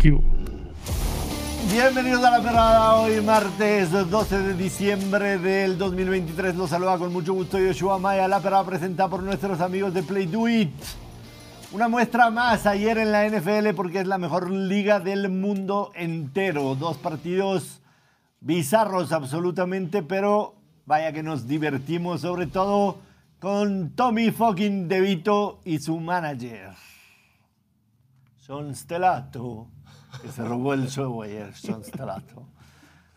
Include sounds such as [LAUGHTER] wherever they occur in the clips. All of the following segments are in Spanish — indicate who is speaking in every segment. Speaker 1: Q.
Speaker 2: Bienvenidos a la perrada hoy martes 12 de diciembre del 2023. Los saluda con mucho gusto Yoshua Maya. La perrada presentada por nuestros amigos de Play Do It. Una muestra más ayer en la NFL porque es la mejor liga del mundo entero. Dos partidos bizarros absolutamente, pero vaya que nos divertimos sobre todo con Tommy fucking DeVito y su manager. John Stellato, que se robó el show ayer, John Stellato.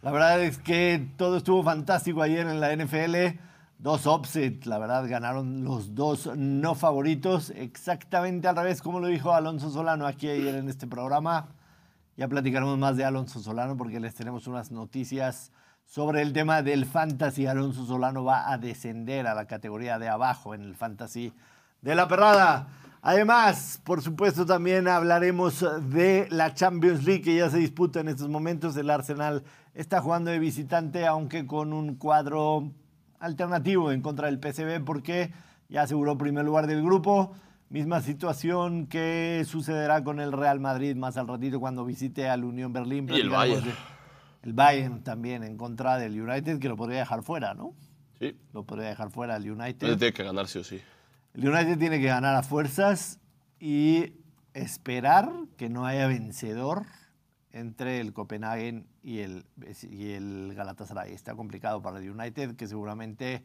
Speaker 2: La verdad es que todo estuvo fantástico ayer en la NFL. Dos offsets, la verdad, ganaron los dos no favoritos. Exactamente al revés, como lo dijo Alonso Solano aquí ayer en este programa. Ya platicaremos más de Alonso Solano porque les tenemos unas noticias sobre el tema del fantasy. Alonso Solano va a descender a la categoría de abajo en el fantasy de la perrada. Además, por supuesto, también hablaremos de la Champions League que ya se disputa en estos momentos. El Arsenal está jugando de visitante, aunque con un cuadro alternativo en contra del PCB, porque ya aseguró primer lugar del grupo. Misma situación que sucederá con el Real Madrid más al ratito cuando visite al Unión Berlín.
Speaker 3: Y el Bayern.
Speaker 2: El Bayern también en contra del United, que lo podría dejar fuera, ¿no?
Speaker 3: Sí.
Speaker 2: Lo podría dejar fuera el United.
Speaker 3: Él tiene que ganar sí o sí.
Speaker 2: El United tiene que ganar a fuerzas y esperar que no haya vencedor entre el Copenhagen y el, y el Galatasaray. Está complicado para el United, que seguramente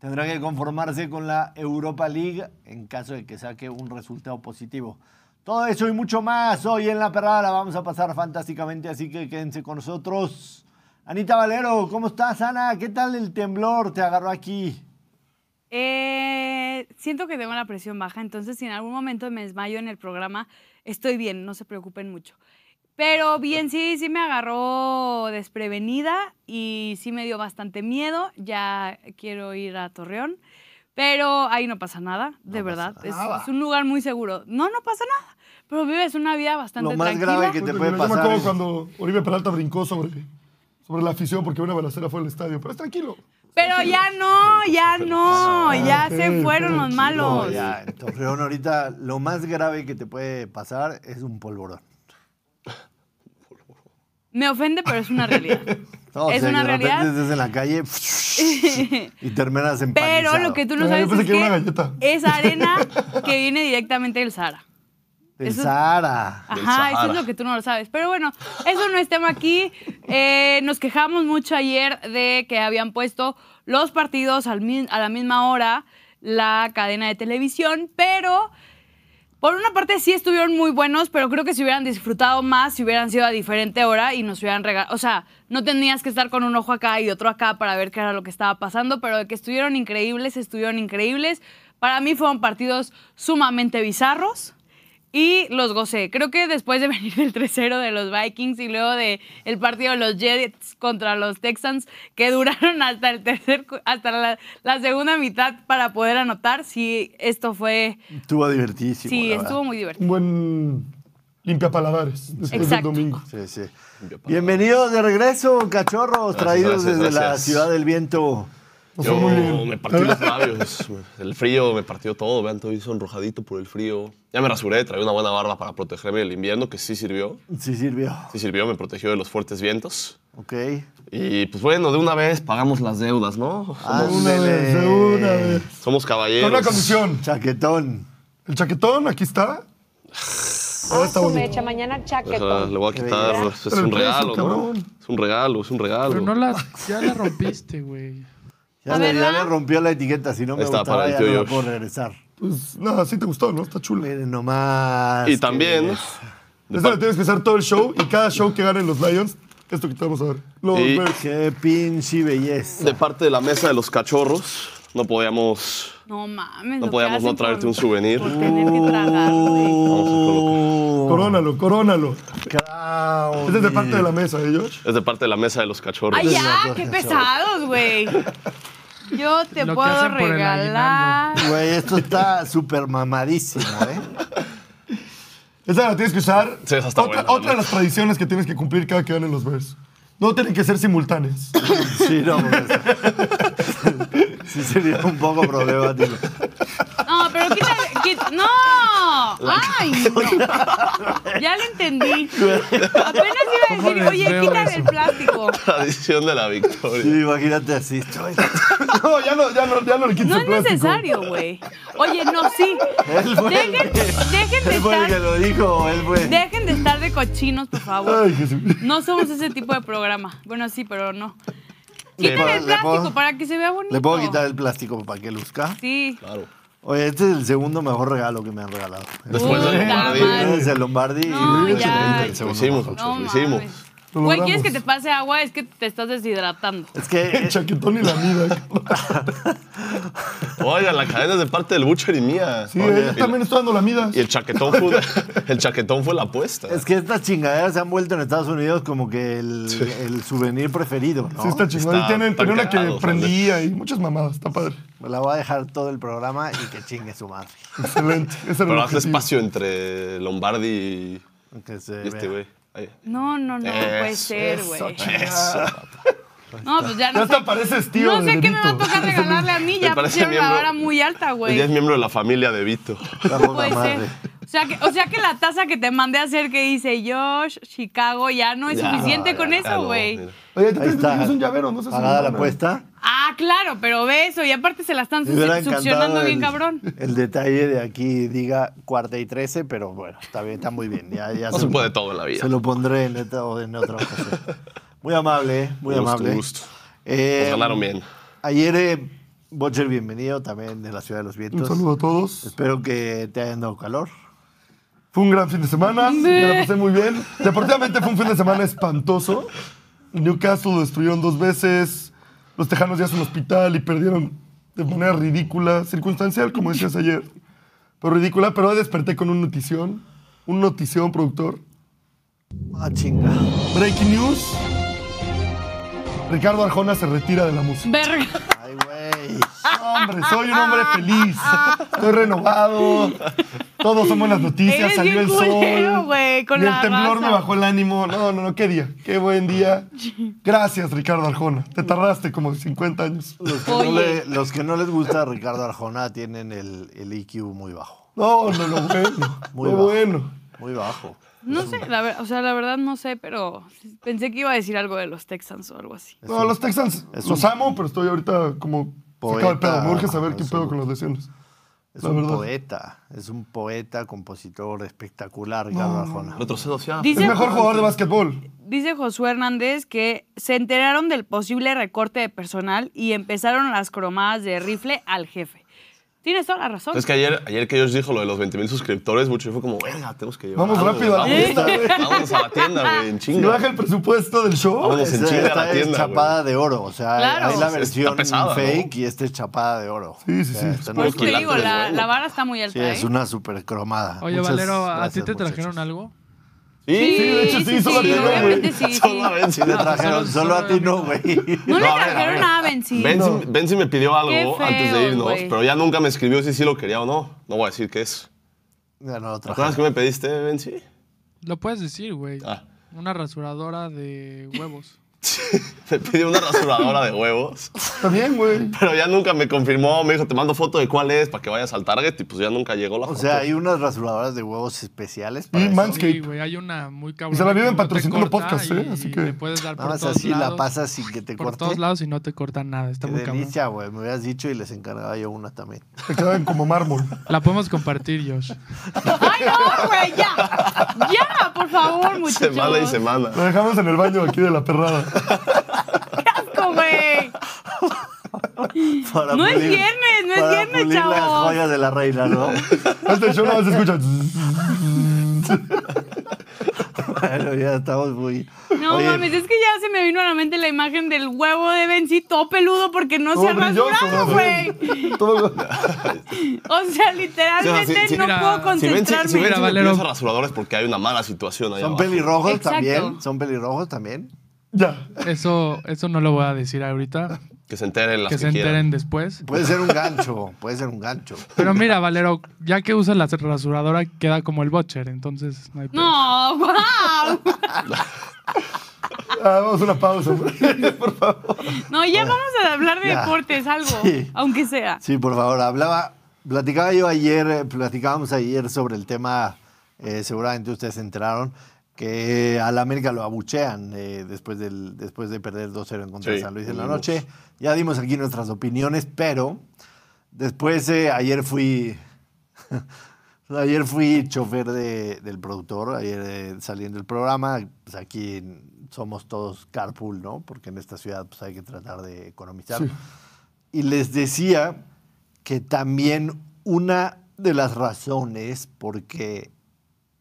Speaker 2: tendrá que conformarse con la Europa League en caso de que saque un resultado positivo. Todo eso y mucho más hoy en La Perrada la vamos a pasar fantásticamente, así que quédense con nosotros. Anita Valero, ¿cómo estás, Ana? ¿Qué tal el temblor? Te agarró aquí.
Speaker 4: Eh, siento que tengo la presión baja, entonces si en algún momento me desmayo en el programa, estoy bien, no se preocupen mucho. Pero bien, sí, sí me agarró desprevenida y sí me dio bastante miedo. Ya quiero ir a Torreón, pero ahí no pasa nada, de verdad. Es,
Speaker 2: nada.
Speaker 4: es un lugar muy seguro. No, no pasa nada, pero vives una vida bastante
Speaker 2: Lo más
Speaker 4: tranquila.
Speaker 2: grave que te
Speaker 5: Pues, Yo
Speaker 2: puede
Speaker 5: me
Speaker 2: pasar.
Speaker 5: acuerdo
Speaker 2: es-
Speaker 5: cuando Oribe Peralta brincó sobre, sobre la afición porque una balacera fue al estadio. Pero es tranquilo.
Speaker 4: Pero ya no, ya no, ya
Speaker 5: ok,
Speaker 4: se fueron
Speaker 5: ok,
Speaker 4: los
Speaker 5: chido,
Speaker 2: [LAUGHS]
Speaker 4: malos.
Speaker 2: No, ya, en Torreón ahorita lo más grave que te puede pasar es un polvorón.
Speaker 4: Me ofende, pero es una realidad.
Speaker 2: [LAUGHS] No,
Speaker 4: Es
Speaker 2: o sea,
Speaker 4: una
Speaker 2: que de repente
Speaker 4: realidad.
Speaker 2: estés en la calle
Speaker 4: [LAUGHS]
Speaker 2: y terminas en
Speaker 4: Pero lo que tú no
Speaker 5: Yo
Speaker 4: sabes
Speaker 5: pensé
Speaker 4: es
Speaker 5: que era una
Speaker 4: que
Speaker 5: galleta. [LAUGHS]
Speaker 4: es arena que viene directamente del Sahara.
Speaker 2: Del
Speaker 4: eso-
Speaker 2: Sahara.
Speaker 3: Del
Speaker 4: Ajá, eso
Speaker 3: Sahara.
Speaker 4: es lo que tú no lo sabes. Pero bueno, eso no es tema aquí. Eh, nos quejamos mucho ayer de que habían puesto los partidos al mi- a la misma hora la cadena de televisión, pero por una parte sí estuvieron muy buenos, pero creo que si hubieran disfrutado más, si hubieran sido a diferente hora y nos hubieran regalado. O sea, no tenías que estar con un ojo acá y otro acá para ver qué era lo que estaba pasando, pero de que estuvieron increíbles, estuvieron increíbles. Para mí fueron partidos sumamente bizarros y los gocé. Creo que después de [LAUGHS] venir del 3-0 de los Vikings y luego de el partido de los Jets contra los Texans que [LAUGHS] duraron hasta el tercer cu- hasta la, la segunda mitad para poder anotar, sí esto fue
Speaker 2: Estuvo divertísimo.
Speaker 4: sí
Speaker 2: la verdad.
Speaker 4: estuvo muy
Speaker 5: Un
Speaker 4: divertido.
Speaker 5: buen limpia paladares después
Speaker 4: Exacto.
Speaker 5: del domingo.
Speaker 2: Sí, sí.
Speaker 3: Yo para-
Speaker 2: Bienvenidos de regreso, cachorros,
Speaker 3: Gracias,
Speaker 2: traídos
Speaker 3: gracias,
Speaker 2: desde la
Speaker 3: gracias.
Speaker 2: ciudad del viento.
Speaker 5: fue muy
Speaker 3: Yo
Speaker 5: bien.
Speaker 3: me
Speaker 5: [LAUGHS]
Speaker 3: partí los labios. El frío me partió todo. Vean, todo hizo enrojadito por el frío. Ya me rasuré, traía una buena barba para protegerme del invierno, que sí sirvió.
Speaker 2: Sí sirvió.
Speaker 3: Sí sirvió, me protegió de los fuertes vientos.
Speaker 2: Ok.
Speaker 3: Y pues bueno, de una vez pagamos las deudas, ¿no? Somos,
Speaker 5: Una vez, de una vez. Ah.
Speaker 3: somos
Speaker 5: Con una
Speaker 3: caballeros.
Speaker 5: condición.
Speaker 2: Chaquetón.
Speaker 5: El chaquetón, aquí está.
Speaker 2: Ah,
Speaker 5: Ahora está
Speaker 6: Ah, Su
Speaker 5: bonito.
Speaker 6: mecha mañana
Speaker 3: Pues,
Speaker 6: chaquetón.
Speaker 3: ah, le voy a quitar. Es
Speaker 5: Pero el
Speaker 3: un
Speaker 5: precio,
Speaker 3: regalo, ¿no?
Speaker 5: cabrón.
Speaker 3: Es un regalo, es un regalo.
Speaker 1: Pero no la,
Speaker 5: [LAUGHS]
Speaker 1: ya la rompiste, güey.
Speaker 2: Ya,
Speaker 4: A
Speaker 2: le,
Speaker 4: ver,
Speaker 2: ya
Speaker 4: ¿va?
Speaker 2: le rompió la etiqueta, si no me
Speaker 3: Está,
Speaker 2: gustaba
Speaker 3: para el
Speaker 2: ya
Speaker 3: tío
Speaker 2: no la
Speaker 3: Josh.
Speaker 2: puedo regresar.
Speaker 5: Pues nada, sí te gustó, ¿no? Está chula.
Speaker 2: Miren nomás.
Speaker 3: Y
Speaker 2: qué
Speaker 3: también.
Speaker 2: belleza.
Speaker 5: Esta le tienes que hacer todo el show y cada show que ganen los Lions, esto que te vamos a ver. Los
Speaker 3: Y-
Speaker 5: Bears.
Speaker 2: Qué pinche belleza.
Speaker 3: De parte de la mesa de los cachorros, no podíamos
Speaker 4: No mames.
Speaker 3: No
Speaker 4: lo que
Speaker 3: podíamos no
Speaker 4: hacen
Speaker 3: traerte
Speaker 4: por-
Speaker 3: un souvenir.
Speaker 4: Por tener que
Speaker 2: [LAUGHS]
Speaker 4: tragar, güey.
Speaker 3: Vamos a colocar.
Speaker 5: Corónalo, corónalo.
Speaker 2: Crown.
Speaker 5: Uh. Este es de parte de la mesa, ¿eh, Josh?
Speaker 3: Es de parte de la mesa de los cachorros.
Speaker 4: Ay, ya,
Speaker 2: Entonces,
Speaker 4: qué
Speaker 2: no,
Speaker 4: pesados, güey.
Speaker 1: [LAUGHS]
Speaker 4: Yo te
Speaker 1: Lo que
Speaker 4: puedo
Speaker 1: hacen por el
Speaker 4: regalar.
Speaker 2: Güey, esto está súper mamadísimo, ¿eh?
Speaker 5: Esa la tienes que usar.
Speaker 3: Sí, esa está
Speaker 5: otra
Speaker 3: buena,
Speaker 5: otra de
Speaker 3: ¿no?
Speaker 5: las tradiciones que tienes que cumplir cada que ganen los Bears. No tienen que ser simultáneas.
Speaker 2: Sí, no, pues, Sí sería un poco problemático.
Speaker 4: No, pero quítale. quit- ¡No! ¡Ay! no. Ya lo entendí. Apenas iba a
Speaker 1: ¿Cómo
Speaker 4: decir,
Speaker 1: les
Speaker 4: oye,
Speaker 1: veo
Speaker 4: quítale
Speaker 1: eso?
Speaker 2: [LAUGHS]
Speaker 4: el plástico.
Speaker 3: Tradición de la victoria.
Speaker 2: Sí, imagínate así.
Speaker 4: [LAUGHS]
Speaker 2: estoy-
Speaker 5: No, ya no, ya no, ya no le quito
Speaker 4: No
Speaker 5: el
Speaker 4: es
Speaker 5: plástico.
Speaker 4: necesario, güey. Oye, no, sí.
Speaker 2: Él fue el
Speaker 4: Dejen, dejen de
Speaker 2: Él fue el que
Speaker 4: estar.
Speaker 2: lo dijo, él fue.
Speaker 4: Dejen de estar de cochinos, por favor.
Speaker 5: Ay, Jesús.
Speaker 4: No somos ese tipo de programa. Bueno, sí, pero no.
Speaker 2: Le puedo-
Speaker 4: Quítale el
Speaker 2: le puedo-
Speaker 4: plástico para que se vea bonito.
Speaker 2: ¿Le puedo quitar el plástico para que luzca?
Speaker 4: Sí.
Speaker 3: Claro.
Speaker 2: Oye, este es el segundo mejor regalo que me han regalado.
Speaker 3: Después
Speaker 4: Puta
Speaker 3: del Madrid.
Speaker 4: madre.
Speaker 2: Desde el Lombardi. y
Speaker 4: No,
Speaker 2: este
Speaker 4: ya.
Speaker 2: es el
Speaker 3: Lo
Speaker 2: segundo
Speaker 3: hicimos,
Speaker 2: mejor.
Speaker 3: mucho,
Speaker 4: No
Speaker 3: lo hicimos.
Speaker 4: mames.
Speaker 5: Lo
Speaker 4: Güey,
Speaker 5: logramos.
Speaker 4: ¿quieres que te pase agua? Es que te estás deshidratando.
Speaker 2: Es
Speaker 5: [LAUGHS]
Speaker 2: que
Speaker 5: El chaquetón y la
Speaker 3: [LAUGHS]
Speaker 5: mida.
Speaker 3: Oigan, la cadena es de parte del Butcher y mía.
Speaker 5: Sí,
Speaker 3: Oye,
Speaker 5: ella
Speaker 3: y-
Speaker 5: también está dando la mida.
Speaker 3: Y el chaquetón fue,
Speaker 5: [LAUGHS]
Speaker 3: el chaquetón fue la apuesta.
Speaker 2: Es que estas chingaderas se han vuelto en Estados Unidos como que el, el souvenir preferido, ¿no?
Speaker 5: Sí, está chingón.
Speaker 3: Está-
Speaker 5: Y tienen,
Speaker 3: está
Speaker 5: tenía una que
Speaker 3: cagado,
Speaker 5: prendía y muchas mamadas. Está
Speaker 3: [LAUGHS]
Speaker 5: padre.
Speaker 2: Me la voy a dejar todo el programa y que chingue su madre.
Speaker 5: Excelente. Ese era el
Speaker 3: Pero haz
Speaker 5: objetivo.
Speaker 3: espacio entre Lombardi y
Speaker 2: Que se
Speaker 3: y este
Speaker 2: vea.
Speaker 3: güey. Ahí.
Speaker 4: No, no, no, no puede
Speaker 3: Eso,
Speaker 4: ser, güey.
Speaker 5: Ah,
Speaker 3: Eso.
Speaker 4: No, pues
Speaker 5: Ya
Speaker 4: ya no
Speaker 5: hasta
Speaker 4: sé.
Speaker 5: pareces tío.
Speaker 4: No
Speaker 5: de
Speaker 4: sé qué me va a
Speaker 5: Benito.
Speaker 4: tocar regalarle
Speaker 3: [LAUGHS]
Speaker 4: a mí. Ya
Speaker 3: parece
Speaker 4: pusieron la
Speaker 3: miembro-
Speaker 4: vara muy alta,
Speaker 3: Ella es
Speaker 4: güey.
Speaker 3: miembro de la familia de Vito.
Speaker 2: La poca
Speaker 4: No puede
Speaker 2: madre.
Speaker 4: ser. O sea, que, o sea que la taza que te mandé a hacer que dice Josh, Chicago, ya no es
Speaker 3: Ya,
Speaker 4: suficiente con
Speaker 3: ya, ya
Speaker 4: eso,
Speaker 3: no,
Speaker 4: güey.
Speaker 3: mira.
Speaker 5: Oye, tú
Speaker 2: Ahí
Speaker 5: tienes-
Speaker 2: está.
Speaker 5: tienes un llavero, no sé si.
Speaker 2: Parada la apuesta.
Speaker 4: ah, claro, pero ve eso. Y aparte se la están
Speaker 2: Me hubiera
Speaker 4: suc-
Speaker 2: encantado
Speaker 4: succionando bien
Speaker 2: el,
Speaker 3: [LAUGHS]
Speaker 4: cabrón.
Speaker 2: el detalle de aquí diga cuarta y trece, pero bueno, está bien, está muy bien. Ya, ya
Speaker 3: No se puede todo en la vida.
Speaker 2: Se lo pondré en otro, en otra ocasión. Muy amable, eh, muy
Speaker 3: Un gusto,
Speaker 2: amable.
Speaker 3: un gusto.
Speaker 2: Eh,
Speaker 3: Nos ganaron bien.
Speaker 2: Ayer, eh, Butcher, bienvenido también de la Ciudad de los
Speaker 5: Un
Speaker 2: Vientos.
Speaker 5: saludo a todos.
Speaker 2: Espero que te hayan dado calor.
Speaker 5: Fue un gran fin de semana. Me la pasé muy bien. Deportivamente fue un fin de semana espantoso. Newcastle lo destruyeron dos veces. Los Tejanos ya es un hospital y perdieron de manera ridícula, circunstancial, como decías ayer. Pero ridícula. Pero hoy desperté con un notición. Un notición, productor.
Speaker 2: Ah, chinga.
Speaker 5: Breaking news. Ricardo Arjona se retira de la música.
Speaker 4: Verga.
Speaker 2: Ay, güey.
Speaker 5: Hombre, soy un hombre feliz. Estoy renovado. Todos son buenas noticias.
Speaker 4: Eres
Speaker 5: Salió
Speaker 4: bien
Speaker 5: el sol.
Speaker 4: culero, güey, con
Speaker 5: y el
Speaker 4: la
Speaker 5: temblor
Speaker 4: raza.
Speaker 5: me bajó el ánimo. No, no, no, qué día. Qué buen día. Gracias, Ricardo Arjona. Te tardaste como 50 años.
Speaker 2: Los que, no
Speaker 4: Oye.
Speaker 2: le- los que no les gusta Ricardo Arjona tienen el, el IQ muy bajo.
Speaker 5: No, no, lo bueno.
Speaker 2: Muy
Speaker 5: lo
Speaker 2: bajo.
Speaker 5: bueno.
Speaker 2: Muy bajo.
Speaker 4: No sé, la ver- o sea, la verdad no sé, pero pensé que iba a decir algo de los Texans o algo así.
Speaker 5: No, los Texans los amo, pero estoy ahorita como sacado el
Speaker 2: Poeta,
Speaker 5: pedo. Me urge saber qué
Speaker 2: es
Speaker 5: pedo
Speaker 2: un-
Speaker 5: con las lesiones.
Speaker 2: Es
Speaker 5: La
Speaker 2: un
Speaker 5: verdad.
Speaker 2: poeta. Es un poeta, compositor espectacular, Ricardo Arjona.
Speaker 5: Em,
Speaker 3: Retrocedo ya.
Speaker 4: Dice-
Speaker 5: El mejor jugador de básquetbol.
Speaker 4: Dice Josué Hernández que se enteraron del posible recorte de personal y empezaron las cromadas de rifle al jefe. Tienes toda la razón.
Speaker 3: Es que ayer, ayer que ellos dijo lo de los 20.000 suscriptores, Butcher fue como, verga, tenemos que llevar.
Speaker 5: Vamos rápido a la tienda, güey.
Speaker 3: Vámonos a la tienda, güey, en
Speaker 5: Si
Speaker 3: chinga.
Speaker 5: baja el presupuesto del show,
Speaker 3: Vámonos en
Speaker 2: Esta-
Speaker 3: chinga a la
Speaker 2: esta es
Speaker 3: tienda,
Speaker 2: chapada
Speaker 3: güey.
Speaker 2: de oro. O sea,
Speaker 4: Claro.
Speaker 2: hay la
Speaker 3: Está
Speaker 2: versión
Speaker 3: pesada, ¿no?
Speaker 2: fake y esta es chapada de oro.
Speaker 5: Sí, sí,
Speaker 2: O sea,
Speaker 5: sí.
Speaker 2: esta no
Speaker 4: Por
Speaker 2: es
Speaker 4: eso Pues te
Speaker 2: quilate.
Speaker 4: digo,
Speaker 3: quilate de
Speaker 4: la,
Speaker 3: bueno.
Speaker 4: la vara está muy alta.
Speaker 2: Sí, es
Speaker 4: ¿eh?
Speaker 2: una super cromada.
Speaker 1: Oye,
Speaker 2: Muchas
Speaker 1: Valero, ¿a
Speaker 2: gracias,
Speaker 1: ti te
Speaker 2: muchachos.
Speaker 1: trajeron algo?
Speaker 3: Sí,
Speaker 5: Sí, de hecho, sí, solo
Speaker 4: sí,
Speaker 5: a ti, ¿no,
Speaker 4: obviamente
Speaker 5: güey? [LAUGHS]
Speaker 4: sí, sí.
Speaker 3: Solamente.
Speaker 2: Sí, te trajeron,
Speaker 1: solo-
Speaker 2: solo a ti no,
Speaker 1: solo
Speaker 2: güey. [LAUGHS]
Speaker 4: No le
Speaker 3: No, a ver, a
Speaker 4: trajeron
Speaker 3: ver.
Speaker 4: nada, Benzi.
Speaker 3: Ben, sí- Ben sí me pidió algo
Speaker 4: Qué
Speaker 3: antes de
Speaker 4: feo,
Speaker 3: irnos,
Speaker 4: güey.
Speaker 3: pero ya nunca me escribió si sí lo quería o no. No voy a decir qué es.
Speaker 2: Ya no lo
Speaker 3: ¿Te
Speaker 2: trajeron.
Speaker 3: acuerdas que me pediste, Ben? Sí.
Speaker 1: Lo puedes decir, güey.
Speaker 3: Ah.
Speaker 1: Una rasuradora de huevos.
Speaker 3: Me pidió una rasuradora de huevos, [LAUGHS]
Speaker 5: también, güey.
Speaker 3: pero ya nunca me confirmó. Me dijo, te mando foto de cuál es para que vayas al Target y pues ya nunca llegó la
Speaker 2: O
Speaker 3: foto.
Speaker 2: sea, hay unas rasuradoras de huevos especiales para
Speaker 5: Y
Speaker 2: eso.
Speaker 5: Manscaped.
Speaker 1: Sí, güey, hay una muy cabrón.
Speaker 5: se la viven
Speaker 1: que no te
Speaker 5: patrocinando
Speaker 1: corta
Speaker 5: podcast, ¿eh?
Speaker 1: y
Speaker 5: Así que-
Speaker 1: le puedes dar
Speaker 2: Nada
Speaker 1: por
Speaker 2: más
Speaker 1: todos
Speaker 2: así la
Speaker 1: lados.
Speaker 2: pasas sin que te
Speaker 1: por
Speaker 2: corte.
Speaker 1: todos lados y no te corta nada. Está
Speaker 2: Qué
Speaker 1: muy cabrón.
Speaker 2: delicia, güey. Me hubieras dicho y les encargaba yo una también.
Speaker 5: Te quedan como mármol.
Speaker 1: La podemos compartir, Josh.
Speaker 4: ¡Ay, no, güey! ¡Ya! ¡Ya! Por
Speaker 3: [LAUGHS]
Speaker 4: favor, muchachos.
Speaker 3: [LAUGHS] semana y semana.
Speaker 5: Lo dejamos en el baño aquí de la perrada.
Speaker 4: ¡Qué asco, güey!
Speaker 2: [LAUGHS] Para
Speaker 4: No es viernes, no es
Speaker 2: para
Speaker 4: viernes,
Speaker 2: pulir las
Speaker 4: chavos.
Speaker 2: joyas de la
Speaker 5: [LAUGHS]
Speaker 2: reina,
Speaker 1: [LAUGHS]
Speaker 2: ¿no?
Speaker 5: Este show nada más se escucha. zzzz.
Speaker 2: bueno, ya estamos muy...
Speaker 4: No
Speaker 2: Oye,
Speaker 4: mames, es que ya se me vino a la mente la imagen del huevo de Benzi todo peludo porque no se ha
Speaker 5: Todo brilloso,
Speaker 4: rasurado,
Speaker 5: ¿no?
Speaker 4: güey. [LAUGHS]
Speaker 5: Todo-
Speaker 4: O sea, literalmente
Speaker 3: O sea, sí, sí.
Speaker 4: no
Speaker 1: Mira,
Speaker 4: puedo
Speaker 3: Si
Speaker 4: concentrarme.
Speaker 3: Ben, si, si Ben
Speaker 1: Mira,
Speaker 3: sí me
Speaker 1: Valero.
Speaker 3: pidió esa rasuradora es porque hay una mala situación ahí
Speaker 2: Son
Speaker 3: abajo.
Speaker 2: pelirrojos
Speaker 4: Exacto.
Speaker 2: también. Son pelirrojos también.
Speaker 5: Ya.
Speaker 1: Eso, eso no lo voy a decir ahorita.
Speaker 3: Que se enteren las
Speaker 1: que
Speaker 3: que,
Speaker 1: se enteren
Speaker 3: quieran.
Speaker 1: después.
Speaker 2: Puede ser un gancho. puede ser un gancho.
Speaker 1: Pero mira, Valero, ya que usas la rasuradora, queda como el butcher, entonces no hay pedo.
Speaker 4: No, wow.
Speaker 5: Ah, vamos a una
Speaker 3: [LAUGHS]
Speaker 5: pausa. güey. Por favor.
Speaker 4: No, ya vamos a hablar de
Speaker 2: Ya.
Speaker 4: deportes, algo,
Speaker 2: Sí.
Speaker 4: aunque sea.
Speaker 2: Sí, por favor. Hablaba Platicaba yo ayer, eh, platicábamos ayer sobre el tema, eh, seguramente ustedes se enteraron, que al América lo abuchean eh, después, del, después de perder 2-0 en contra de
Speaker 3: Sí,
Speaker 2: San Luis en la
Speaker 3: lo vimos.
Speaker 2: noche. Ya dimos aquí nuestras opiniones, pero después eh, ayer fui. [LAUGHS] Ayer fui chofer de- del productor, ayer eh, saliendo del programa, pues aquí somos todos carpool, ¿no? Porque en esta ciudad pues, hay que tratar de economizar.
Speaker 5: Sí.
Speaker 2: Y les decía que también una de las razones por qué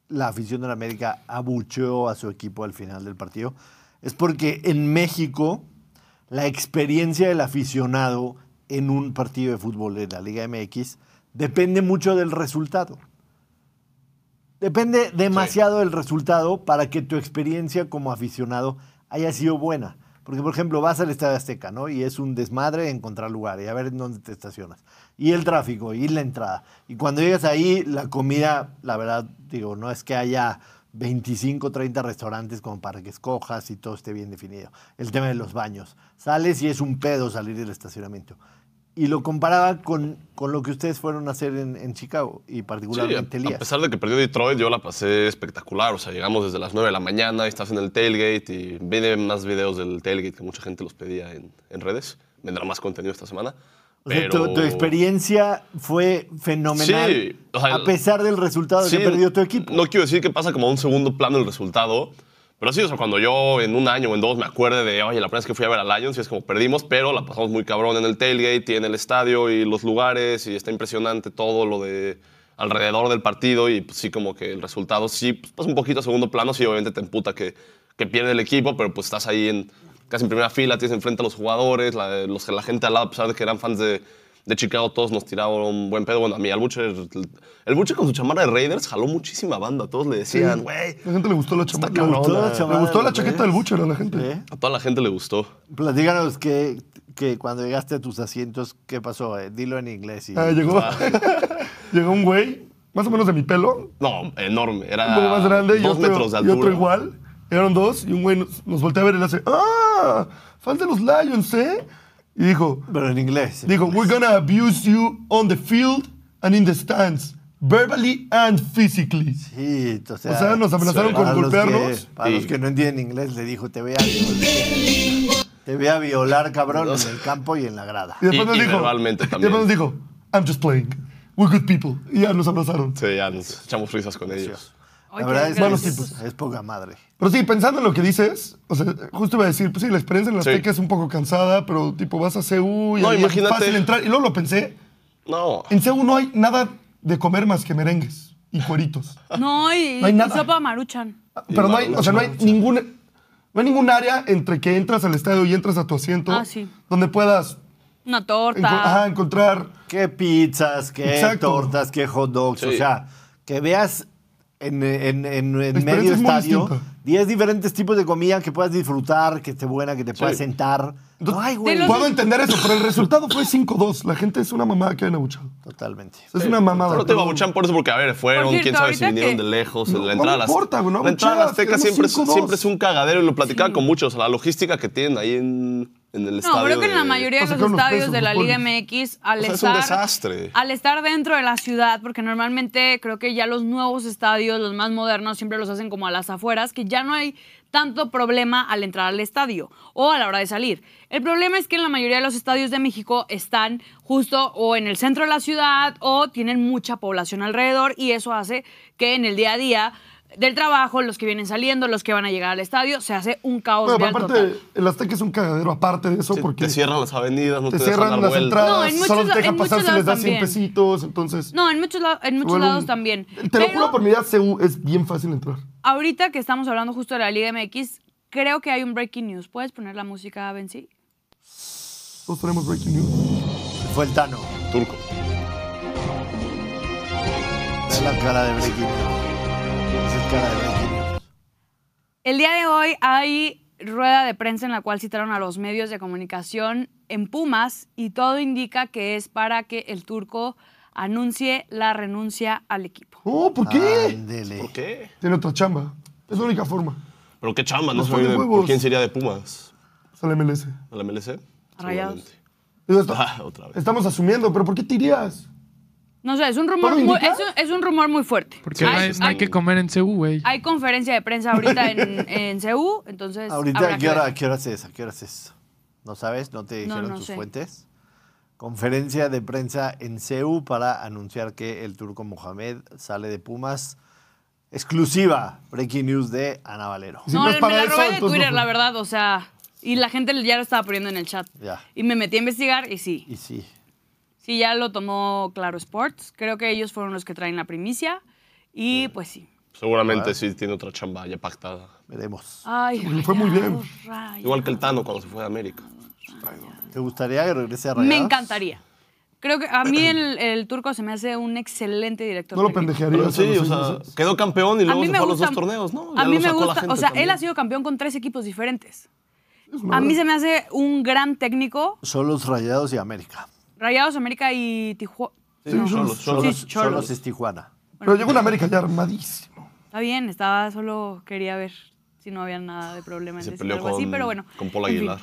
Speaker 2: la afición de la América abucheó a su equipo al final del partido es porque en México la experiencia del aficionado en un partido de fútbol de la Liga MX depende mucho del resultado. Depende demasiado del resultado para que tu experiencia como aficionado haya sido buena. Porque, por ejemplo, vas al Estadio Azteca, ¿no? Y es un desmadre encontrar lugar y a ver en dónde te estacionas. Y el tráfico, y la entrada. Y cuando llegas ahí, la comida, la verdad, digo, no es que haya 25, 30 restaurantes como para que escojas y todo esté bien definido. El tema de los baños. Sales y es un pedo salir del estacionamiento. Y lo comparaba con, con lo que ustedes fueron a hacer en, en Chicago, y particularmente
Speaker 3: Sí, a- a,
Speaker 2: Elías.
Speaker 3: pesar de que perdió Detroit, yo la pasé espectacular. O sea, llegamos desde las 9 de la mañana y estás en el tailgate y vienen más videos del tailgate que mucha gente los pedía en, en redes. Vendrá más contenido esta semana.
Speaker 2: O sea,
Speaker 3: pero-
Speaker 2: tu, tu experiencia fue fenomenal
Speaker 3: Sí, o sea,
Speaker 2: a pesar del resultado
Speaker 3: Sí,
Speaker 2: que perdió tu equipo.
Speaker 3: No quiero decir que pasa como a un segundo plano el resultado, pero sí, o sea, cuando yo en un año o en dos me acuerde de, oye, la primera vez que fui a ver al Lions, y es como perdimos, pero la pasamos muy cabrón en el tailgate y en el estadio y los lugares, y está impresionante todo lo de alrededor del partido, y pues, sí, como que el resultado sí pues, pasa un poquito a segundo plano, sí, obviamente te emputa que, que pierde el equipo, pero pues estás ahí en casi en primera fila, tienes enfrente a los jugadores, la, los, la gente al lado, a pesar de que eran fans de de Chicago todos nos tiraron un buen pedo. Bueno, a mí, al Butcher, el Butcher con su chamarra de Raiders jaló muchísima banda. Todos le decían, güey.
Speaker 5: La gente le gustó la chamarra.
Speaker 3: cabrón,
Speaker 5: Le gustó la
Speaker 2: eh.
Speaker 5: chamarra. Le gustó la
Speaker 2: ¿Ves?
Speaker 5: chaqueta del Butcher a la gente.
Speaker 2: ¿Eh?
Speaker 3: A toda la gente le gustó.
Speaker 2: Platícanos que, que cuando llegaste a tus asientos, ¿qué pasó? eh? Dilo en inglés. Y,
Speaker 5: Ah, llegó, [LAUGHS] llegó un güey, más o menos de mi pelo,
Speaker 3: No, enorme. Era
Speaker 5: un poco más grande y
Speaker 3: Ah, dos
Speaker 5: otro,
Speaker 3: metros de
Speaker 5: y
Speaker 3: altura.
Speaker 5: otro igual. Eran dos y un güey nos, nos voltea a ver y le hace, ¡Ah! Fan de los Lions, ¿eh? Y dijo,
Speaker 2: Pero en inglés.
Speaker 5: dijo, we're gonna abuse you on the field and in the stands, verbally and physically.
Speaker 2: Sí, o sea,
Speaker 5: O sea, nos amenazaron
Speaker 2: para
Speaker 5: con
Speaker 2: los que-
Speaker 5: golpearnos.
Speaker 2: para los
Speaker 3: Sí.
Speaker 2: que no entienden inglés, le dijo, te voy a violar. Te voy a violar, cabrón, en el campo y en la grada.
Speaker 5: Y después nos
Speaker 3: y
Speaker 5: dijo,
Speaker 3: verbalmente
Speaker 5: y
Speaker 3: también.
Speaker 5: después nos dijo, I'm just playing. We're good people. Y ya nos abrazaron.
Speaker 3: Sí, ya nos echamos risas con ellos.
Speaker 4: Oye,
Speaker 2: La verdad es, pues.
Speaker 4: malos
Speaker 2: que es-
Speaker 5: tipos.
Speaker 2: es poca madre.
Speaker 5: Pero sí, pensando en lo que dices, o sea, justo iba a decir, pues sí, la experiencia en la
Speaker 3: Sí.
Speaker 5: Azteca es un poco cansada, pero tipo vas a CU y
Speaker 3: No,
Speaker 5: ahí es
Speaker 3: imagínate.
Speaker 5: fácil entrar. Y luego lo pensé,
Speaker 3: No.
Speaker 5: en CU no hay nada de comer más que merengues y
Speaker 3: [LAUGHS]
Speaker 5: cueritos.
Speaker 4: No, y,
Speaker 5: No hay
Speaker 4: y
Speaker 5: nada.
Speaker 4: sopa maruchan.
Speaker 5: Pero no hay, o sea, no hay ninguna, no hay ningún área entre que entras al estadio y entras a tu asiento
Speaker 4: Ah, sí.
Speaker 5: donde puedas
Speaker 4: Una
Speaker 5: enco-
Speaker 4: torta.
Speaker 2: Ah,
Speaker 5: ajá, encontrar
Speaker 2: qué pizzas, qué
Speaker 5: Exacto.
Speaker 2: tortas, qué hot dogs. O
Speaker 3: Sí.
Speaker 2: sea, que veas en, en- en- en
Speaker 5: La
Speaker 2: medio
Speaker 5: experiencia es muy
Speaker 2: estadio
Speaker 5: distinta.
Speaker 2: 10 diferentes tipos de comida que puedas disfrutar, que esté buena, que te puedas sentar. No hay, güey.
Speaker 4: De los-
Speaker 5: Puedo entender eso, pero el resultado fue 5-2. La gente es una mamada que habían abuchado.
Speaker 2: Totalmente.
Speaker 5: O sea, es una mamada.
Speaker 3: No te
Speaker 5: pero-
Speaker 3: babuchan por eso, porque, a ver, fueron,
Speaker 4: Por cierto,
Speaker 3: quién sabe si
Speaker 4: ahorita
Speaker 3: vinieron
Speaker 4: que-
Speaker 3: de lejos.
Speaker 5: No,
Speaker 3: la
Speaker 5: no
Speaker 3: entrada a las-
Speaker 5: importa, güey, no
Speaker 3: La entrada a las
Speaker 5: abucheas,
Speaker 3: Azteca
Speaker 5: tenemos
Speaker 3: siempre, es-
Speaker 5: 5-2.
Speaker 3: siempre es un cagadero y lo platicaba con muchos. O sea, la logística que tienen ahí en, en el estadio.
Speaker 4: No, creo que en la
Speaker 3: de-
Speaker 4: mayoría de
Speaker 5: Para
Speaker 4: los
Speaker 5: sacar unos
Speaker 4: estadios
Speaker 5: pesos,
Speaker 4: de la
Speaker 5: los
Speaker 4: Liga
Speaker 5: goles.
Speaker 4: MX, al,
Speaker 3: O sea, es un
Speaker 4: estar,
Speaker 3: desastre.
Speaker 4: al estar dentro de la ciudad, porque normalmente creo que ya los nuevos estadios, los más modernos, siempre los hacen como a las afueras, que ya no hay tanto problema al entrar al estadio o a la hora de salir. El problema es que en la mayoría de los estadios de México están justo o en el centro de la ciudad o tienen mucha población alrededor y eso hace que en el día a día del trabajo, los que vienen saliendo, los que van a llegar al estadio, se hace un caos
Speaker 5: Bueno,
Speaker 4: vial
Speaker 5: aparte,
Speaker 4: total.
Speaker 5: el Azteca es un cagadero aparte de eso,
Speaker 3: Te-
Speaker 5: porque
Speaker 3: Te cierran las avenidas, no
Speaker 5: te
Speaker 3: te, dejan dar
Speaker 5: cierran las
Speaker 3: vuelta.
Speaker 4: No,
Speaker 5: entradas,
Speaker 4: en muchos
Speaker 5: solo te
Speaker 4: la-
Speaker 5: dejan
Speaker 4: en
Speaker 5: pasar
Speaker 4: muchos
Speaker 5: si les das
Speaker 4: lados
Speaker 5: 100
Speaker 4: también.
Speaker 5: pesitos, entonces...
Speaker 4: No, en muchos, la- en muchos
Speaker 5: bueno,
Speaker 4: lados también.
Speaker 5: Te lo
Speaker 4: Pero
Speaker 5: juro por mi vida, CU es bien fácil entrar.
Speaker 4: ahorita que estamos hablando justo de la Liga MX, creo que hay un breaking news. ¿Puedes poner la música, Benzi?
Speaker 5: Todos tenemos breaking news.
Speaker 2: Fue el Tano.
Speaker 3: Turco.
Speaker 2: Ve la cara de Breaking News. Esa es cara de Breaking News.
Speaker 4: El día de hoy hay rueda de prensa en la cual citaron a los medios de comunicación en Pumas y todo indica que es para que el turco anuncie la renuncia al equipo.
Speaker 5: No, Oh, ¿por qué?
Speaker 3: Ah.
Speaker 2: Ándele.
Speaker 3: ¿Por qué?
Speaker 5: Tiene otra chamba. Es la única forma.
Speaker 3: Pero qué chamba, ¿no?
Speaker 5: Nos
Speaker 3: Soy de-
Speaker 5: ponen
Speaker 3: ¿Por
Speaker 5: huevos.
Speaker 3: quién sería de Pumas?
Speaker 5: Es la MLS.
Speaker 3: ¿A la MLC?
Speaker 4: Rayados.
Speaker 3: Seguramente.
Speaker 5: Digo, esto-
Speaker 3: Ah, otra vez.
Speaker 5: Estamos asumiendo, pero ¿por qué te irías?
Speaker 4: No sé, es un rumor,
Speaker 5: ¿Todo
Speaker 4: muy,
Speaker 5: indica?
Speaker 4: es un, es un rumor muy fuerte.
Speaker 1: Porque no,
Speaker 4: hay,
Speaker 1: hay, no hay
Speaker 4: hay-
Speaker 1: que comer en CU, güey.
Speaker 4: hay conferencia de prensa ahorita en, en CU, entonces. habrá
Speaker 2: Ahorita,
Speaker 4: que
Speaker 2: ¿qué
Speaker 4: ver.
Speaker 2: hora, ¿qué hora es esa? ¿Qué hora es eso? ¿No sabes? ¿No te
Speaker 4: No,
Speaker 2: dijeron
Speaker 4: no
Speaker 2: tus
Speaker 4: sé.
Speaker 2: fuentes? Conferencia de prensa en CEU para anunciar que el turco Mohamed sale de Pumas. Exclusiva, breaking news de Ana Valero.
Speaker 5: Sí. Si
Speaker 4: No,
Speaker 5: no es
Speaker 4: me
Speaker 5: para
Speaker 4: la
Speaker 5: eso,
Speaker 4: robé de
Speaker 5: entonces
Speaker 4: Twitter,
Speaker 5: no.
Speaker 4: la verdad, o sea. Y la gente ya lo estaba poniendo en el chat.
Speaker 2: Ya.
Speaker 4: Y me metí a investigar y sí.
Speaker 2: Y sí,
Speaker 4: Sí, ya lo tomó Claro Sports. Creo que ellos fueron los que traen la primicia. Y pues sí.
Speaker 3: Seguramente sí tiene otra chamba ya pactada.
Speaker 2: veremos.
Speaker 4: Ay,
Speaker 5: Le fue muy bien.
Speaker 4: rayados, rayados.
Speaker 3: Igual que el Tano cuando se fue de América.
Speaker 2: ¿Te gustaría que regrese a Rayados?
Speaker 4: Me encantaría. Creo que a mí el, el turco se me hace un excelente director.
Speaker 5: No lo
Speaker 4: técnico.
Speaker 5: pendejearías.
Speaker 3: Pero
Speaker 5: a
Speaker 3: sí,
Speaker 5: los
Speaker 3: o
Speaker 5: seis
Speaker 3: sea,
Speaker 5: meses?
Speaker 3: quedó campeón y
Speaker 4: A
Speaker 3: luego
Speaker 4: mí
Speaker 3: se
Speaker 4: me
Speaker 3: fue a los
Speaker 4: gusta.
Speaker 3: dos torneos, ¿no? Ya
Speaker 4: A mí
Speaker 3: lo
Speaker 4: me
Speaker 3: sacó la
Speaker 4: gusta. O
Speaker 3: gente
Speaker 4: sea, él
Speaker 3: también.
Speaker 4: ha sido campeón con tres equipos diferentes. A mí se me hace un gran técnico.
Speaker 2: Son los Rayados y América.
Speaker 4: Rayados América y Tijuana.
Speaker 5: Sí,
Speaker 3: Sí, Cholos,
Speaker 5: sí,
Speaker 3: Cholos.
Speaker 2: Solos, Solos es Tijuana.
Speaker 5: Pero llegó una América ya armadísimo.
Speaker 4: Está bien, estaba solo quería ver si no había nada de problema en
Speaker 3: Se
Speaker 4: decir
Speaker 3: peleó
Speaker 4: algo
Speaker 3: con,
Speaker 4: así, pero bueno.
Speaker 3: con Paul
Speaker 4: en fin.
Speaker 3: Aguilar.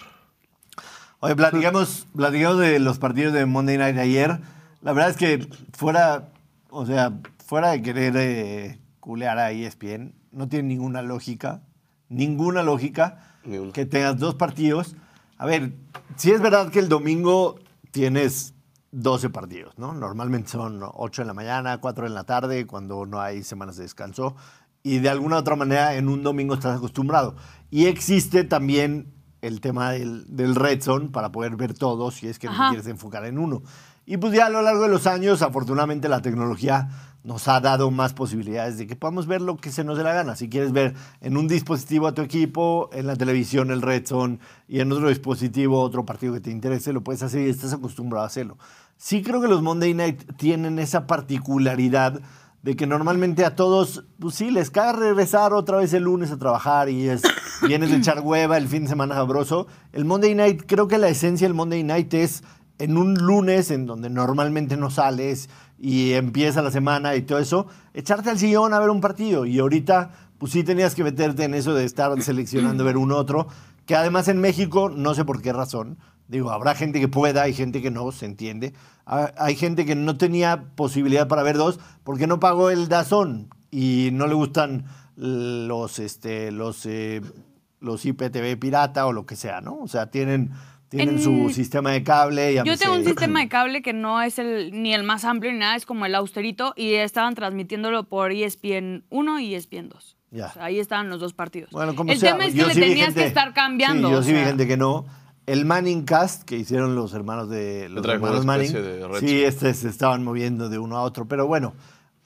Speaker 2: Oye, platicamos, platicamos de los partidos de Monday Night ayer. La verdad es que fuera, o sea, fuera de querer eh, culear a ESPN, no tiene ninguna lógica, ninguna lógica
Speaker 3: Ni una.
Speaker 2: que tengas dos partidos. A ver, si es verdad que el domingo tienes 12 partidos, ¿no? Normalmente son 8 en la mañana, 4 en la tarde, cuando no hay semanas de descanso. Y de alguna u otra manera en un domingo estás acostumbrado. Y existe también el tema del, del red zone para poder ver todo si es que no te
Speaker 4: Ajá.
Speaker 2: quieres enfocar en uno. Y pues ya a lo largo de los años, afortunadamente la tecnología nos ha dado más posibilidades de que podamos ver lo que se nos dé la gana. Si quieres ver en un dispositivo a tu equipo, en la televisión el Red Zone y en otro dispositivo otro partido que te interese, lo puedes hacer y estás acostumbrado a hacerlo. Sí creo que los Monday Night tienen esa particularidad de que normalmente a todos, pues sí, les cae regresar otra vez el lunes a trabajar y es, vienes de echar hueva el fin de semana sabroso. El Monday Night, creo que la esencia del Monday Night es en un lunes en donde normalmente no sales y empieza la semana y todo eso, echarte al sillón a ver un partido. Y ahorita, pues sí tenías que meterte en eso de estar seleccionando ver un otro, que además en México, no sé por qué razón, digo, habrá gente que pueda, hay gente que no, se entiende. Ha- Hay gente que no tenía posibilidad para ver dos porque no pagó el Dazón y no le gustan los, este, los, eh, los IPTV pirata o lo que sea, ¿no? O sea, tienen... Tienen
Speaker 4: En-
Speaker 2: su sistema de cable y
Speaker 4: Yo
Speaker 2: [CLEARS THROAT]
Speaker 4: tengo un
Speaker 2: [LAUGHS]
Speaker 4: sistema de cable que no es el ni el más amplio ni nada, es como el austerito y estaban transmitiéndolo por E ESPN 1 y E ESPN 2.
Speaker 2: Ya.
Speaker 4: O sea, ahí estaban los dos partidos.
Speaker 2: Bueno, como
Speaker 4: el
Speaker 2: sea,
Speaker 4: tema es que
Speaker 2: yo
Speaker 4: le
Speaker 2: sí vi
Speaker 4: tenías
Speaker 2: gente-
Speaker 4: que estar cambiando.
Speaker 2: Sí, yo
Speaker 4: o
Speaker 2: sí vi
Speaker 4: sea,
Speaker 2: gente que no. El Manning Cast que hicieron los hermanos de los
Speaker 3: trae como
Speaker 2: hermanos
Speaker 3: una
Speaker 2: Manning.
Speaker 3: especie de red
Speaker 2: Sí,
Speaker 3: zone.
Speaker 2: este se estaban moviendo de uno a otro, pero bueno,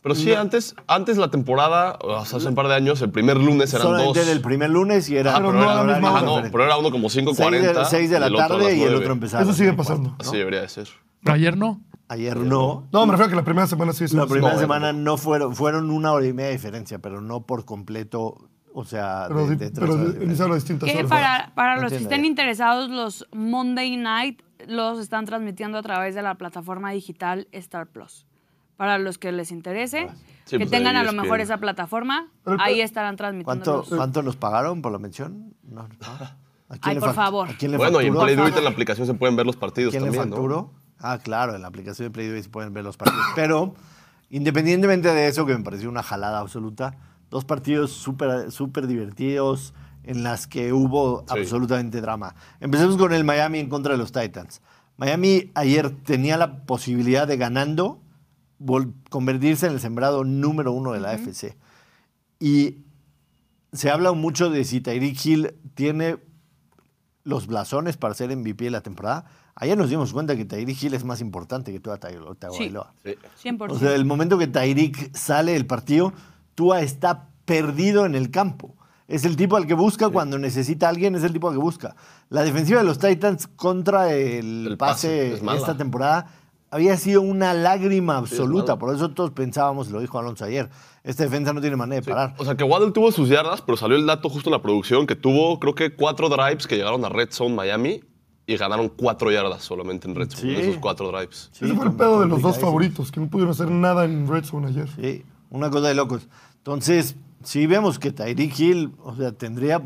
Speaker 3: Pero sí, antes, antes la temporada, o sea, hace un par de años, el primer lunes eran dos.
Speaker 2: solamente del primer lunes y era
Speaker 5: Ah, pero no a la misma
Speaker 3: Ajá,
Speaker 5: hora.
Speaker 3: no, pero era uno como 5.40.
Speaker 2: 6 de
Speaker 3: y
Speaker 2: la
Speaker 3: el otro a
Speaker 2: tarde
Speaker 3: las
Speaker 2: y el
Speaker 3: 9.
Speaker 2: otro empezaba.
Speaker 5: Eso sigue
Speaker 2: a las cuatro,
Speaker 5: pasando.
Speaker 2: ¿no?
Speaker 3: Así debería de ser.
Speaker 1: Pero ayer no.
Speaker 2: Ayer no.
Speaker 5: No, me refiero a que la primera semana sí es
Speaker 2: La primera
Speaker 3: bueno.
Speaker 2: semana no fueron, fueron una hora y media de diferencia, pero no por completo, o sea,
Speaker 5: Pero,
Speaker 2: de,
Speaker 5: di-
Speaker 2: de tres
Speaker 5: pero
Speaker 2: horas de
Speaker 5: di-
Speaker 2: diferencia.
Speaker 5: iniciaron a distintas
Speaker 4: que
Speaker 5: horas.
Speaker 4: para, para
Speaker 2: No
Speaker 4: los que
Speaker 2: entiendo
Speaker 4: estén
Speaker 2: ya.
Speaker 4: interesados, los Monday Night los están transmitiendo a través de la plataforma digital Star Plus. Para los que les interese,
Speaker 3: Sí,
Speaker 4: que
Speaker 3: pues
Speaker 4: tengan
Speaker 3: ahí
Speaker 4: a lo mejor
Speaker 3: ESPN.
Speaker 4: esa plataforma,
Speaker 5: Pero el
Speaker 4: ahí
Speaker 5: pe-
Speaker 4: estarán transmitiendo.
Speaker 2: ¿Cuánto,
Speaker 4: los-
Speaker 2: ¿Cuánto nos pagaron por la mención? No, no. ¿A quién
Speaker 4: Ay,
Speaker 2: le
Speaker 4: por
Speaker 2: fact-
Speaker 4: favor.
Speaker 2: ¿A quién le
Speaker 3: Bueno, y en
Speaker 2: facturó?
Speaker 3: Play Do It en la aplicación se pueden ver los partidos
Speaker 2: ¿Quién
Speaker 3: también,
Speaker 2: le
Speaker 3: ¿no?
Speaker 2: facturó? Ah, claro, en la aplicación de Play se pueden ver los partidos. Pero, independientemente de eso, que me pareció una jalada absoluta, dos partidos súper súper divertidos en las que hubo
Speaker 3: Sí.
Speaker 2: absolutamente drama. Empecemos con el Miami en contra de los Titans. Miami ayer tenía la posibilidad de ganando vol- convertirse en el sembrado número uno de la AFC. Y se habla mucho de si Tyreek Hill tiene los blasones para ser MVP de la temporada. Ayer nos dimos cuenta que Tyreek Hill es más importante que toda Tago- Tagovailoa.
Speaker 3: Sí.
Speaker 4: 100%.
Speaker 2: O sea, el momento que Tyreek sale del partido, Tua está perdido en el campo. Es el tipo al que busca cuando necesita a alguien, es el tipo al que busca. La defensiva de los Titans contra el,
Speaker 3: El pase,
Speaker 2: pase,
Speaker 3: es mala.
Speaker 2: esta temporada había sido una lágrima
Speaker 3: es
Speaker 2: absoluta.
Speaker 3: mala.
Speaker 2: Por eso todos pensábamos, lo dijo Alonso ayer, esta defensa no tiene manera de
Speaker 3: Sí.
Speaker 2: parar.
Speaker 3: O sea, que Waddle tuvo sus yardas, pero salió el dato justo en la producción que tuvo, creo que cuatro drives que llegaron a Red Zone Miami y ganaron cuatro yardas solamente en Red Zone,
Speaker 2: Sí.
Speaker 3: en esos cuatro drives.
Speaker 2: Sí,
Speaker 5: Ese fue el
Speaker 2: com-
Speaker 5: pedo de los dos
Speaker 2: complicadísimo.
Speaker 5: favoritos, que no pudieron hacer nada en Red Zone ayer.
Speaker 2: Sí, una cosa de locos. Entonces, si vemos que Tyreek Hill, o sea, tendría,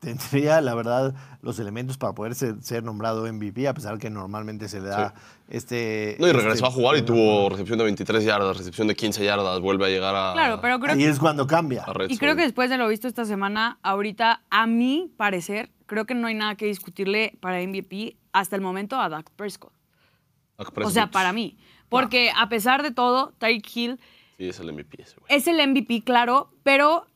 Speaker 2: tendría, la verdad, los elementos para poder ser, ser nombrado MVP, a pesar que normalmente se le da este.
Speaker 3: No, y
Speaker 2: este-
Speaker 3: regresó a jugar y tuvo recepción de 23 yardas, recepción de 15 yardas, vuelve a llegar a.
Speaker 4: Claro, pero creo
Speaker 2: Ahí
Speaker 4: que,
Speaker 2: es cuando cambia.
Speaker 3: a red
Speaker 4: y creo que
Speaker 3: zone.
Speaker 4: después de lo visto esta semana, ahorita, a mi parecer, creo que no hay nada que discutirle para MVP hasta el momento a Dak Prescott.
Speaker 3: Dak
Speaker 4: O
Speaker 3: Prescott.
Speaker 4: sea, para mí. Porque a pesar de todo, Tyreek Hill
Speaker 3: Sí, es el MVP ese, güey.
Speaker 4: es el MVP, claro, pero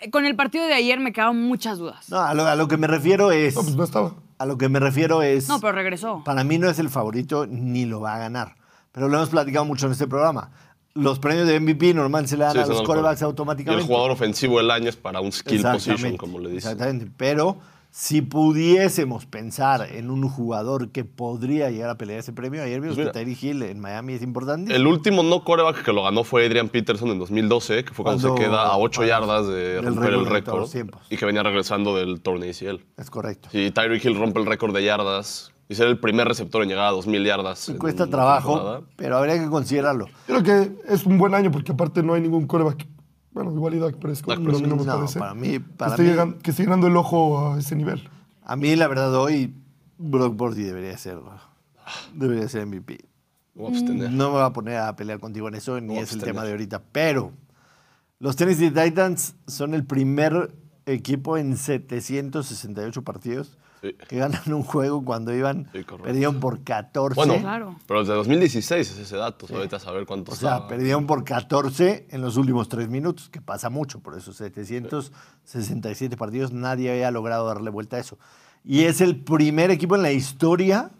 Speaker 4: eh, con el partido de ayer me quedaron muchas dudas.
Speaker 2: No, a lo, a lo que me refiero es.
Speaker 5: No, pues no estaba.
Speaker 2: A lo que me refiero es.
Speaker 4: No, pero regresó.
Speaker 2: Para mí no es el favorito ni lo va a ganar. Pero lo hemos platicado mucho en este programa. Los premios de MVP normalmente se le dan
Speaker 3: Sí,
Speaker 2: a
Speaker 3: se
Speaker 2: los
Speaker 3: dan al
Speaker 2: corebacks
Speaker 3: quarterback. Y
Speaker 2: automáticamente.
Speaker 3: el jugador ofensivo del año es para un skill position,
Speaker 2: Exactamente,
Speaker 3: como le dicen.
Speaker 2: Exactamente. Pero si pudiésemos pensar en un jugador que podría llegar a pelear ese premio, ayer vimos
Speaker 3: Pues
Speaker 2: que Terry Hill en Miami es importante.
Speaker 3: El último no coreback que lo ganó fue Adrian Peterson en 2012, que fue cuando, se
Speaker 2: Cuando-
Speaker 3: queda a 8
Speaker 2: cuando-
Speaker 3: yardas de
Speaker 2: del récord de
Speaker 3: romper el
Speaker 2: todos
Speaker 3: récord
Speaker 2: los tiempos.
Speaker 3: y que venía regresando del torneo ACL.
Speaker 2: Es correcto.
Speaker 3: Si Tyreek Hill rompe el récord de yardas y ser el primer receptor en llegar a 2.000 yardas.
Speaker 2: Me
Speaker 3: en
Speaker 2: cuesta
Speaker 3: una
Speaker 2: trabajo,
Speaker 3: temporada.
Speaker 2: pero habría que considerarlo.
Speaker 5: Yo creo que es un buen año porque aparte no hay ningún coreback. Bueno, igual y Dak Prescott.
Speaker 3: Dak
Speaker 5: no, a mí no me
Speaker 2: Prescott. No,
Speaker 5: parece.
Speaker 2: para mí- para
Speaker 5: que, esté
Speaker 2: mí-
Speaker 5: llegan- que esté llenando el ojo a ese nivel.
Speaker 2: A mí, la verdad, hoy Brock Bordy debería ser, debería ser MVP.
Speaker 3: Me voy a
Speaker 4: Mm,
Speaker 3: abstener.
Speaker 2: No me voy a poner a pelear contigo en eso, ni
Speaker 3: Voy a
Speaker 2: es el
Speaker 3: abstener.
Speaker 2: tema de ahorita. Pero los Tennessee Titans son el primer equipo en 768 partidos
Speaker 3: Sí.
Speaker 2: que ganan un juego cuando iban,
Speaker 3: Sí, correcto.
Speaker 2: perdieron por 14.
Speaker 3: Bueno,
Speaker 4: Claro.
Speaker 3: pero desde 2016 es ese dato. Ahorita a saber cuánto
Speaker 2: o sea,
Speaker 3: está.
Speaker 2: perdieron por 14 en los últimos tres minutos, que pasa mucho, por eso 767 partidos, nadie había logrado darle vuelta a eso. Y es el primer equipo en la historia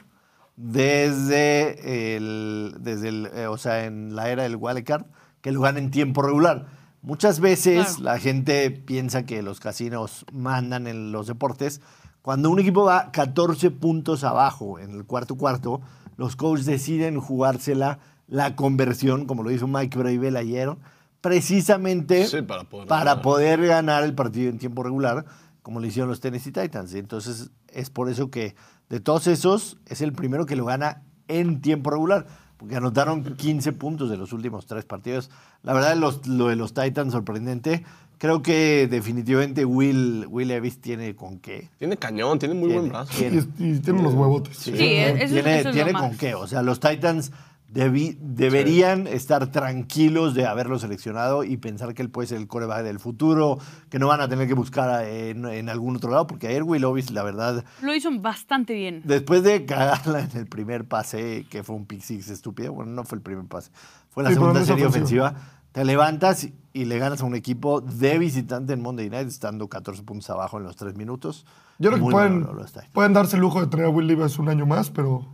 Speaker 2: desde el, desde el eh, o sea, en la era del wildcard, que lo gana en tiempo regular. Muchas veces
Speaker 4: Claro.
Speaker 2: la gente piensa que los casinos mandan en los deportes. Cuando un equipo va 14 puntos abajo en el cuarto cuarto, los coaches deciden jugársela la conversión, como lo hizo Mike Bravel ayer, precisamente
Speaker 3: Sí, para poder
Speaker 2: para
Speaker 3: ganar.
Speaker 2: poder ganar el partido en tiempo regular, como lo hicieron los Tennessee Titans. Y Entonces, es por eso que de todos esos, es el primero que lo gana en tiempo regular, porque anotaron 15 puntos de los últimos tres partidos. La verdad, los- lo de los Titans, sorprendente. Creo que definitivamente Will, Will Levis tiene con qué.
Speaker 3: Tiene cañón, tiene muy buen
Speaker 2: Tiene-
Speaker 3: brazo.
Speaker 5: Y, es- y tiene unos huevotes.
Speaker 4: Sí, es- eso-
Speaker 2: tiene
Speaker 4: eso es lo
Speaker 2: tiene
Speaker 4: más.
Speaker 2: con qué. O sea, los Titans debi- deberían estar tranquilos de haberlo seleccionado y pensar que él puede ser el coreback del futuro, que no van a tener que buscar a- en, en algún otro lado, porque ayer Will Levis, la verdad,
Speaker 4: Lo hizo bastante bien.
Speaker 2: después de cagarla en el primer pase, que fue un pick six estúpido, bueno, no fue el primer pase, fue la
Speaker 5: Sí, pero no
Speaker 2: segunda
Speaker 5: es
Speaker 2: serie
Speaker 5: ofensivo.
Speaker 2: ofensiva, te levantas y le ganas a un equipo de visitante en Monday Night, estando 14 puntos abajo en los tres minutos.
Speaker 5: Yo creo que
Speaker 2: Muy
Speaker 5: pueden,
Speaker 2: malo los Titans.
Speaker 5: pueden darse el lujo de traer a Will Levis un año más, pero,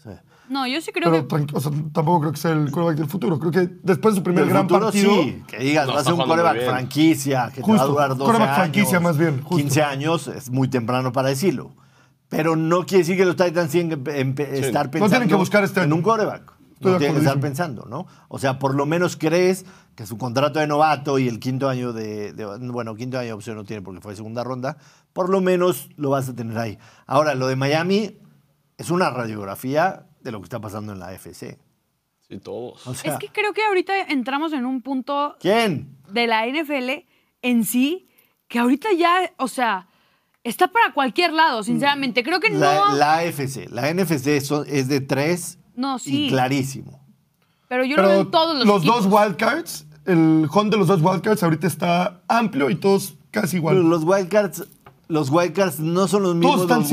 Speaker 2: Sí.
Speaker 4: No, yo sí creo
Speaker 5: pero
Speaker 4: que.
Speaker 5: tranqui- o sea, tampoco creo que sea el quarterback del futuro. Creo que después de su primer
Speaker 2: Del
Speaker 5: gran
Speaker 2: futuro,
Speaker 5: partido,
Speaker 2: sí, que digas,
Speaker 3: No,
Speaker 2: va a
Speaker 3: está
Speaker 2: ser un
Speaker 3: jugando muy
Speaker 2: coreback
Speaker 3: bien.
Speaker 2: franquicia, que te va a
Speaker 5: Justo,
Speaker 2: durar 12
Speaker 5: quarterback
Speaker 2: años,
Speaker 5: franquicia más bien, justo.
Speaker 2: 15 años, es muy temprano para decirlo. Pero no quiere decir que los Titans tienen que empe- estar
Speaker 5: tienen
Speaker 2: pensando
Speaker 5: que buscar este
Speaker 2: en
Speaker 5: año.
Speaker 2: un coreback.
Speaker 5: Estoy
Speaker 2: no
Speaker 5: de
Speaker 2: tienen que estar
Speaker 5: acuerdísimo.
Speaker 2: pensando, ¿no? O sea, por lo menos crees que su contrato de novato y el quinto año de, de- Bueno, quinto año de opción no tiene porque fue segunda ronda. Por lo menos lo vas a tener ahí. Ahora, lo de Miami es una radiografía de lo que está pasando en la FC.
Speaker 3: Sí, todos.
Speaker 2: O sea,
Speaker 4: Es que creo que ahorita entramos en un punto
Speaker 2: ¿quién?
Speaker 4: de la NFL en sí que ahorita ya, o sea, está para cualquier lado, sinceramente. Creo que
Speaker 2: La,
Speaker 4: no.
Speaker 2: la AFC. La NFC son- es de tres
Speaker 4: No,
Speaker 2: y
Speaker 4: sí.
Speaker 2: clarísimo.
Speaker 4: Pero yo lo veo
Speaker 5: pero
Speaker 4: en todos los.
Speaker 5: los
Speaker 4: equipos.
Speaker 5: dos wildcards, el home de los dos wildcards ahorita está amplio y todos casi
Speaker 2: Pero
Speaker 5: igual.
Speaker 2: los wildcards, los wildcards no son los mismos
Speaker 5: están
Speaker 2: los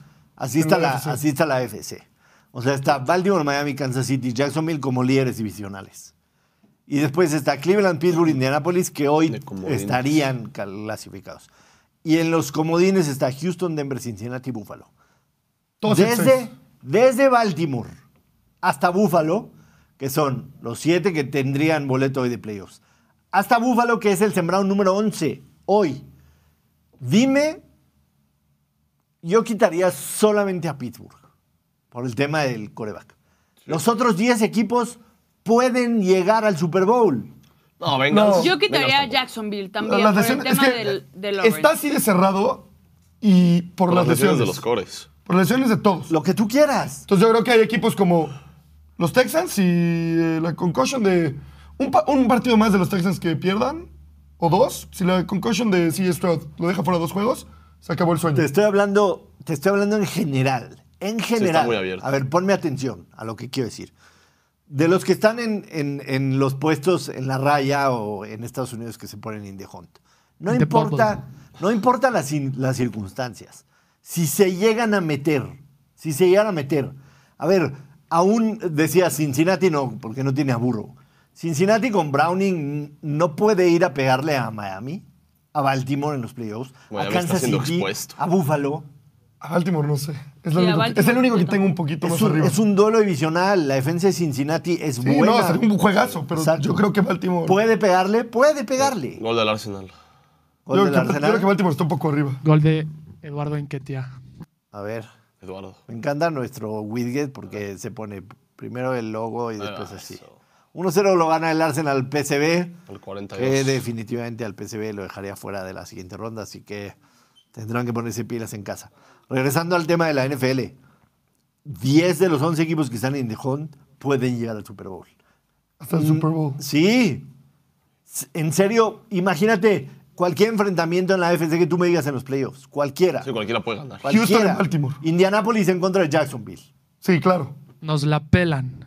Speaker 5: 7-6
Speaker 2: Así
Speaker 5: en
Speaker 2: está,
Speaker 5: la
Speaker 2: la,
Speaker 5: AFC.
Speaker 2: así está la AFC. O sea, está Baltimore, Miami, Kansas City, Jacksonville como líderes divisionales. Y después está Cleveland, Pittsburgh, Indianapolis, que hoy
Speaker 3: De comodines.
Speaker 2: estarían clasificados. Y en los comodines está Houston, Denver, Cincinnati, Buffalo.
Speaker 5: Todos
Speaker 2: desde,
Speaker 5: 7-6.
Speaker 2: desde Baltimore hasta Buffalo, que son los siete que tendrían boleto hoy de playoffs, hasta Buffalo, que es el sembrado número 11 hoy. Dime, yo quitaría solamente a Pittsburgh por el tema del coreback. Los otros 10 equipos pueden llegar al Super Bowl.
Speaker 3: No, venga.
Speaker 5: No.
Speaker 4: Yo quitaría a
Speaker 3: Jackson.
Speaker 4: Jacksonville también
Speaker 5: Las
Speaker 4: por el
Speaker 5: lesiones-
Speaker 4: tema
Speaker 5: es que
Speaker 4: del, de Lawrence.
Speaker 5: está así de cerrado y por,
Speaker 3: Por
Speaker 5: las lesiones.
Speaker 3: de los cores.
Speaker 5: por las lesiones de todos.
Speaker 2: Lo que tú quieras.
Speaker 5: Entonces yo creo que hay equipos como los Texans y eh, la concussion de un, pa- un partido más de los Texans que pierdan, o dos, si la concussion de CJ Stroud lo deja fuera dos juegos, Se acabó el sueño.
Speaker 2: Te estoy hablando, te estoy hablando en general. En general.
Speaker 3: muy abierto.
Speaker 2: A ver, ponme atención a lo que quiero decir. De los que están en, en- en los puestos en la raya o en Estados Unidos que se ponen in the hunt. No
Speaker 1: In the
Speaker 2: importa, no importa las, cin- las circunstancias. Si se llegan a meter, si se llegan a meter. A ver, aún decía Cincinnati no, porque no tiene a burro. Cincinnati con Browning no puede ir a pegarle a Miami, a Baltimore en los playoffs,
Speaker 3: Miami
Speaker 2: a
Speaker 3: está
Speaker 2: Kansas
Speaker 3: siendo
Speaker 2: City,
Speaker 3: expuesto.
Speaker 2: a Buffalo.
Speaker 5: A Baltimore no sé. Es, lo
Speaker 4: Sí, a
Speaker 5: único que-
Speaker 4: Baltimore
Speaker 5: es el único que
Speaker 4: yo
Speaker 5: tengo un poquito más
Speaker 2: Es un,
Speaker 5: arriba.
Speaker 2: es un duelo divisional. La defensa de Cincinnati es
Speaker 5: sí,
Speaker 2: buena.
Speaker 5: no, sería un juegazo, pero
Speaker 2: Exacto.
Speaker 5: yo creo que Baltimore.
Speaker 2: Puede pegarle, puede pegarle.
Speaker 3: Gol del Arsenal.
Speaker 5: yo,
Speaker 2: Gol
Speaker 5: creo
Speaker 2: del
Speaker 5: que, yo
Speaker 2: Arsenal.
Speaker 5: creo que Baltimore está un poco arriba.
Speaker 1: Gol de Eduardo Enquetia.
Speaker 2: A ver,
Speaker 3: Eduardo.
Speaker 2: me encanta nuestro widget porque se pone primero el logo y después
Speaker 3: Ah,
Speaker 2: así.
Speaker 3: eso.
Speaker 2: 1-0 lo gana el Arsenal al PCB.
Speaker 3: El
Speaker 2: Que
Speaker 3: 42.
Speaker 2: definitivamente al PCB lo dejaría fuera de la siguiente ronda, así que tendrán que ponerse pilas en casa. Regresando al tema de la NFL, 10 de los 11 equipos que están en The Hunt pueden llegar al Super Bowl.
Speaker 5: Hasta el Super
Speaker 2: Mm.
Speaker 5: Bowl.
Speaker 2: Sí. S- En serio, imagínate cualquier enfrentamiento en la AFC que tú me digas en los playoffs. Cualquiera.
Speaker 3: Sí, cualquiera puede ganar.
Speaker 2: cualquiera.
Speaker 5: Houston en Baltimore.
Speaker 2: Indianapolis en contra de Jacksonville.
Speaker 5: Sí, claro.
Speaker 1: Nos la pelan.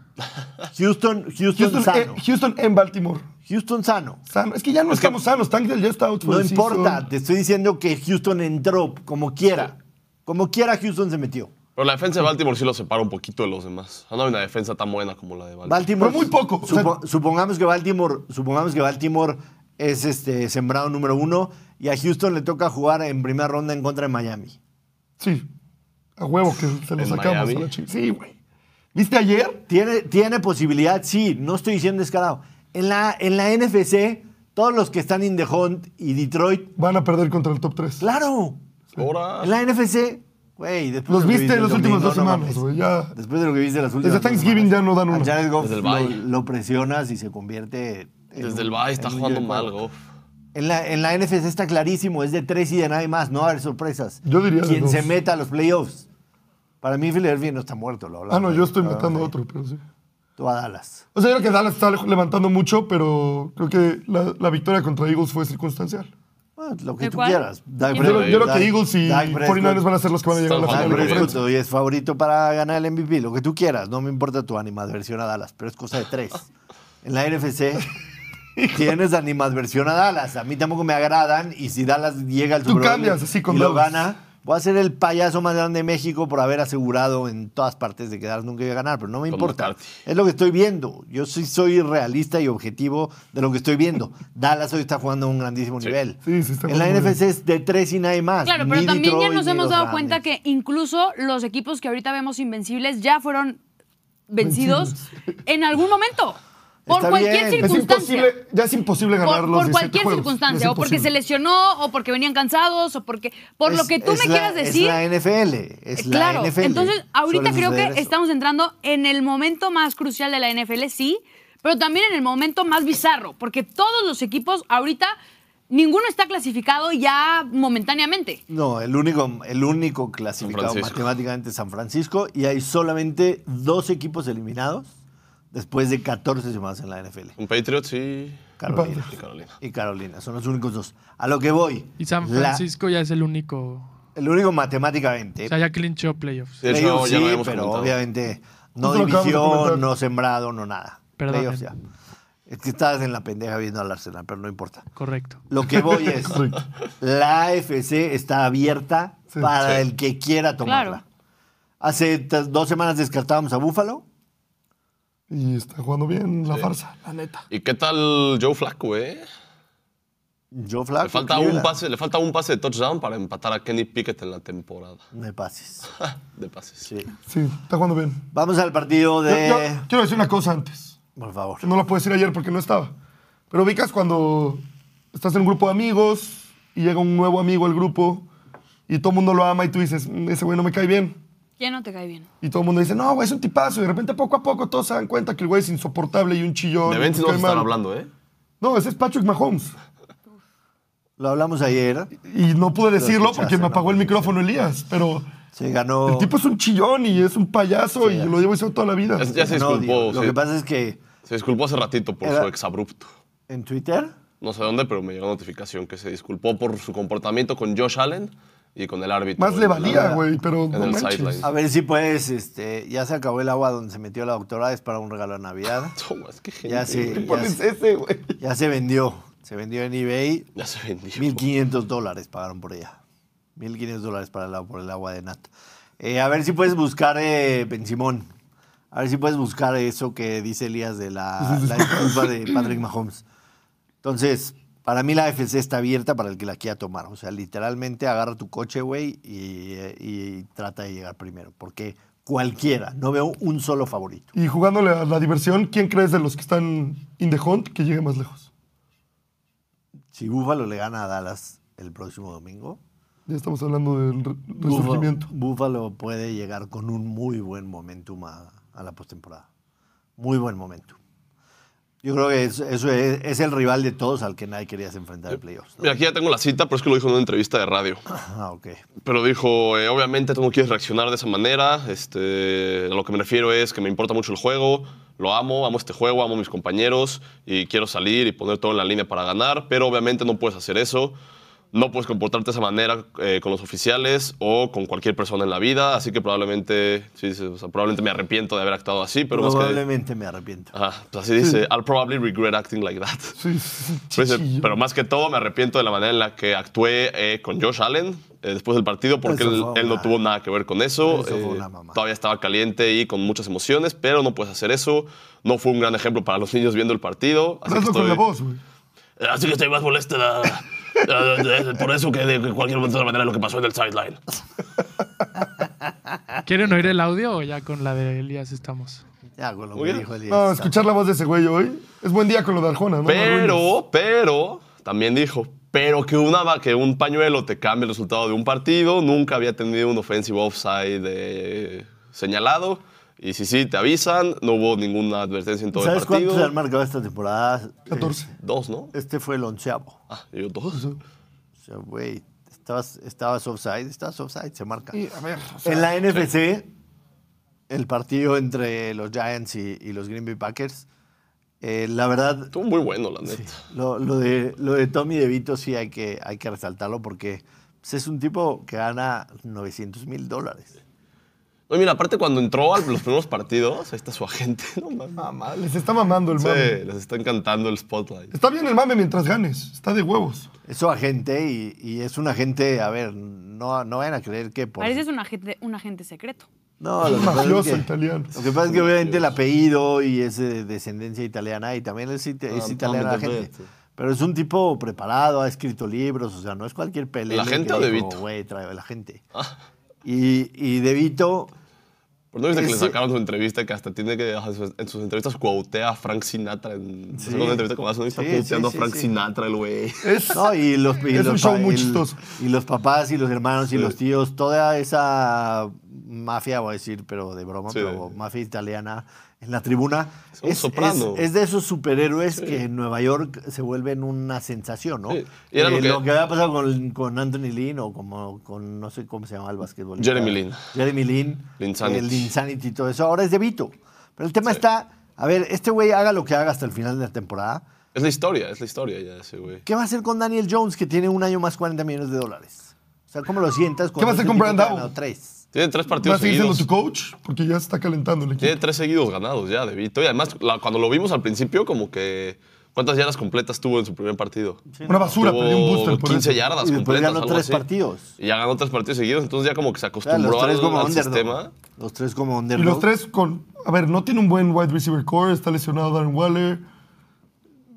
Speaker 2: Houston, Houston,
Speaker 5: Houston,
Speaker 2: sano.
Speaker 5: eh, Houston en Baltimore.
Speaker 2: Houston sano.
Speaker 5: Sano. Es que ya no
Speaker 3: Es que-
Speaker 5: estamos sanos. Tangle ya está out for
Speaker 2: No
Speaker 5: the
Speaker 2: importa.
Speaker 5: season.
Speaker 2: Te estoy diciendo que Houston entró como quiera. Como quiera Houston se metió.
Speaker 3: Pero la defensa de Baltimore sí lo separa un poquito de los demás. No hay una defensa tan buena como la de Baltimore.
Speaker 2: Baltimore.
Speaker 5: Pero muy poco, o sea-
Speaker 2: supo- supongamos que Baltimore, supongamos que Baltimore es este sembrado número uno y a Houston le toca jugar en primera ronda en contra de Miami.
Speaker 5: Sí. A huevo que se lo
Speaker 3: ¿En
Speaker 5: sacamos a
Speaker 3: Miami?
Speaker 5: la chi- Sí, güey. ¿Viste ayer?
Speaker 2: Tiene, tiene posibilidad, sí, no estoy diciendo descarado. En la, en la NFC, todos los que están in the hunt y Detroit,
Speaker 5: Van a perder contra el top 3.
Speaker 2: claro.
Speaker 3: Ahora.
Speaker 2: En la NFC, güey, después
Speaker 5: Los
Speaker 2: de lo que
Speaker 5: viste
Speaker 2: el
Speaker 5: las últimas
Speaker 2: domingo,
Speaker 5: dos
Speaker 2: no
Speaker 5: semanas,
Speaker 2: mames.
Speaker 5: güey. Ya.
Speaker 2: Después de lo que viste las últimas
Speaker 5: Desde Thanksgiving ya no dan
Speaker 2: A
Speaker 5: una.
Speaker 2: Jared Goff
Speaker 3: Desde el
Speaker 2: lo,
Speaker 3: bye.
Speaker 2: lo presionas y se convierte. en
Speaker 3: Desde
Speaker 2: un-
Speaker 3: el Bay está
Speaker 2: en un
Speaker 3: jugando
Speaker 2: Jared
Speaker 3: mal,
Speaker 2: Goff.
Speaker 3: Goff.
Speaker 2: En la, en la NFC está clarísimo, es de tres y de nadie más, no va a haber sorpresas.
Speaker 5: Yo diría de
Speaker 2: Quien
Speaker 5: dos.
Speaker 2: se meta a los playoffs. Para mí, Philadelphia no está muerto, lo hablamos.
Speaker 5: Ah, no, yo estoy
Speaker 2: Lo hablamos
Speaker 5: matando a
Speaker 2: ahí.
Speaker 5: otro, pero sí.
Speaker 2: Tú a Dallas.
Speaker 5: O sea, yo creo que Dallas está levantando mucho, pero creo que la, la victoria contra Eagles fue circunstancial.
Speaker 2: Bueno, Ah, lo que
Speaker 4: ¿De
Speaker 2: tú
Speaker 4: cuál?
Speaker 2: quieras. Dak
Speaker 5: Yo, creo- yo creo que
Speaker 2: Dak-
Speaker 5: Eagles y
Speaker 2: Dak Prescott.
Speaker 5: 49ers van a ser los que van a llegar a la
Speaker 3: Están
Speaker 5: final de
Speaker 2: Dak
Speaker 3: jugando muy bien.
Speaker 5: conferencia.
Speaker 2: Prescott hoy es favorito para ganar el MVP, lo que tú quieras. No me importa tu animadversión a Dallas, pero es cosa de tres. En
Speaker 5: [LAUGHS]
Speaker 2: la NFC tienes animadversión a Dallas. A mí tampoco me agradan y si Dallas llega al
Speaker 5: Tú
Speaker 2: Super Bowl
Speaker 5: cambias así con
Speaker 2: y lo
Speaker 5: Dallas.
Speaker 2: gana, voy a ser el payaso más grande de México por haber asegurado en todas partes de que Dallas nunca iba a ganar, pero no me
Speaker 3: Con
Speaker 2: importa.
Speaker 3: McCarthy.
Speaker 2: Es lo que estoy viendo. Yo sí soy realista y objetivo de lo que
Speaker 5: [LAUGHS]
Speaker 2: estoy viendo. Dallas hoy está jugando a un grandísimo nivel.
Speaker 5: Sí, sí, está
Speaker 2: en la
Speaker 5: jugando muy
Speaker 2: NFC es de tres y nadie más.
Speaker 4: Claro,
Speaker 2: Ni
Speaker 4: pero también
Speaker 2: Detroit,
Speaker 4: ya nos
Speaker 2: ni
Speaker 4: hemos
Speaker 2: los
Speaker 4: dado
Speaker 2: Rams.
Speaker 4: cuenta que incluso los equipos que ahorita vemos invencibles ya fueron vencidos en
Speaker 2: [LAUGHS]
Speaker 4: algún momento. Por
Speaker 2: Está
Speaker 4: cualquier
Speaker 2: bien.
Speaker 5: Es
Speaker 4: circunstancia.
Speaker 5: imposible, ya es imposible ganar
Speaker 4: por,
Speaker 5: los
Speaker 4: por
Speaker 5: 17
Speaker 4: cualquier
Speaker 5: juegos.
Speaker 4: circunstancia,
Speaker 5: Es
Speaker 4: o porque se
Speaker 5: imposible.
Speaker 4: lesionó, o porque venían cansados, o porque. Por lo
Speaker 2: Es-
Speaker 4: que tú
Speaker 2: es
Speaker 4: me
Speaker 2: la-
Speaker 4: quieras
Speaker 2: Es
Speaker 4: decir.
Speaker 2: la NFL. Es la
Speaker 4: claro,
Speaker 2: NFL.
Speaker 4: entonces ahorita
Speaker 2: Suele
Speaker 4: creo que
Speaker 2: suceder eso.
Speaker 4: estamos entrando en el momento más crucial de la NFL, sí, pero también en el momento más bizarro, porque todos los equipos ahorita, ninguno está clasificado ya momentáneamente.
Speaker 2: No, el único, el único clasificado
Speaker 3: Francisco.
Speaker 2: matemáticamente es San Francisco y hay solamente dos equipos eliminados después de 14 semanas en la NFL.
Speaker 3: Un Patriots y.
Speaker 2: Carolina.
Speaker 3: y Carolina.
Speaker 2: Y Carolina, son los únicos dos. A lo que voy.
Speaker 1: Y San
Speaker 2: la-
Speaker 1: Francisco ya es el único.
Speaker 2: el único matemáticamente.
Speaker 1: O sea, ya clinchó playoffs.
Speaker 3: De hecho,
Speaker 2: Playoffs
Speaker 3: ya
Speaker 2: sí,
Speaker 3: lo habíamos
Speaker 2: pero
Speaker 3: comentado.
Speaker 2: obviamente no
Speaker 5: Justo lo acabamos de comentar.
Speaker 2: división, no sembrado, no nada.
Speaker 1: Perdón.
Speaker 2: Playoffs ya. Es que estabas en la pendeja viendo al Arsenal, pero no importa.
Speaker 1: Correcto.
Speaker 2: Lo que voy
Speaker 5: [LAUGHS]
Speaker 2: es,
Speaker 5: Correcto.
Speaker 2: la AFC está abierta
Speaker 5: Sí.
Speaker 2: para
Speaker 3: Sí.
Speaker 2: el que quiera tomarla.
Speaker 4: Claro.
Speaker 2: Hace t- dos semanas descartábamos a Búfalo.
Speaker 5: Y está jugando bien la farsa, la neta.
Speaker 3: ¿Y qué tal Joe Flacco, eh?
Speaker 2: Yo flaco.
Speaker 3: Le falta,
Speaker 2: Cleveland.
Speaker 3: un pase, le falta un pase de touchdown para empatar a Kenny Pickett en la temporada. [LAUGHS]
Speaker 2: Me pases.
Speaker 3: De pases.
Speaker 2: Sí.
Speaker 5: Sí, está jugando bien.
Speaker 2: Vamos al
Speaker 5: Yo-
Speaker 2: partido de...
Speaker 5: yo quiero decir una cosa antes.
Speaker 2: Por favor.
Speaker 5: No la puedo decir ayer porque no estaba. Pero ubicas cuando estás en un grupo de amigos y llega un nuevo amigo al grupo y todo el mundo lo ama y tú dices, "Mm, ese güey no me cae bien.
Speaker 4: Ya no te cae bien.
Speaker 5: Y todo el mundo dice, no, güey, es un tipazo. Y de repente poco a poco todos se dan cuenta que el güey es insoportable y un chillón.
Speaker 3: De
Speaker 5: y
Speaker 3: Benz
Speaker 5: te
Speaker 3: no
Speaker 5: cae
Speaker 3: están
Speaker 5: mal.
Speaker 3: hablando, ¿eh?
Speaker 5: No, ese es Patrick Mahomes.
Speaker 2: Lo hablamos ayer.
Speaker 5: Y no pude decirlo
Speaker 2: escuchaste,
Speaker 5: porque Oh. me
Speaker 2: ¿no?
Speaker 5: apagó el micrófono Elías. Pero
Speaker 2: Se ganó...
Speaker 5: el tipo es un chillón y es un payaso y lo llevo diciendo toda la vida.
Speaker 3: Es- ya
Speaker 2: se
Speaker 3: se
Speaker 2: ganó,
Speaker 3: disculpó.
Speaker 2: digo. Lo
Speaker 3: sí.
Speaker 2: que pasa es que
Speaker 3: Se disculpó hace ratito por
Speaker 2: Era-
Speaker 3: su exabrupto.
Speaker 2: en Twitter...
Speaker 3: No sé dónde, pero me llegó notificación que se disculpó por su comportamiento con Josh Allen y con el árbitro.
Speaker 5: Más le
Speaker 3: en la- [LAUGHS]
Speaker 5: valía, güey, pero
Speaker 3: en
Speaker 5: no
Speaker 3: el
Speaker 5: manches.
Speaker 3: sideline.
Speaker 2: A ver si puedes, este, ya se acabó el agua donde se metió la doctora, es para un regalo de Navidad.
Speaker 3: Tomás, qué gente.
Speaker 2: Ya se, ya,
Speaker 5: Pones
Speaker 2: se-
Speaker 5: ese, güey.
Speaker 2: ya se vendió. Se vendió en eBay.
Speaker 3: Ya se vendió.
Speaker 2: 1500 dólares pagaron por ella. 1500 dólares para el, agua- por el agua de nata. Eh, a ver si puedes buscar, eh, Ben Simón. A ver si puedes buscar eso que dice Elías de la, la disculpa de Patrick Mahomes. Entonces, para mí la AFC está abierta para el que la quiera tomar. O sea, literalmente agarra tu coche, güey, y, eh, y trata de llegar primero. Porque cualquiera, no veo un solo favorito.
Speaker 5: Y jugándole a la diversión, ¿quién crees de los que están in the hunt que llegue más lejos?
Speaker 2: Si Búfalo le gana a Dallas el próximo domingo,
Speaker 5: Ya estamos hablando del re-
Speaker 2: Búfalo,
Speaker 5: resurgimiento.
Speaker 2: Búfalo puede llegar con un muy buen momentum a, a la postemporada. Muy buen momentum. Yo creo que es- eso es, es el rival de todos al que nadie querías enfrentar en playoffs. ¿no?
Speaker 3: Mira, aquí ya tengo la cita, pero es que lo dijo en una entrevista de radio.
Speaker 2: Ah, ok.
Speaker 3: Pero dijo, eh, obviamente tú no quieres reaccionar de esa manera. Este, a lo que me refiero es que me importa mucho el juego, lo amo, amo este juego, amo mis compañeros y quiero salir y poner todo en la línea para ganar, pero obviamente no puedes hacer eso. No puedes comportarte de esa manera eh, con los oficiales o con cualquier persona en la vida, así que probablemente, sí, sí, o sea, probablemente me arrepiento de haber actuado así, pero más que...
Speaker 2: Probablemente me arrepiento.
Speaker 3: Ajá, pues así dice, I'll probably regret acting like that.
Speaker 5: Sí, sí, sí,
Speaker 3: Pues, eh,
Speaker 5: chichillo.
Speaker 3: pero más que todo me arrepiento de la manera en la que actué eh, con Josh Allen eh, después del partido porque
Speaker 2: Eso
Speaker 3: él,
Speaker 2: fue
Speaker 3: él no
Speaker 2: una-
Speaker 3: tuvo nada que ver con eso. eh,
Speaker 2: Eso fue una mamá.
Speaker 3: todavía estaba caliente y con muchas emociones, pero no puedes hacer eso. No fue un gran ejemplo para los niños viendo el partido. Así que,
Speaker 5: Hazlo con la
Speaker 3: estoy,
Speaker 5: voz, güey.
Speaker 3: así que estoy más molesta [LAUGHS] eh, por eso que de cualquier otra manera lo que pasó en el sideline.
Speaker 1: ¿Quieren oír el audio o ya con la de Elías estamos?
Speaker 2: Ya, con lo
Speaker 3: Muy
Speaker 2: que
Speaker 3: bien.
Speaker 2: dijo Elías.
Speaker 5: No, Ah, escuchar la voz de ese güey hoy es buen día con lo de Arjona, ¿no?
Speaker 3: Pero, pero, también dijo, pero que, una, va- que un pañuelo te cambie el resultado de un partido, nunca había tenido un offensive offside eh, señalado. Y si sí, te avisan, no hubo ninguna advertencia en todo
Speaker 2: ¿Sabes
Speaker 3: el partido.
Speaker 2: cuántos se han marcado esta temporada?
Speaker 5: 14.
Speaker 3: Dos, ¿no?
Speaker 2: Eh, Este fue el onceavo.
Speaker 3: Ah, yo dos.
Speaker 2: O sea, güey, estabas, estabas offside, estabas offside, se marca.
Speaker 5: Y, a ver, o sea,
Speaker 2: En la NFC, el partido entre los Giants y, y los Green Bay Packers, eh, la verdad,
Speaker 3: Estuvo muy bueno, la neta.
Speaker 2: lo, lo de, lo de Tommy DeVito sí hay que, hay que resaltarlo porque pues, es un tipo que gana 900 mil dólares.
Speaker 3: No, y mira, aparte cuando entró a los primeros partidos, ahí está su agente, [LAUGHS] no mames.
Speaker 2: Ah,
Speaker 5: mamá, les está mamando el
Speaker 3: Sí,
Speaker 5: mame.
Speaker 3: les está encantando el spotlight.
Speaker 5: Está bien el mame mientras ganes. Está de huevos.
Speaker 2: Es su agente y, y es un agente, a ver, no, no vayan a creer que por...
Speaker 4: Pareces un agente, un agente secreto.
Speaker 2: No, lo que pasa es
Speaker 5: Mafioso
Speaker 2: que-
Speaker 5: italiano.
Speaker 2: Lo que pasa es que obviamente el apellido y es de descendencia italiana y también es, ita- es
Speaker 3: Ah,
Speaker 2: italiana la gente.
Speaker 3: obviamente.
Speaker 2: Pero es un tipo preparado, ha escrito libros, o sea, no es cualquier pelea.
Speaker 3: ¿La gente o De Vito? Ah.
Speaker 2: Güey, trae la gente. Y, y De Vito,
Speaker 3: Pero no viste que le
Speaker 2: Ese-
Speaker 3: sacaron su entrevista que hasta tiene que en sus, en sus entrevistas cuautea a Frank Sinatra. En, no sé,
Speaker 2: Sí.
Speaker 3: una entrevista como hace, ¿no? está
Speaker 2: Sí,
Speaker 3: cuauteando
Speaker 2: sí,
Speaker 3: a Frank
Speaker 2: sí, sí.
Speaker 3: Sinatra, el güey.
Speaker 5: Es,
Speaker 2: no, y los, y
Speaker 5: Es
Speaker 2: los
Speaker 5: un show
Speaker 2: pa-
Speaker 5: muy
Speaker 2: y-
Speaker 5: chistoso.
Speaker 2: Y los papás y los hermanos y los tíos, toda esa mafia, voy a decir, pero de broma,
Speaker 3: Sí,
Speaker 2: pero
Speaker 3: de-
Speaker 2: mafia italiana en la tribuna.
Speaker 3: Es un soprano.
Speaker 2: es- es de esos superhéroes que en Nueva York se vuelven una sensación, ¿no?
Speaker 3: Sí, y era
Speaker 2: Eh,
Speaker 3: lo
Speaker 2: lo,
Speaker 3: que-
Speaker 2: que... había pasado con, con Anthony Lynn o como, con no sé cómo se llama el basquetbolista.
Speaker 3: Jeremy Lin.
Speaker 2: Jeremy Lin.
Speaker 3: Linsanity.
Speaker 2: El Insanity y todo eso. Ahora es de Vito. Pero el tema está, a ver, este güey haga lo que haga hasta el final de la temporada.
Speaker 3: Es la historia, es la historia ya ese güey.
Speaker 2: ¿Qué va a hacer con Daniel Jones, que tiene un año más 40 millones de dólares? O sea, ¿cómo lo sientas?
Speaker 5: ¿Qué va a hacer con Brand Dahl?
Speaker 2: Brandao? Tres.
Speaker 3: Tiene tres
Speaker 5: ¿Va a
Speaker 3: partidos
Speaker 5: seguir siendo
Speaker 3: seguidos.
Speaker 5: tu coach? Porque ya se está calentando el
Speaker 3: Tiene
Speaker 5: equipo.
Speaker 3: tres seguidos ganados ya de Vito. Y además, la- cuando lo vimos al principio, como que. ¿Cuántas yardas completas tuvo en su primer partido?
Speaker 5: Una basura,
Speaker 3: Tuvo
Speaker 5: perdió un booster por
Speaker 3: 15
Speaker 5: eso.
Speaker 3: yardas
Speaker 2: Y después
Speaker 3: completas.
Speaker 2: ganó
Speaker 3: algo
Speaker 2: tres
Speaker 3: así.
Speaker 2: partidos.
Speaker 3: Y ya ganó tres partidos seguidos, entonces ya como que se
Speaker 2: O sea,
Speaker 3: acostumbró
Speaker 2: los tres
Speaker 3: al,
Speaker 2: como
Speaker 3: al
Speaker 2: underdog.
Speaker 3: sistema.
Speaker 2: Los tres como
Speaker 5: Y
Speaker 2: underdog.
Speaker 5: los tres con... A ver, no tiene un buen wide receiver core. Está lesionado Darren Waller.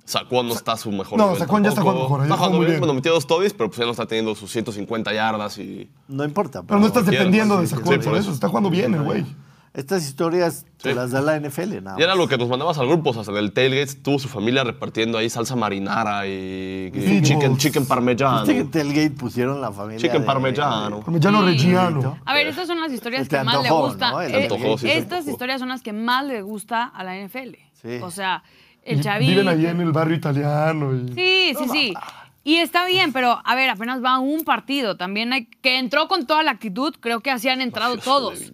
Speaker 3: Saquon no está a su mejor
Speaker 5: No,
Speaker 3: nivel
Speaker 5: Saquon ya está
Speaker 3: tampoco.
Speaker 5: jugando mejor, ya
Speaker 3: Está
Speaker 5: juega muy
Speaker 3: jugando muy bien.
Speaker 5: bien.
Speaker 3: Bueno, metió dos toddies, pero pues ya no está teniendo sus 150 yardas y...
Speaker 2: No importa.
Speaker 5: Pero no estás
Speaker 3: quiero,
Speaker 5: dependiendo de
Speaker 2: sí,
Speaker 5: esa
Speaker 2: sí,
Speaker 5: coach.
Speaker 2: por
Speaker 5: Por
Speaker 3: eso.
Speaker 5: eso está jugando bien el güey.
Speaker 2: Estas historias te
Speaker 3: Sí.
Speaker 2: las da la NFL, nada
Speaker 3: Y era
Speaker 2: más.
Speaker 3: lo que nos mandabas al grupo, o sea, en el tailgate estuvo su familia repartiendo ahí salsa marinara y, y
Speaker 5: Sí, pues,
Speaker 3: chicken,
Speaker 5: como-
Speaker 3: chicken parmigiano.
Speaker 5: Ah,
Speaker 2: ¿Viste que en Telgate pusieron la familia
Speaker 3: Chicken
Speaker 2: de-
Speaker 3: parmigiano.
Speaker 5: Parmigiano
Speaker 4: Sí.
Speaker 5: Reggiano.
Speaker 4: A ver, estas son las historias
Speaker 2: Te
Speaker 4: que más le
Speaker 2: Eh, antojó,
Speaker 4: gusta.
Speaker 2: ¿no? El
Speaker 4: Eh,
Speaker 3: antojó, sí, se
Speaker 4: estas
Speaker 3: antojó.
Speaker 4: historias son las que más le gusta a la NFL.
Speaker 2: Sí.
Speaker 4: O sea, el
Speaker 5: Y
Speaker 4: chavito.
Speaker 5: Viven allí en el barrio italiano. y-
Speaker 4: Sí, sí, sí. Y está bien, pero a ver, apenas va un partido. También hay que entró con toda la actitud, creo que así han entrado
Speaker 3: Mafioso de
Speaker 4: todos.
Speaker 3: Vito.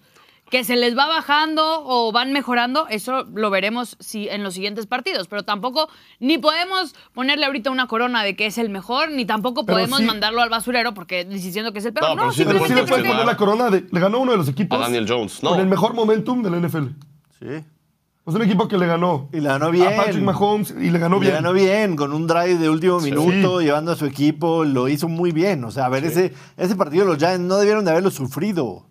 Speaker 4: Que se les va bajando o van mejorando, eso lo veremos si en los siguientes partidos. Pero tampoco, ni podemos ponerle ahorita una corona de que es el mejor, ni tampoco
Speaker 5: Pero
Speaker 4: podemos
Speaker 5: sí.
Speaker 4: mandarlo al basurero porque diciendo que es el peor.
Speaker 3: No,
Speaker 4: No,
Speaker 3: pero sí le
Speaker 5: Pero sí
Speaker 4: simplemente
Speaker 5: le
Speaker 3: puedes
Speaker 5: puedes
Speaker 4: porque-
Speaker 5: poner la corona de. Le ganó uno de los equipos.
Speaker 3: A Daniel Jones, no.
Speaker 5: Con el mejor momentum del NFL.
Speaker 2: Sí.
Speaker 5: Es un equipo que le ganó.
Speaker 2: Y le ganó bien.
Speaker 5: A Patrick Mahomes y le ganó
Speaker 2: Le
Speaker 5: bien.
Speaker 2: ganó bien, con un drive de último minuto, llevando a su equipo, lo hizo muy bien. O sea, a ver, ese, ese partido los Giants no debieron de haberlo sufrido.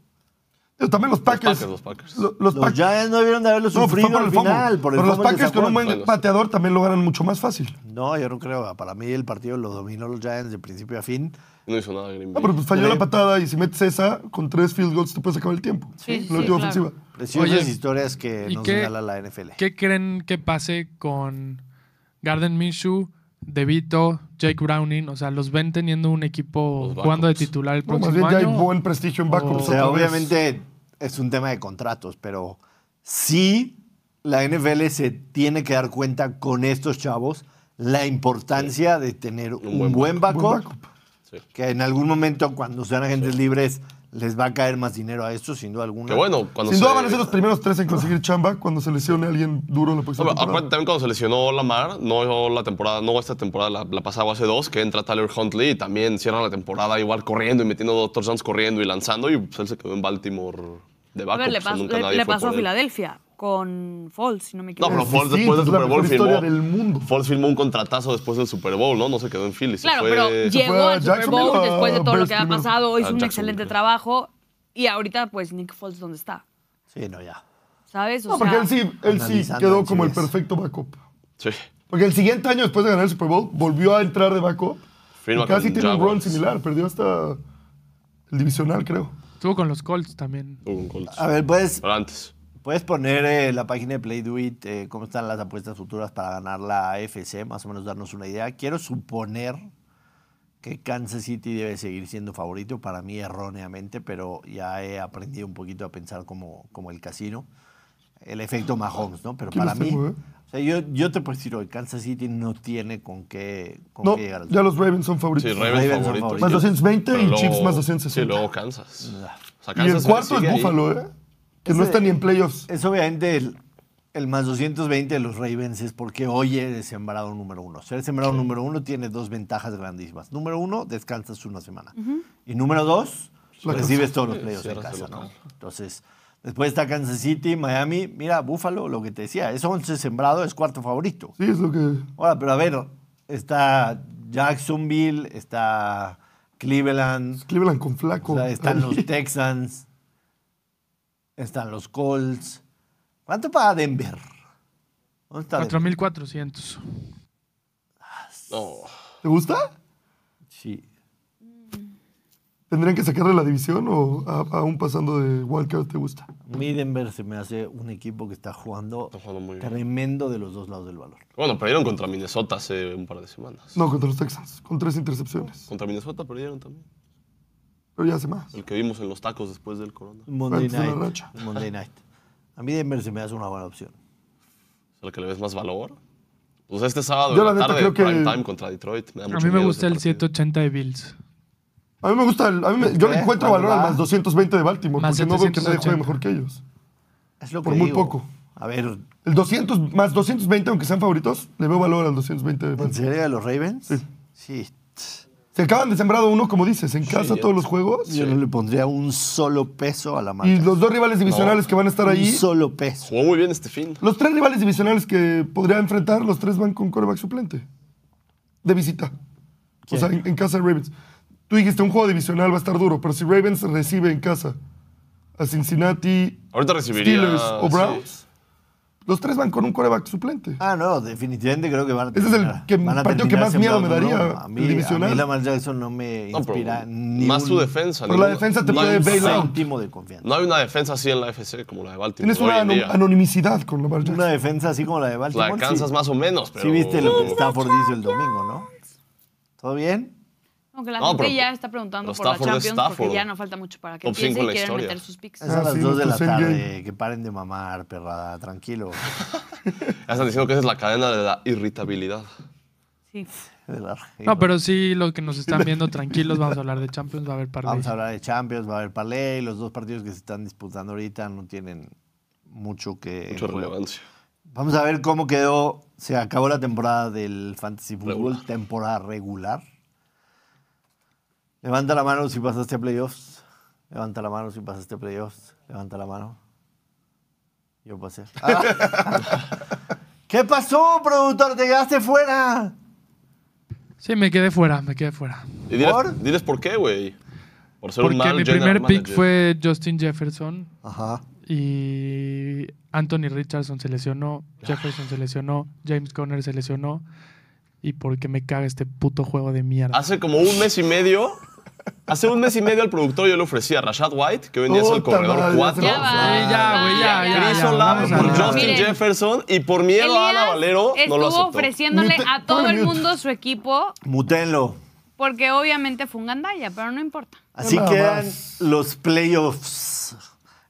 Speaker 5: Pero también los Packers.
Speaker 3: Packers, los Packers.
Speaker 5: Lo- Los
Speaker 2: Los
Speaker 5: Packers.
Speaker 2: Giants no debieron de haberlo
Speaker 5: No, pues fue
Speaker 2: sufrido
Speaker 5: por
Speaker 2: al
Speaker 5: el fumble.
Speaker 2: final. Por el
Speaker 5: Pero los
Speaker 2: fumble de
Speaker 5: Packers con un
Speaker 2: Saquon.
Speaker 5: buen pateador también lo ganan mucho más fácil.
Speaker 2: No, yo no creo. Para mí el partido lo dominó los Giants de principio a fin.
Speaker 3: No hizo nada Green
Speaker 5: No,
Speaker 3: Bay.
Speaker 5: pero pues falló
Speaker 2: Sí.
Speaker 5: la patada y si metes esa, con tres field goals te puedes acabar el tiempo.
Speaker 4: Sí, sí,
Speaker 5: La última
Speaker 4: claro.
Speaker 5: ofensiva.
Speaker 2: Preciosas
Speaker 1: Oye,
Speaker 2: historias que
Speaker 1: ¿y
Speaker 2: nos
Speaker 1: qué-
Speaker 2: regala la NFL.
Speaker 1: ¿Qué creen que pase con Garden Minshew, DeVito, Jake Browning? O sea, ¿los ven teniendo un equipo
Speaker 3: Los
Speaker 1: jugando de
Speaker 3: backups.
Speaker 1: titular el
Speaker 5: No, más
Speaker 1: próximo
Speaker 5: bien ya hay
Speaker 1: año?
Speaker 5: buen prestigio en backups.
Speaker 1: O
Speaker 2: O sea,
Speaker 5: otra vez.
Speaker 2: obviamente es un tema de contratos, pero sí la NFL se tiene que dar cuenta con estos chavos la importancia de tener un,
Speaker 3: buen
Speaker 2: buen, backup,
Speaker 5: Buen backup.
Speaker 2: que en algún momento cuando sean agentes libres les va a caer más dinero a estos, sin duda alguna.
Speaker 3: Que bueno, cuando
Speaker 5: Sin
Speaker 3: se...
Speaker 5: duda van a ser los primeros tres en conseguir chamba cuando se lesione alguien duro en la
Speaker 3: No,
Speaker 5: próxima
Speaker 3: pero
Speaker 5: temporada.
Speaker 3: acuérdate también cuando se lesionó Lamar, no la temporada, no esta temporada, la, la pasada o hace dos, que entra Tyler Huntley y también cierra la temporada igual corriendo y metiendo dos touchdowns corriendo y lanzando y pues, él se quedó en Baltimore de
Speaker 4: A
Speaker 3: backup.
Speaker 4: ver, le
Speaker 3: pues,
Speaker 4: pasó,
Speaker 3: nunca
Speaker 4: le-
Speaker 3: nadie
Speaker 4: le
Speaker 3: fue
Speaker 4: pasó a
Speaker 3: por él.
Speaker 4: Filadelfia con Falls, si no me
Speaker 3: No,
Speaker 4: equivoco.
Speaker 3: pero
Speaker 5: Sí,
Speaker 3: Foles
Speaker 5: sí,
Speaker 3: después
Speaker 5: es
Speaker 3: del
Speaker 5: la
Speaker 3: Super Bowl
Speaker 5: mejor
Speaker 3: firmó.
Speaker 5: historia del mundo.
Speaker 3: Foles firmó un contratazo después del Super Bowl, ¿no? No se quedó en Philly. se
Speaker 4: Claro,
Speaker 3: fue-
Speaker 4: pero
Speaker 3: se
Speaker 5: fue
Speaker 4: llegó
Speaker 5: a
Speaker 4: al Super
Speaker 5: Jacksonville
Speaker 4: Bowl
Speaker 5: o a
Speaker 4: después de todo lo
Speaker 5: Bears
Speaker 4: que había
Speaker 5: primero?
Speaker 4: pasado, hizo un
Speaker 3: Jacksonville,
Speaker 4: excelente
Speaker 3: creo.
Speaker 4: trabajo y ahorita pues Nick Foles dónde está,
Speaker 2: Sí, no, ya.
Speaker 4: ¿sabes? O
Speaker 5: No, porque
Speaker 4: sea,
Speaker 5: él sí, él sí
Speaker 2: analizando
Speaker 5: quedó
Speaker 2: en
Speaker 5: como el
Speaker 2: series.
Speaker 5: perfecto backup.
Speaker 3: Sí.
Speaker 5: Porque el siguiente año después de ganar el Super Bowl volvió a entrar de backup.
Speaker 3: Firma
Speaker 5: y casi
Speaker 3: con
Speaker 5: tiene un
Speaker 3: Jaguars.
Speaker 5: run similar. Perdió hasta el divisional, creo.
Speaker 1: Estuvo con los Colts también.
Speaker 3: Hubo un Colts.
Speaker 2: A ver, pues, puedes,
Speaker 3: Pero antes.
Speaker 2: puedes poner eh, la página de Play Do It, eh, cómo están las apuestas futuras para ganar la AFC, más o menos darnos una idea. Quiero suponer que Kansas City debe seguir siendo favorito, para mí erróneamente, pero ya he aprendido un poquito a pensar como, como el casino. El efecto Mahomes, ¿no? Pero
Speaker 5: ¿Quién
Speaker 2: para
Speaker 5: los
Speaker 2: mí,
Speaker 5: tengo, eh?
Speaker 2: o sea, yo, yo te puedo decir hoy, Kansas City no tiene con qué, con
Speaker 5: No,
Speaker 2: qué llegar al
Speaker 5: ya los Ravens son
Speaker 3: Sí,
Speaker 5: favoritos.
Speaker 3: Ravens,
Speaker 2: Ravens son
Speaker 3: favoritos.
Speaker 2: favoritos.
Speaker 5: Más 220
Speaker 3: Pero
Speaker 5: y
Speaker 3: luego-
Speaker 5: Chiefs más
Speaker 3: Sí,
Speaker 5: 260.
Speaker 3: luego Kansas. O sea,
Speaker 5: y el
Speaker 3: Kansas
Speaker 5: cuarto
Speaker 3: sigue
Speaker 5: es
Speaker 3: ahí.
Speaker 5: Buffalo, ¿eh? Que no
Speaker 2: Ese-
Speaker 5: está ni en playoffs.
Speaker 2: Es obviamente el, el más 220 de los Ravens es porque hoy eres sembrado número uno. Ser sembrado número uno tiene dos ventajas grandísimas. Número uno, descansas una semana. Y número dos,
Speaker 5: La
Speaker 2: recibes todos los playoffs en
Speaker 3: cierras el
Speaker 2: casa, ¿no?
Speaker 3: local.
Speaker 2: Entonces, después está Kansas City, Miami. Mira, Buffalo, lo que te decía, es 11 sembrado, es cuarto favorito.
Speaker 5: Sí, es lo que.
Speaker 2: Ahora, pero a ver, está Jacksonville, está Cleveland,
Speaker 5: Cleveland con flaco.
Speaker 2: o sea, están los Texans, están los Colts. ¿Cuánto paga Denver? ¿Dónde está Denver?
Speaker 1: 4.400.
Speaker 3: No.
Speaker 5: ¿Te gusta?
Speaker 2: Sí.
Speaker 5: ¿Tendrían que sacarle la división o a- aún pasando de Wildcard te gusta?
Speaker 2: A mí Denver se me hace un equipo que está jugando,
Speaker 3: Está jugando muy bien.
Speaker 2: tremendo de los dos lados del valor.
Speaker 3: Bueno, perdieron contra Minnesota hace un par de semanas.
Speaker 5: No, contra los Texans, con tres intercepciones.
Speaker 3: Contra Minnesota perdieron también.
Speaker 5: Pero ya hace más.
Speaker 3: El que vimos en los tacos después del corona.
Speaker 2: Monday
Speaker 5: Antes de la
Speaker 2: Night.
Speaker 5: racha.
Speaker 2: Monday Night. A mí Denver se me hace una buena opción.
Speaker 3: O sea, el que le ves más valor. Pues este sábado
Speaker 5: Yo,
Speaker 3: en
Speaker 5: la
Speaker 3: la,
Speaker 5: neta,
Speaker 3: tarde,
Speaker 5: creo que-
Speaker 3: prime time contra Detroit. Me da
Speaker 1: A
Speaker 3: mucho
Speaker 1: mí me
Speaker 3: miedo
Speaker 1: gusta
Speaker 3: ese
Speaker 1: el
Speaker 3: partido.
Speaker 1: 780 de Bills.
Speaker 5: A mí me gusta, el- a mí me- yo le
Speaker 2: ¿Eh?
Speaker 5: encuentro
Speaker 2: ¿Cuándo
Speaker 5: valor al
Speaker 2: va?
Speaker 5: más 220 de Baltimore,
Speaker 1: Más
Speaker 5: porque no veo que nadie
Speaker 1: 780.
Speaker 5: juegue mejor que ellos.
Speaker 2: Es lo que
Speaker 5: Por muy
Speaker 2: digo.
Speaker 5: poco.
Speaker 2: A ver,
Speaker 5: El 200, más 220, aunque sean favoritos, le veo valor al 220 de
Speaker 2: ¿en
Speaker 5: Baltimore.
Speaker 2: serio de los Ravens?
Speaker 5: Sí.
Speaker 2: Sí.
Speaker 5: Se acaban de sembrado uno, como dices, en casa
Speaker 3: ya.
Speaker 5: todos los juegos.
Speaker 2: Yo no le pondría un solo peso a la marca.
Speaker 5: Y los dos rivales divisionales que van a estar
Speaker 2: Un
Speaker 5: ahí.
Speaker 2: solo peso.
Speaker 3: Jugó muy bien este fin.
Speaker 5: Los tres rivales divisionales que podría enfrentar, los tres van con coreback suplente. De visita. O sea, en, en casa de Ravens. Tú dijiste, un juego divisional va a estar duro, pero si Ravens recibe en casa a Cincinnati,
Speaker 3: Ahorita recibiría.
Speaker 5: Steelers o
Speaker 3: sí.
Speaker 5: Browns, los tres van con un coreback suplente.
Speaker 2: Ah, no, definitivamente creo que van a
Speaker 5: Ese es el que-
Speaker 2: van a
Speaker 5: partido que
Speaker 2: terminar
Speaker 5: más miedo me
Speaker 2: sembrado,
Speaker 5: daría,
Speaker 2: ¿no? A
Speaker 5: el
Speaker 2: mí,
Speaker 5: divisional.
Speaker 2: a mí Lamar Jackson no me
Speaker 3: No, pero
Speaker 2: inspira ni
Speaker 3: más
Speaker 2: un,
Speaker 3: su defensa.
Speaker 5: Pero la
Speaker 3: ninguna-
Speaker 5: defensa te
Speaker 3: no hay
Speaker 5: puede
Speaker 3: un
Speaker 5: bail out.
Speaker 2: céntimo de confianza.
Speaker 3: No hay una defensa así en la FC como la de Baltimore.
Speaker 5: Tienes una
Speaker 3: hoy en
Speaker 5: anom-
Speaker 3: día.
Speaker 5: anonimicidad con Lamar
Speaker 2: Una
Speaker 5: Jackson.
Speaker 2: defensa así como la de
Speaker 3: La
Speaker 2: Baltimore.
Speaker 3: de Kansas
Speaker 2: sí.
Speaker 3: más o menos, pero.
Speaker 2: Sí viste lo que Stafford hizo el domingo, ¿no? ¿Todo bien?
Speaker 4: aunque la
Speaker 3: No,
Speaker 4: gente
Speaker 3: pero-
Speaker 4: ya está preguntando
Speaker 3: pero
Speaker 4: por la
Speaker 3: Stafford es
Speaker 4: Champions
Speaker 3: Stafford.
Speaker 4: porque ya no falta mucho para
Speaker 3: Top
Speaker 4: que empiece y
Speaker 3: cinco en la
Speaker 4: quieren
Speaker 3: historia.
Speaker 4: meter sus picks.
Speaker 2: Es a
Speaker 5: Ah,
Speaker 2: las
Speaker 5: sí,
Speaker 2: 2 de la
Speaker 5: nuestro
Speaker 2: tarde.
Speaker 5: Endgame.
Speaker 2: Que paren de mamar,
Speaker 5: [LAUGHS]
Speaker 2: perra. Tranquilo.
Speaker 3: Ya están diciendo que esa es la cadena de la irritabilidad.
Speaker 4: Sí.
Speaker 2: de la Argentina.
Speaker 1: No, pero sí, los que nos están viendo tranquilos, vamos a hablar de Champions, va a haber par
Speaker 2: Vamos a hablar de Champions, va a haber parlay. Los dos partidos que se están disputando ahorita no tienen mucho que.
Speaker 3: Mucha relevancia.
Speaker 2: Vamos a ver cómo quedó. Se acabó la temporada del Fantasy Football,
Speaker 3: Regular.
Speaker 2: temporada regular. Levanta la mano si pasaste a playoffs. Levanta la mano si pasaste a playoffs. Levanta la mano. Yo pasé. Ah. ¿Qué pasó, productor? Te quedaste fuera.
Speaker 1: Sí, me quedé fuera, me quedé fuera.
Speaker 3: Y diles
Speaker 2: ¿Por?
Speaker 3: diles por, qué, güey. Por ser un
Speaker 1: Porque
Speaker 3: mal
Speaker 1: mi
Speaker 3: general
Speaker 1: primer pick
Speaker 3: manager.
Speaker 1: fue Justin Jefferson
Speaker 2: Ajá.
Speaker 1: y Anthony Richardson se lesionó,
Speaker 3: Ah.
Speaker 1: Jefferson se lesionó, James Conner se lesionó. Y porque me caga este puto juego de mierda.
Speaker 3: Hace como un mes y medio. Hace un mes y medio al productor yo le ofrecía a Rashad White, que hoy en día es el
Speaker 5: Puta
Speaker 3: corredor
Speaker 5: madre,
Speaker 3: 4.
Speaker 5: Ya va.
Speaker 1: Sí, ya, güey, ya,
Speaker 4: Ah,
Speaker 1: ya,
Speaker 4: ya,
Speaker 1: ya,
Speaker 3: Chris
Speaker 1: ya,
Speaker 3: Olave
Speaker 1: vamos a
Speaker 3: por
Speaker 1: hablar.
Speaker 3: Justin
Speaker 4: Miren,
Speaker 3: Jefferson y por miedo a Ana
Speaker 4: Elías
Speaker 3: Valero no
Speaker 4: estuvo
Speaker 3: lo aceptó.
Speaker 4: ofreciéndole
Speaker 5: Mute-
Speaker 4: a todo el
Speaker 5: ponle mute.
Speaker 4: mundo su equipo,
Speaker 2: Mutenlo.
Speaker 4: porque obviamente fue un gandalla, pero no importa.
Speaker 2: Así
Speaker 5: Nada
Speaker 2: quedan
Speaker 5: más.
Speaker 2: los playoffs.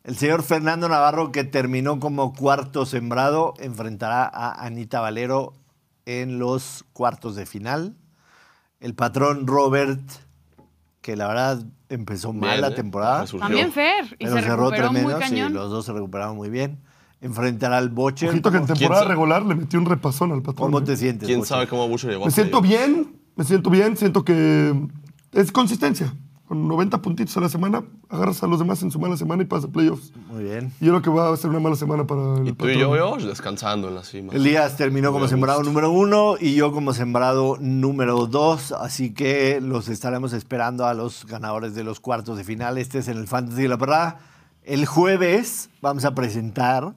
Speaker 2: El señor Fernando Navarro, que terminó como cuarto sembrado, enfrentará a Anita Valero en los cuartos de final. El patrón Robert, que la verdad empezó
Speaker 3: Bien,
Speaker 2: mal la
Speaker 3: ¿eh?
Speaker 2: temporada,
Speaker 3: Resurgió.
Speaker 4: También Fer, y
Speaker 2: pero
Speaker 4: se
Speaker 2: cerró
Speaker 4: recuperó muy
Speaker 2: tremendo. Sí,
Speaker 4: cañón.
Speaker 2: los dos se recuperaron muy bien. Enfrentará al Bocher.
Speaker 5: Ojito que en temporada
Speaker 3: sa-
Speaker 5: regular le metí un repasón al patrón.
Speaker 2: ¿Cómo te
Speaker 5: güey.
Speaker 2: sientes?
Speaker 3: ¿Quién
Speaker 2: Bocher?
Speaker 3: sabe cómo Butcher llevó?
Speaker 5: Me siento
Speaker 3: hasta ahí?
Speaker 5: bien, me siento bien, siento que es consistencia. Con 90 puntitos a la semana, agarras a los demás en su mala semana y pasas a playoffs.
Speaker 2: Muy bien.
Speaker 5: Y yo creo que va a ser una mala semana para el
Speaker 3: Y tú y yo, Josh, descansando en la cima.
Speaker 2: Elías terminó como
Speaker 3: Muy a
Speaker 2: sembrado
Speaker 3: gusto.
Speaker 2: número uno y yo como sembrado número dos, así que los estaremos esperando a los ganadores de los cuartos de final. Este es en el Fantasy de la Perra. El jueves vamos a presentar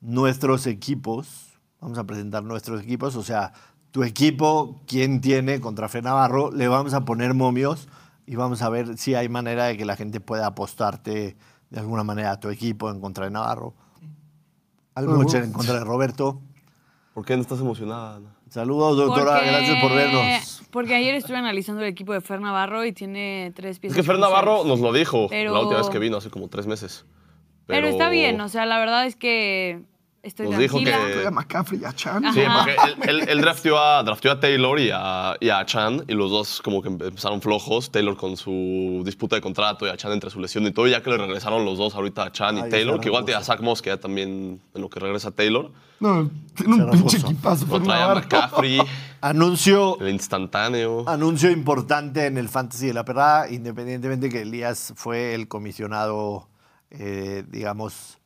Speaker 2: nuestros equipos. Vamos a presentar nuestros equipos, o sea, tu equipo, quién tiene contra Fe Navarro, le vamos a poner momios y vamos a ver si hay manera de que la gente pueda apostarte de alguna manera a tu equipo en contra de Navarro. Al
Speaker 5: Huevos.
Speaker 2: Mucher en contra de Roberto.
Speaker 3: ¿Por qué no estás emocionada, Ana?
Speaker 2: Saludos, doctora.
Speaker 4: Porque-
Speaker 2: Gracias por vernos.
Speaker 4: Porque ayer estuve analizando el equipo de Fer Navarro y tiene tres
Speaker 3: Es
Speaker 4: piezas.
Speaker 3: que Fer Navarro nos lo dijo
Speaker 4: Pero-
Speaker 3: la última vez que vino, hace como tres meses.
Speaker 4: Pero... está bien, o sea, la verdad es que estoy
Speaker 3: Nos dijo
Speaker 4: tranquila.
Speaker 3: que-
Speaker 5: Trae a McCaffrey y a Chan.
Speaker 3: Sí,
Speaker 4: Ajá.
Speaker 3: porque él, él- él drafteó, a, drafteó a Taylor y a, y a Chan, y los dos como que empezaron flojos. Taylor con su disputa de contrato y a Chan entre su lesión y todo, ya que le regresaron los dos ahorita a Chan y
Speaker 2: Ay,
Speaker 3: Taylor,
Speaker 2: Zaragoza.
Speaker 3: que igual tiene a Zach Moss, que ya también en lo que regresa Taylor.
Speaker 5: No, tiene un
Speaker 2: Zaragoza.
Speaker 5: pinche equipazo.
Speaker 3: Lo
Speaker 5: Fer
Speaker 3: trae a
Speaker 5: Navarro.
Speaker 3: McCaffrey,
Speaker 2: Anuncio,
Speaker 3: el instantáneo.
Speaker 2: anuncio importante en el Fantasy de la Perra, independientemente que Elías fue el comisionado, eh, digamos,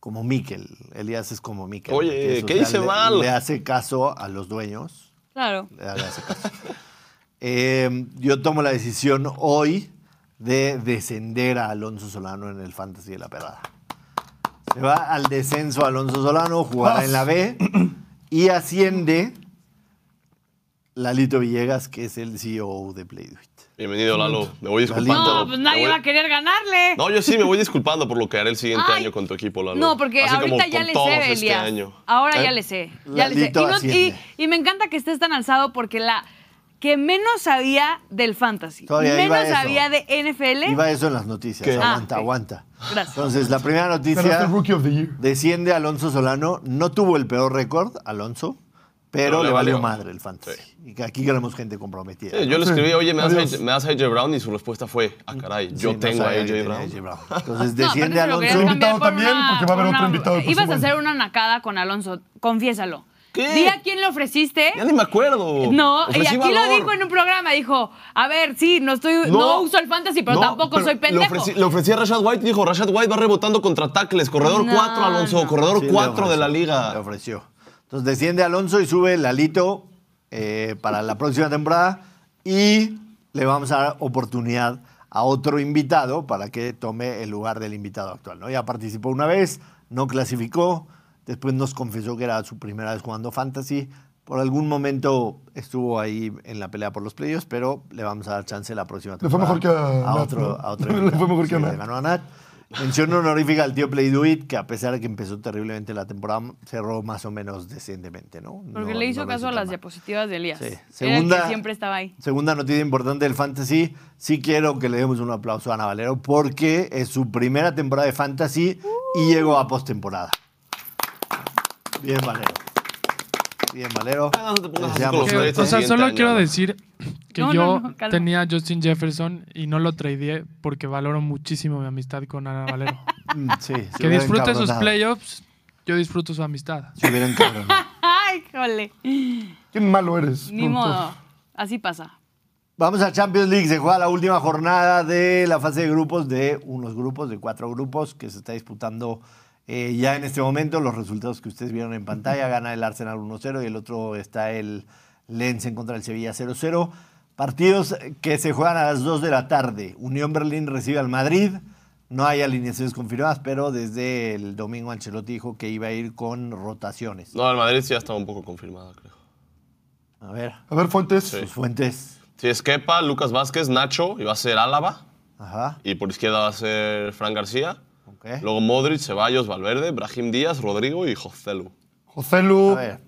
Speaker 2: como Miquel. Elías es como Miquel.
Speaker 3: Oye,
Speaker 2: ¿entiendes? O
Speaker 3: ¿qué
Speaker 2: sea,
Speaker 3: hice
Speaker 2: le-
Speaker 3: mal?
Speaker 2: Le hace caso a los dueños.
Speaker 4: Claro.
Speaker 2: Le hagas caso. Eh, yo tomo la decisión hoy de descender a Alonso Solano en el Fantasy de la Perrada. Se va al descenso Alonso Solano, jugará en la B y asciende Lalito Villegas, que es el CEO de Play Do It.
Speaker 3: Bienvenido, Lalo. Me voy
Speaker 2: Lalito.
Speaker 3: disculpando.
Speaker 4: No, pues nadie
Speaker 3: Me voy-
Speaker 4: va a querer ganarle.
Speaker 3: No, yo sí me voy disculpando por lo que haré el siguiente
Speaker 4: Ay.
Speaker 3: año con tu equipo, Lalo.
Speaker 4: No, porque
Speaker 3: Así como
Speaker 4: ahorita ya
Speaker 3: con
Speaker 4: le
Speaker 3: todos este
Speaker 4: sé, Elías.
Speaker 3: año.
Speaker 4: Ahora
Speaker 3: ¿Eh?
Speaker 4: ya le sé. Ya le sé.
Speaker 2: Lalito
Speaker 4: Y, no- y-
Speaker 2: asciende.
Speaker 4: y me encanta que estés tan alzado porque la que menos sabía del fantasy,
Speaker 2: Todavía iba
Speaker 4: menos
Speaker 2: eso.
Speaker 4: sabía de NFL.
Speaker 2: Iba eso en las noticias.
Speaker 3: ¿Qué?
Speaker 2: Aguanta,
Speaker 4: Ah, ok.
Speaker 2: aguanta.
Speaker 4: Gracias.
Speaker 2: Entonces, la primera
Speaker 5: Ganaste
Speaker 2: noticia.
Speaker 5: el este Rookie of the Year.
Speaker 2: Desciende Alonso Solano. No tuvo el peor récord, Alonso, pero,
Speaker 3: Pero
Speaker 2: le
Speaker 3: le
Speaker 2: valió
Speaker 3: valió.
Speaker 2: madre el fantasy. Y que aquí queremos gente comprometida. ¿no?
Speaker 3: Sí, yo le
Speaker 5: Sí.
Speaker 3: escribí, oye, ¿me das,
Speaker 5: Adiós.
Speaker 3: AJ, me das AJ Brown? Y su respuesta fue, ah, caray, yo
Speaker 2: Sí, no
Speaker 3: tengo a
Speaker 2: sabía que
Speaker 3: AJ
Speaker 2: tenía
Speaker 3: Brown.
Speaker 2: AJ
Speaker 5: [LAUGHS]
Speaker 2: Entonces
Speaker 4: No,
Speaker 2: desciende
Speaker 4: aparte se lo
Speaker 2: Alonso.
Speaker 4: querías cambiar
Speaker 5: Invitado
Speaker 4: por
Speaker 5: también, porque va a haber
Speaker 4: por
Speaker 5: otro invitado el
Speaker 4: Ibas
Speaker 5: próximo
Speaker 4: a hacer
Speaker 5: año.
Speaker 4: una nacada con Alonso, confiésalo.
Speaker 3: ¿Qué?
Speaker 4: Di a quién le ofreciste.
Speaker 3: Ya ni me acuerdo.
Speaker 4: No, y
Speaker 3: Ofrecí
Speaker 4: aquí
Speaker 3: valor.
Speaker 4: lo dijo en un programa, dijo, a ver, sí, no estoy, no,
Speaker 3: No.
Speaker 4: uso el fantasy,
Speaker 3: No,
Speaker 4: pero tampoco
Speaker 3: pero
Speaker 4: soy
Speaker 3: Le
Speaker 4: pendejo.
Speaker 3: ofrecí, le ofrecí a Rashad White y dijo, Rashad White va rebotando contra tackles. Corredor
Speaker 4: No,
Speaker 3: 4, Alonso.
Speaker 4: no.
Speaker 3: Corredor
Speaker 2: Sí, le
Speaker 3: 4 de la
Speaker 2: ofreció, Le
Speaker 3: liga.
Speaker 2: ofreció. Entonces desciende Alonso y sube Lalito eh, para la próxima temporada. Y le vamos a dar oportunidad a otro invitado para que tome el lugar del invitado actual. ¿no? Ya participó una vez, no clasificó. Después nos confesó que era su primera vez jugando fantasy. Por algún momento estuvo ahí en la pelea por los playoffs, pero le vamos a dar chance la próxima
Speaker 5: Le fue
Speaker 2: temporada.
Speaker 5: mejor que a Nat,
Speaker 2: otro,
Speaker 5: ¿no?
Speaker 2: a otro
Speaker 5: [LAUGHS] Le
Speaker 2: invitado.
Speaker 5: fue mejor que a
Speaker 2: Sí,
Speaker 5: Nat.
Speaker 2: le ganó a Nat. Mención honorífica al tío Play Do It, que a pesar de que empezó terriblemente la temporada, cerró más o menos decentemente, ¿no?
Speaker 4: Porque
Speaker 2: No-
Speaker 4: le hizo
Speaker 2: no
Speaker 4: caso
Speaker 2: resulta
Speaker 4: a las
Speaker 2: mal.
Speaker 4: diapositivas de Elías.
Speaker 2: Sí.
Speaker 4: Era el
Speaker 2: Segunda-
Speaker 4: que siempre estaba ahí.
Speaker 2: Segunda noticia importante del Fantasy. Sí quiero que le demos un aplauso a Ana Valero porque es su primera temporada de
Speaker 4: Uh.
Speaker 2: Fantasy y llegó a postemporada. Bien, Valero. Bien, Valero.
Speaker 3: Ah, no te pongas así
Speaker 2: Ya,
Speaker 3: con los
Speaker 2: porque-
Speaker 3: trades
Speaker 1: o
Speaker 3: al
Speaker 1: sea,
Speaker 3: siguiente
Speaker 1: solo
Speaker 3: año,
Speaker 1: quiero
Speaker 3: ¿no?
Speaker 1: decir que
Speaker 4: No,
Speaker 1: yo
Speaker 4: no, no, calma.
Speaker 1: tenía a Justin Jefferson y no lo tradeé porque valoro muchísimo mi amistad con Ana
Speaker 4: [LAUGHS]
Speaker 1: Valero.
Speaker 2: Mm, Sí, se
Speaker 1: que
Speaker 2: hubiera
Speaker 1: disfrute sus
Speaker 2: encabronado.
Speaker 1: playoffs, yo disfruto su amistad.
Speaker 2: Se hubiera encabronado.
Speaker 4: Ay, jole.
Speaker 5: Qué malo eres.
Speaker 4: Ni
Speaker 5: productor.
Speaker 4: modo. Así pasa.
Speaker 2: Vamos a Champions League. Se juega la última jornada de la fase de grupos de unos grupos, de cuatro grupos que se está disputando eh, ya en este momento. Los resultados que ustedes vieron en pantalla. Gana el Arsenal 1-0 y el otro está el Lens en contra del Sevilla 0-0. Partidos que se juegan a las 2 de la tarde. Unión Berlín recibe al Madrid. No hay alineaciones confirmadas, pero desde el domingo Ancelotti dijo que iba a ir con rotaciones.
Speaker 3: No, el Madrid sí ya estaba un poco confirmado, creo.
Speaker 2: A ver,
Speaker 5: A ver, Fuentes.
Speaker 2: sus fuentes.
Speaker 3: Sí, es Kepa, Lucas Vázquez, Nacho, y va a ser Álava.
Speaker 2: Ajá.
Speaker 3: Y por izquierda va a ser Fran García.
Speaker 2: ok.
Speaker 3: Luego Modric, Ceballos, Valverde, Brahim Díaz, Rodrigo y Joselu.
Speaker 5: José Lu.
Speaker 2: A ver,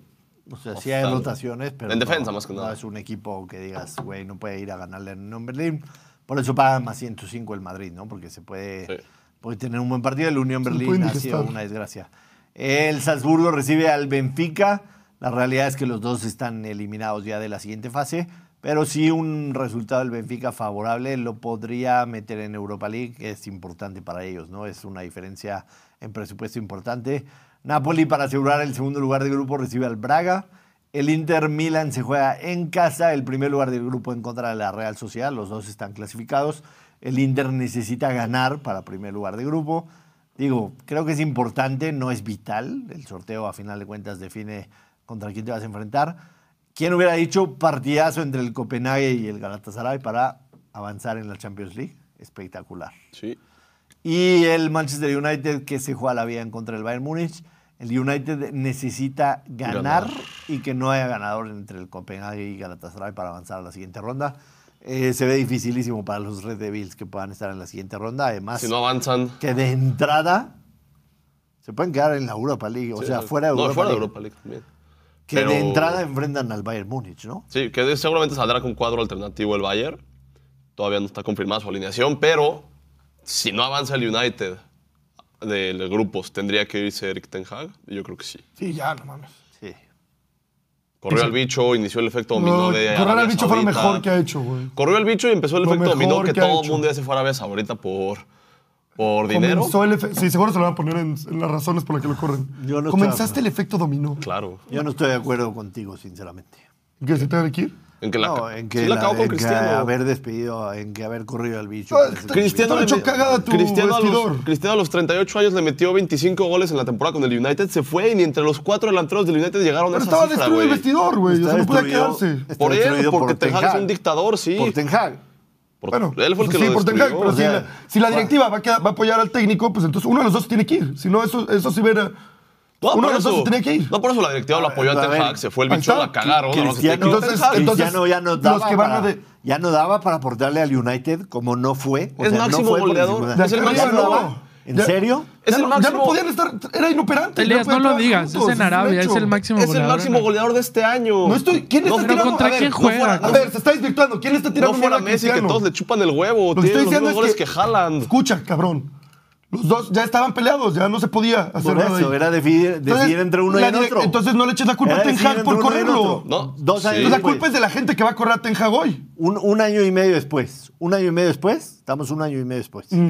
Speaker 2: o sea, sí hay
Speaker 3: Ojalá.
Speaker 2: rotaciones, pero.
Speaker 3: En
Speaker 2: no-
Speaker 3: defensa, más que nada.
Speaker 2: No es un equipo que digas, güey, no puede ir a ganarle a Unión Berlín. Por eso paga más 105 el Madrid, ¿no? Porque se puede,
Speaker 3: Sí.
Speaker 2: puede tener un buen partido. El Unión
Speaker 5: Se lo
Speaker 2: Berlín
Speaker 5: pueden
Speaker 2: ha sido
Speaker 5: digestar.
Speaker 2: una desgracia. El Salzburgo recibe al Benfica. La realidad es que los dos están eliminados ya de la siguiente fase. Pero sí un resultado del Benfica favorable lo podría meter en Europa League, que es importante para ellos, ¿no? Es una diferencia en presupuesto importante. Napoli para asegurar el segundo lugar de grupo recibe al Braga. El Inter Milan se juega en casa, el primer lugar del grupo en contra de la Real Sociedad, los dos están clasificados. El Inter necesita ganar para primer lugar de grupo. Digo, creo que es importante, no es vital. El sorteo a final de cuentas define contra quién te vas a enfrentar. ¿Quién hubiera dicho partidazo entre el Copenhague y el Galatasaray para avanzar en la Champions League? Espectacular.
Speaker 3: Sí.
Speaker 2: Y el Manchester United que se juega la vida en contra del Bayern Múnich. El United necesita ganar,
Speaker 3: Ganar.
Speaker 2: y que no haya ganador entre el Copenhague y Galatasaray para avanzar a la siguiente ronda. Eh, se ve dificilísimo para los Red Devils que puedan estar en la siguiente ronda. Además,
Speaker 3: Si no avanzan.
Speaker 2: que de entrada se pueden quedar en la Europa League, o
Speaker 3: Sí,
Speaker 2: sea, fuera de
Speaker 3: no,
Speaker 2: Europa
Speaker 3: fuera de
Speaker 2: League.
Speaker 3: Europa League también.
Speaker 2: Que
Speaker 3: Pero-
Speaker 2: de entrada enfrentan al Bayern Múnich, ¿no?
Speaker 3: Sí, que de- seguramente saldrá con cuadro alternativo el Bayern. Todavía no está confirmada su alineación, pero si no avanza el United de los grupos, ¿tendría que irse Eric Ten Hag? Yo creo que sí.
Speaker 5: Sí, ya, no mames.
Speaker 2: Sí.
Speaker 3: Corrió al bicho, inició el efecto dominó
Speaker 5: No,
Speaker 3: de
Speaker 5: Correr
Speaker 3: Arabia
Speaker 5: al bicho fue lo
Speaker 3: Saudita.
Speaker 5: mejor que ha hecho, güey.
Speaker 3: Corrió el bicho y empezó el
Speaker 5: Lo
Speaker 3: efecto dominó
Speaker 5: mejor
Speaker 3: que,
Speaker 5: que ha
Speaker 3: todo el
Speaker 5: hecho.
Speaker 3: mundo ya se fue a Arabia Saudita por, por dinero.
Speaker 5: Comenzó el efe- sí, seguro se lo van a poner en, en las razones por las que lo corren.
Speaker 2: Yo no
Speaker 5: Comenzaste
Speaker 2: estaba-
Speaker 5: el efecto dominó.
Speaker 3: Claro.
Speaker 2: Yo no estoy de acuerdo contigo, sinceramente.
Speaker 5: ¿Que se tenga que ir?
Speaker 3: En que la,
Speaker 2: no, en que,
Speaker 3: sí la
Speaker 2: la-
Speaker 3: acabó con
Speaker 2: en que
Speaker 3: Cristiano.
Speaker 2: haber despedido, en que haber corrido al bicho.
Speaker 5: Ah,
Speaker 2: parece que-
Speaker 3: Cristiano,
Speaker 5: Te han
Speaker 3: le
Speaker 5: hecho
Speaker 3: met-
Speaker 5: cagada tu
Speaker 3: Cristiano, a los,
Speaker 5: vestidor.
Speaker 3: Cristiano a los 38 años le metió 25 goles en la temporada con el United, se fue y ni entre los cuatro delanteros del United llegaron
Speaker 5: Pero
Speaker 3: a esa
Speaker 5: estaba
Speaker 3: cifra,
Speaker 5: destruido el
Speaker 3: güey.
Speaker 5: vestidor, güey. O
Speaker 2: Está
Speaker 5: sea, no podía
Speaker 2: destruido-
Speaker 5: quedarse.
Speaker 2: está
Speaker 3: Por él,
Speaker 2: destruido
Speaker 3: porque
Speaker 2: por
Speaker 3: Ten Hag es un dictador, sí.
Speaker 2: Por Ten Hag.
Speaker 3: Por-
Speaker 5: Bueno,
Speaker 3: él fue el
Speaker 5: pues
Speaker 3: que
Speaker 5: sí,
Speaker 3: lo
Speaker 5: por Ten
Speaker 3: destruyó.
Speaker 5: Hag, pero
Speaker 2: o sea,
Speaker 5: si, la, si la directiva va a, quedar- va a apoyar al técnico, pues entonces uno de los dos tiene que ir. Si no, eso, eso sí hubiera.
Speaker 3: No,
Speaker 5: uno
Speaker 3: por
Speaker 5: de los dos
Speaker 3: eso-
Speaker 5: se tenía que ir.
Speaker 3: No, por eso la directiva lo apoyó
Speaker 2: a
Speaker 3: a Ten
Speaker 2: ver,
Speaker 3: Hag, se fue el
Speaker 5: ahí
Speaker 3: bicho,
Speaker 5: está.
Speaker 3: la cagaron. ahora no se
Speaker 2: Cristiano,
Speaker 3: tiene que ir.
Speaker 5: entonces-
Speaker 3: Ten Hag.
Speaker 5: entonces-
Speaker 2: Cristiano ya no daba,
Speaker 5: los que van a
Speaker 2: para,
Speaker 5: de-
Speaker 2: ya no daba para aportarle al United como no fue. O
Speaker 3: Es
Speaker 2: sea, no
Speaker 3: máximo
Speaker 2: fue por
Speaker 3: goleador.
Speaker 2: dificultad.
Speaker 3: Es el
Speaker 5: acá arriba,
Speaker 2: Ya
Speaker 3: máximo
Speaker 2: no daba.
Speaker 3: goleador.
Speaker 2: ¿En
Speaker 5: Ya-
Speaker 2: serio?
Speaker 3: Es
Speaker 5: ya,
Speaker 3: el
Speaker 5: no- ya
Speaker 3: máximo-
Speaker 5: no podían estar. Era inoperante.
Speaker 1: Elías, no
Speaker 5: podían
Speaker 1: lo
Speaker 5: trabajar
Speaker 1: digas, es
Speaker 5: juntos,
Speaker 1: en Arabia,
Speaker 5: un
Speaker 1: es el
Speaker 5: hecho.
Speaker 1: máximo
Speaker 3: es el
Speaker 1: goleador.
Speaker 3: máximo goleador de este año.
Speaker 5: No estoy- ¿quién está
Speaker 3: pero
Speaker 5: tirando?
Speaker 1: ¿Contra
Speaker 5: A ver,
Speaker 1: quién
Speaker 5: no
Speaker 1: juega?
Speaker 3: fuera-
Speaker 5: A ver, se está desvirtuando. ¿Quién le está tirando
Speaker 3: No fuera
Speaker 5: mierda a
Speaker 3: Messi, que
Speaker 5: Cristiano?
Speaker 3: todos le chupan el huevo.
Speaker 5: Lo que
Speaker 3: Tiene
Speaker 5: estoy
Speaker 3: los
Speaker 5: diciendo
Speaker 3: mismos
Speaker 5: es
Speaker 3: goles
Speaker 5: que-
Speaker 3: que Haaland.
Speaker 5: Escucha, cabrón. Los dos ya estaban peleados, ya no se podía hacer
Speaker 2: Por
Speaker 5: nada.
Speaker 2: eso,
Speaker 5: ahí.
Speaker 2: era decidir, decidir
Speaker 5: Entonces,
Speaker 2: entre uno y
Speaker 5: la
Speaker 2: el
Speaker 5: direc-
Speaker 2: otro.
Speaker 5: Entonces no le eches la culpa
Speaker 2: Era
Speaker 5: a Ten
Speaker 2: decidir
Speaker 5: Hag
Speaker 2: entre
Speaker 5: por
Speaker 2: uno y el
Speaker 5: correrlo.
Speaker 2: otro.
Speaker 3: No,
Speaker 2: Dos
Speaker 3: sí.
Speaker 2: años
Speaker 5: Entonces, la
Speaker 2: después.
Speaker 5: culpa es de la gente que va a correr a Ten Hag hoy.
Speaker 2: un, un año y medio después. Un año y medio después. Estamos un año y medio después.
Speaker 5: Mm.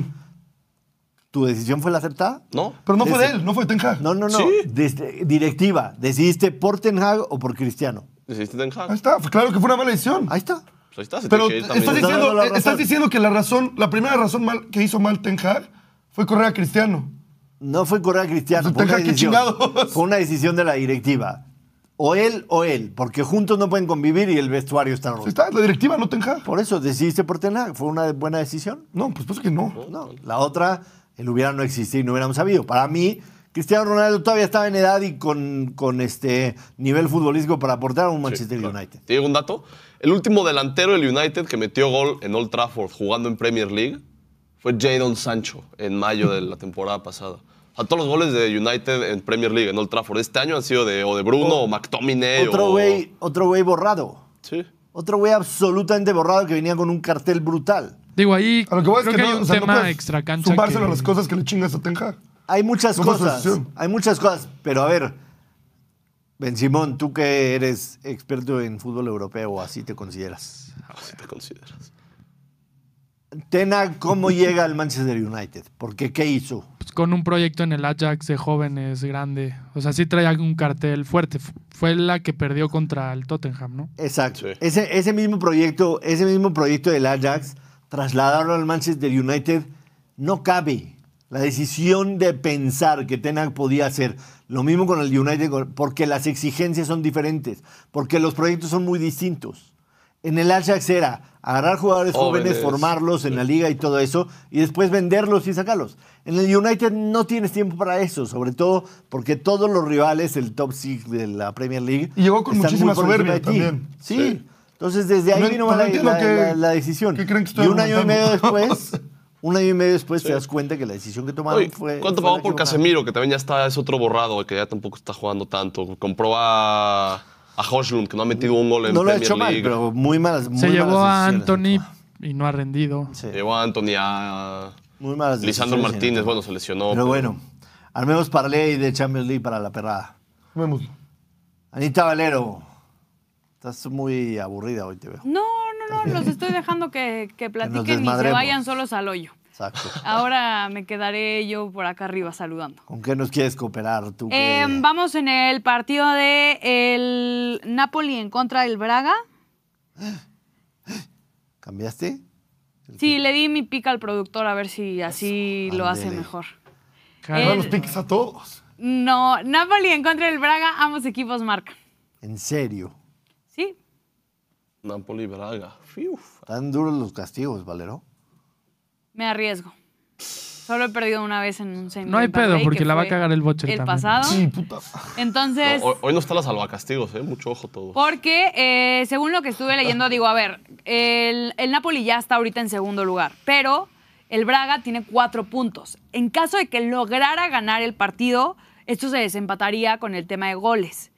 Speaker 2: ¿Tu decisión fue la acertada?
Speaker 3: ¿No?
Speaker 5: Pero no fue de
Speaker 2: Ese.
Speaker 5: él, no fue de Ten Hag.
Speaker 2: No, no, no.
Speaker 3: Sí.
Speaker 2: Desde- directiva. ¿Decidiste por Ten Hag o por Cristiano?
Speaker 3: Decidiste Ten Hag.
Speaker 5: Ahí está, fue- claro que fue una mala decisión.
Speaker 2: Ahí está.
Speaker 3: Pues ahí está, se
Speaker 5: Pero
Speaker 3: tiene que ir
Speaker 5: estás
Speaker 3: también.
Speaker 2: Está dando
Speaker 5: diciendo,
Speaker 2: la
Speaker 5: eh, estás
Speaker 2: razón.
Speaker 5: diciendo que la razón, la primera razón mal, que hizo mal Ten Hag fue correr a Cristiano.
Speaker 2: No fue correr a Cristiano.
Speaker 5: Pues
Speaker 2: Fue una,
Speaker 5: Ten Hag, qué
Speaker 2: decisión,
Speaker 5: chingados.
Speaker 2: fue una decisión de la directiva. O él o él, porque juntos no pueden convivir y el vestuario está roto.
Speaker 5: Ahí Está la directiva, no Ten Hag.
Speaker 2: Por eso, decidiste por Ten Hag. ¿Fue una buena decisión?
Speaker 5: No, pues pues que no.
Speaker 2: No. La otra, él hubiera no existido y no hubiéramos sabido. Para mí, Cristiano Ronaldo todavía estaba en edad y con, con este nivel futbolístico para aportar a un Manchester
Speaker 3: claro.
Speaker 2: United.
Speaker 3: Te digo un dato. El último delantero del United que metió gol en Old Trafford jugando en Premier League fue Jadon Sancho en mayo de la temporada pasada. A todos los goles de United en Premier League, en Old Trafford, este año han sido de o de Bruno o, McTominay o...
Speaker 2: Otro güey otro güey borrado.
Speaker 3: Sí.
Speaker 2: Otro güey absolutamente borrado que venía con un cartel brutal.
Speaker 1: Digo, ahí
Speaker 5: A lo que voy es
Speaker 1: creo
Speaker 5: que,
Speaker 1: que,
Speaker 5: no,
Speaker 1: hay un
Speaker 5: o sea, no
Speaker 1: tema
Speaker 5: puedes
Speaker 1: extra cancha.
Speaker 5: Sumárselo
Speaker 1: que-
Speaker 5: a las cosas que le chingas a Ten Hag.
Speaker 2: Hay muchas
Speaker 5: No fue su
Speaker 2: cosas.
Speaker 5: decisión.
Speaker 2: Hay muchas cosas. Pero a ver, Ben Simón, tú que eres experto en fútbol europeo, así te consideras.
Speaker 3: Así Ah, te consideras.
Speaker 2: Tena, ¿cómo llega al Manchester United? Porque ¿qué hizo?
Speaker 1: pues, con un proyecto en el Ajax de jóvenes grande. O sea, sí traía un cartel fuerte. F- Fue la que perdió contra el Tottenham, ¿no?
Speaker 2: Exacto.
Speaker 3: Sí.
Speaker 2: Ese, ese mismo proyecto, ese mismo proyecto del Ajax, trasladarlo al Manchester United, no cabe. La decisión de pensar que Tenag podía hacer lo mismo con el United, con- porque las exigencias son diferentes, porque los proyectos son muy distintos. En el Ajax era agarrar jugadores jóvenes,
Speaker 3: Jóvenes.
Speaker 2: formarlos en la liga y todo eso, y después venderlos y sacarlos. En el United no tienes tiempo para eso, sobre todo porque todos los rivales, el top six de la Premier League,
Speaker 5: Y llegó con
Speaker 2: están
Speaker 5: muchísima
Speaker 2: muy por encima
Speaker 5: soberbia
Speaker 2: de ti.
Speaker 5: también.
Speaker 2: Sí.
Speaker 3: Sí.
Speaker 2: Entonces, desde ahí
Speaker 5: No,
Speaker 2: vino
Speaker 5: pero
Speaker 2: la,
Speaker 5: entiendo
Speaker 2: la-
Speaker 5: que-
Speaker 2: la- la decisión.
Speaker 5: que creen que estoy
Speaker 2: y un año y medio
Speaker 5: argumentando.
Speaker 2: después,
Speaker 5: [LAUGHS]
Speaker 2: un año y medio después, te das cuenta que la decisión que tomaron
Speaker 3: Oye,
Speaker 2: fue.
Speaker 3: ¿Cuánto
Speaker 2: fue la
Speaker 3: pagó por
Speaker 2: equivocada.
Speaker 3: Casemiro? Que también ya está, es otro borrado, que ya tampoco está jugando tanto. Compró a, a Højlund, que no ha metido un gol en
Speaker 2: No lo ha
Speaker 3: Premier
Speaker 2: hecho mal,
Speaker 3: League.
Speaker 2: pero muy malas. Muy
Speaker 1: Se llevó
Speaker 2: malas
Speaker 1: a
Speaker 2: decisiones.
Speaker 1: Anthony y no ha rendido.
Speaker 2: Sí,
Speaker 3: Llevó a Anthony, a
Speaker 2: muy malas. decisiones
Speaker 3: Lisandro
Speaker 2: en
Speaker 3: Martínez.
Speaker 2: el-
Speaker 3: Bueno, se lesionó.
Speaker 2: Pero bueno, al menos parlé de Champions League para la perrada.
Speaker 5: Vemos.
Speaker 2: Anita Valero, estás muy aburrida hoy, te veo.
Speaker 4: No, no, no, los estoy dejando que, que platiquen y se
Speaker 2: desmadremos.
Speaker 4: vayan solos al hoyo.
Speaker 2: Exacto.
Speaker 4: Ahora me quedaré yo por acá arriba saludando.
Speaker 2: ¿Con qué nos quieres cooperar tú? que-
Speaker 4: Eh, vamos en el partido de el Napoli en contra del Braga.
Speaker 2: ¿Cambiaste?
Speaker 4: Sí, le di mi pica al productor a ver si así
Speaker 2: Eso,
Speaker 4: lo hace
Speaker 2: ándele.
Speaker 4: mejor.
Speaker 1: Claro.
Speaker 5: Ahora
Speaker 4: El-
Speaker 5: los piques a todos.
Speaker 4: No, Napoli en contra del Braga, ambos equipos marcan.
Speaker 2: En serio.
Speaker 4: Sí,
Speaker 3: Napoli, Braga. Fiu.
Speaker 2: Tan duros los castigos, Valero.
Speaker 4: me arriesgo. Solo he perdido una vez en un semi.
Speaker 1: No hay
Speaker 4: en Barbey,
Speaker 1: pedo,
Speaker 4: que
Speaker 1: porque la va a
Speaker 4: fue
Speaker 1: cagar el Bocher
Speaker 4: El
Speaker 1: también.
Speaker 4: pasado.
Speaker 5: Sí, puta.
Speaker 4: Entonces, Oh.
Speaker 3: No, hoy, hoy no está la salvacastigos, ¿eh? Mucho ojo todo.
Speaker 4: Porque eh, según lo que estuve leyendo, digo, a ver, el, el Napoli ya está ahorita en segundo lugar, pero el Braga tiene cuatro puntos. En caso de que lograra ganar el partido, esto se desempataría con el tema de goles.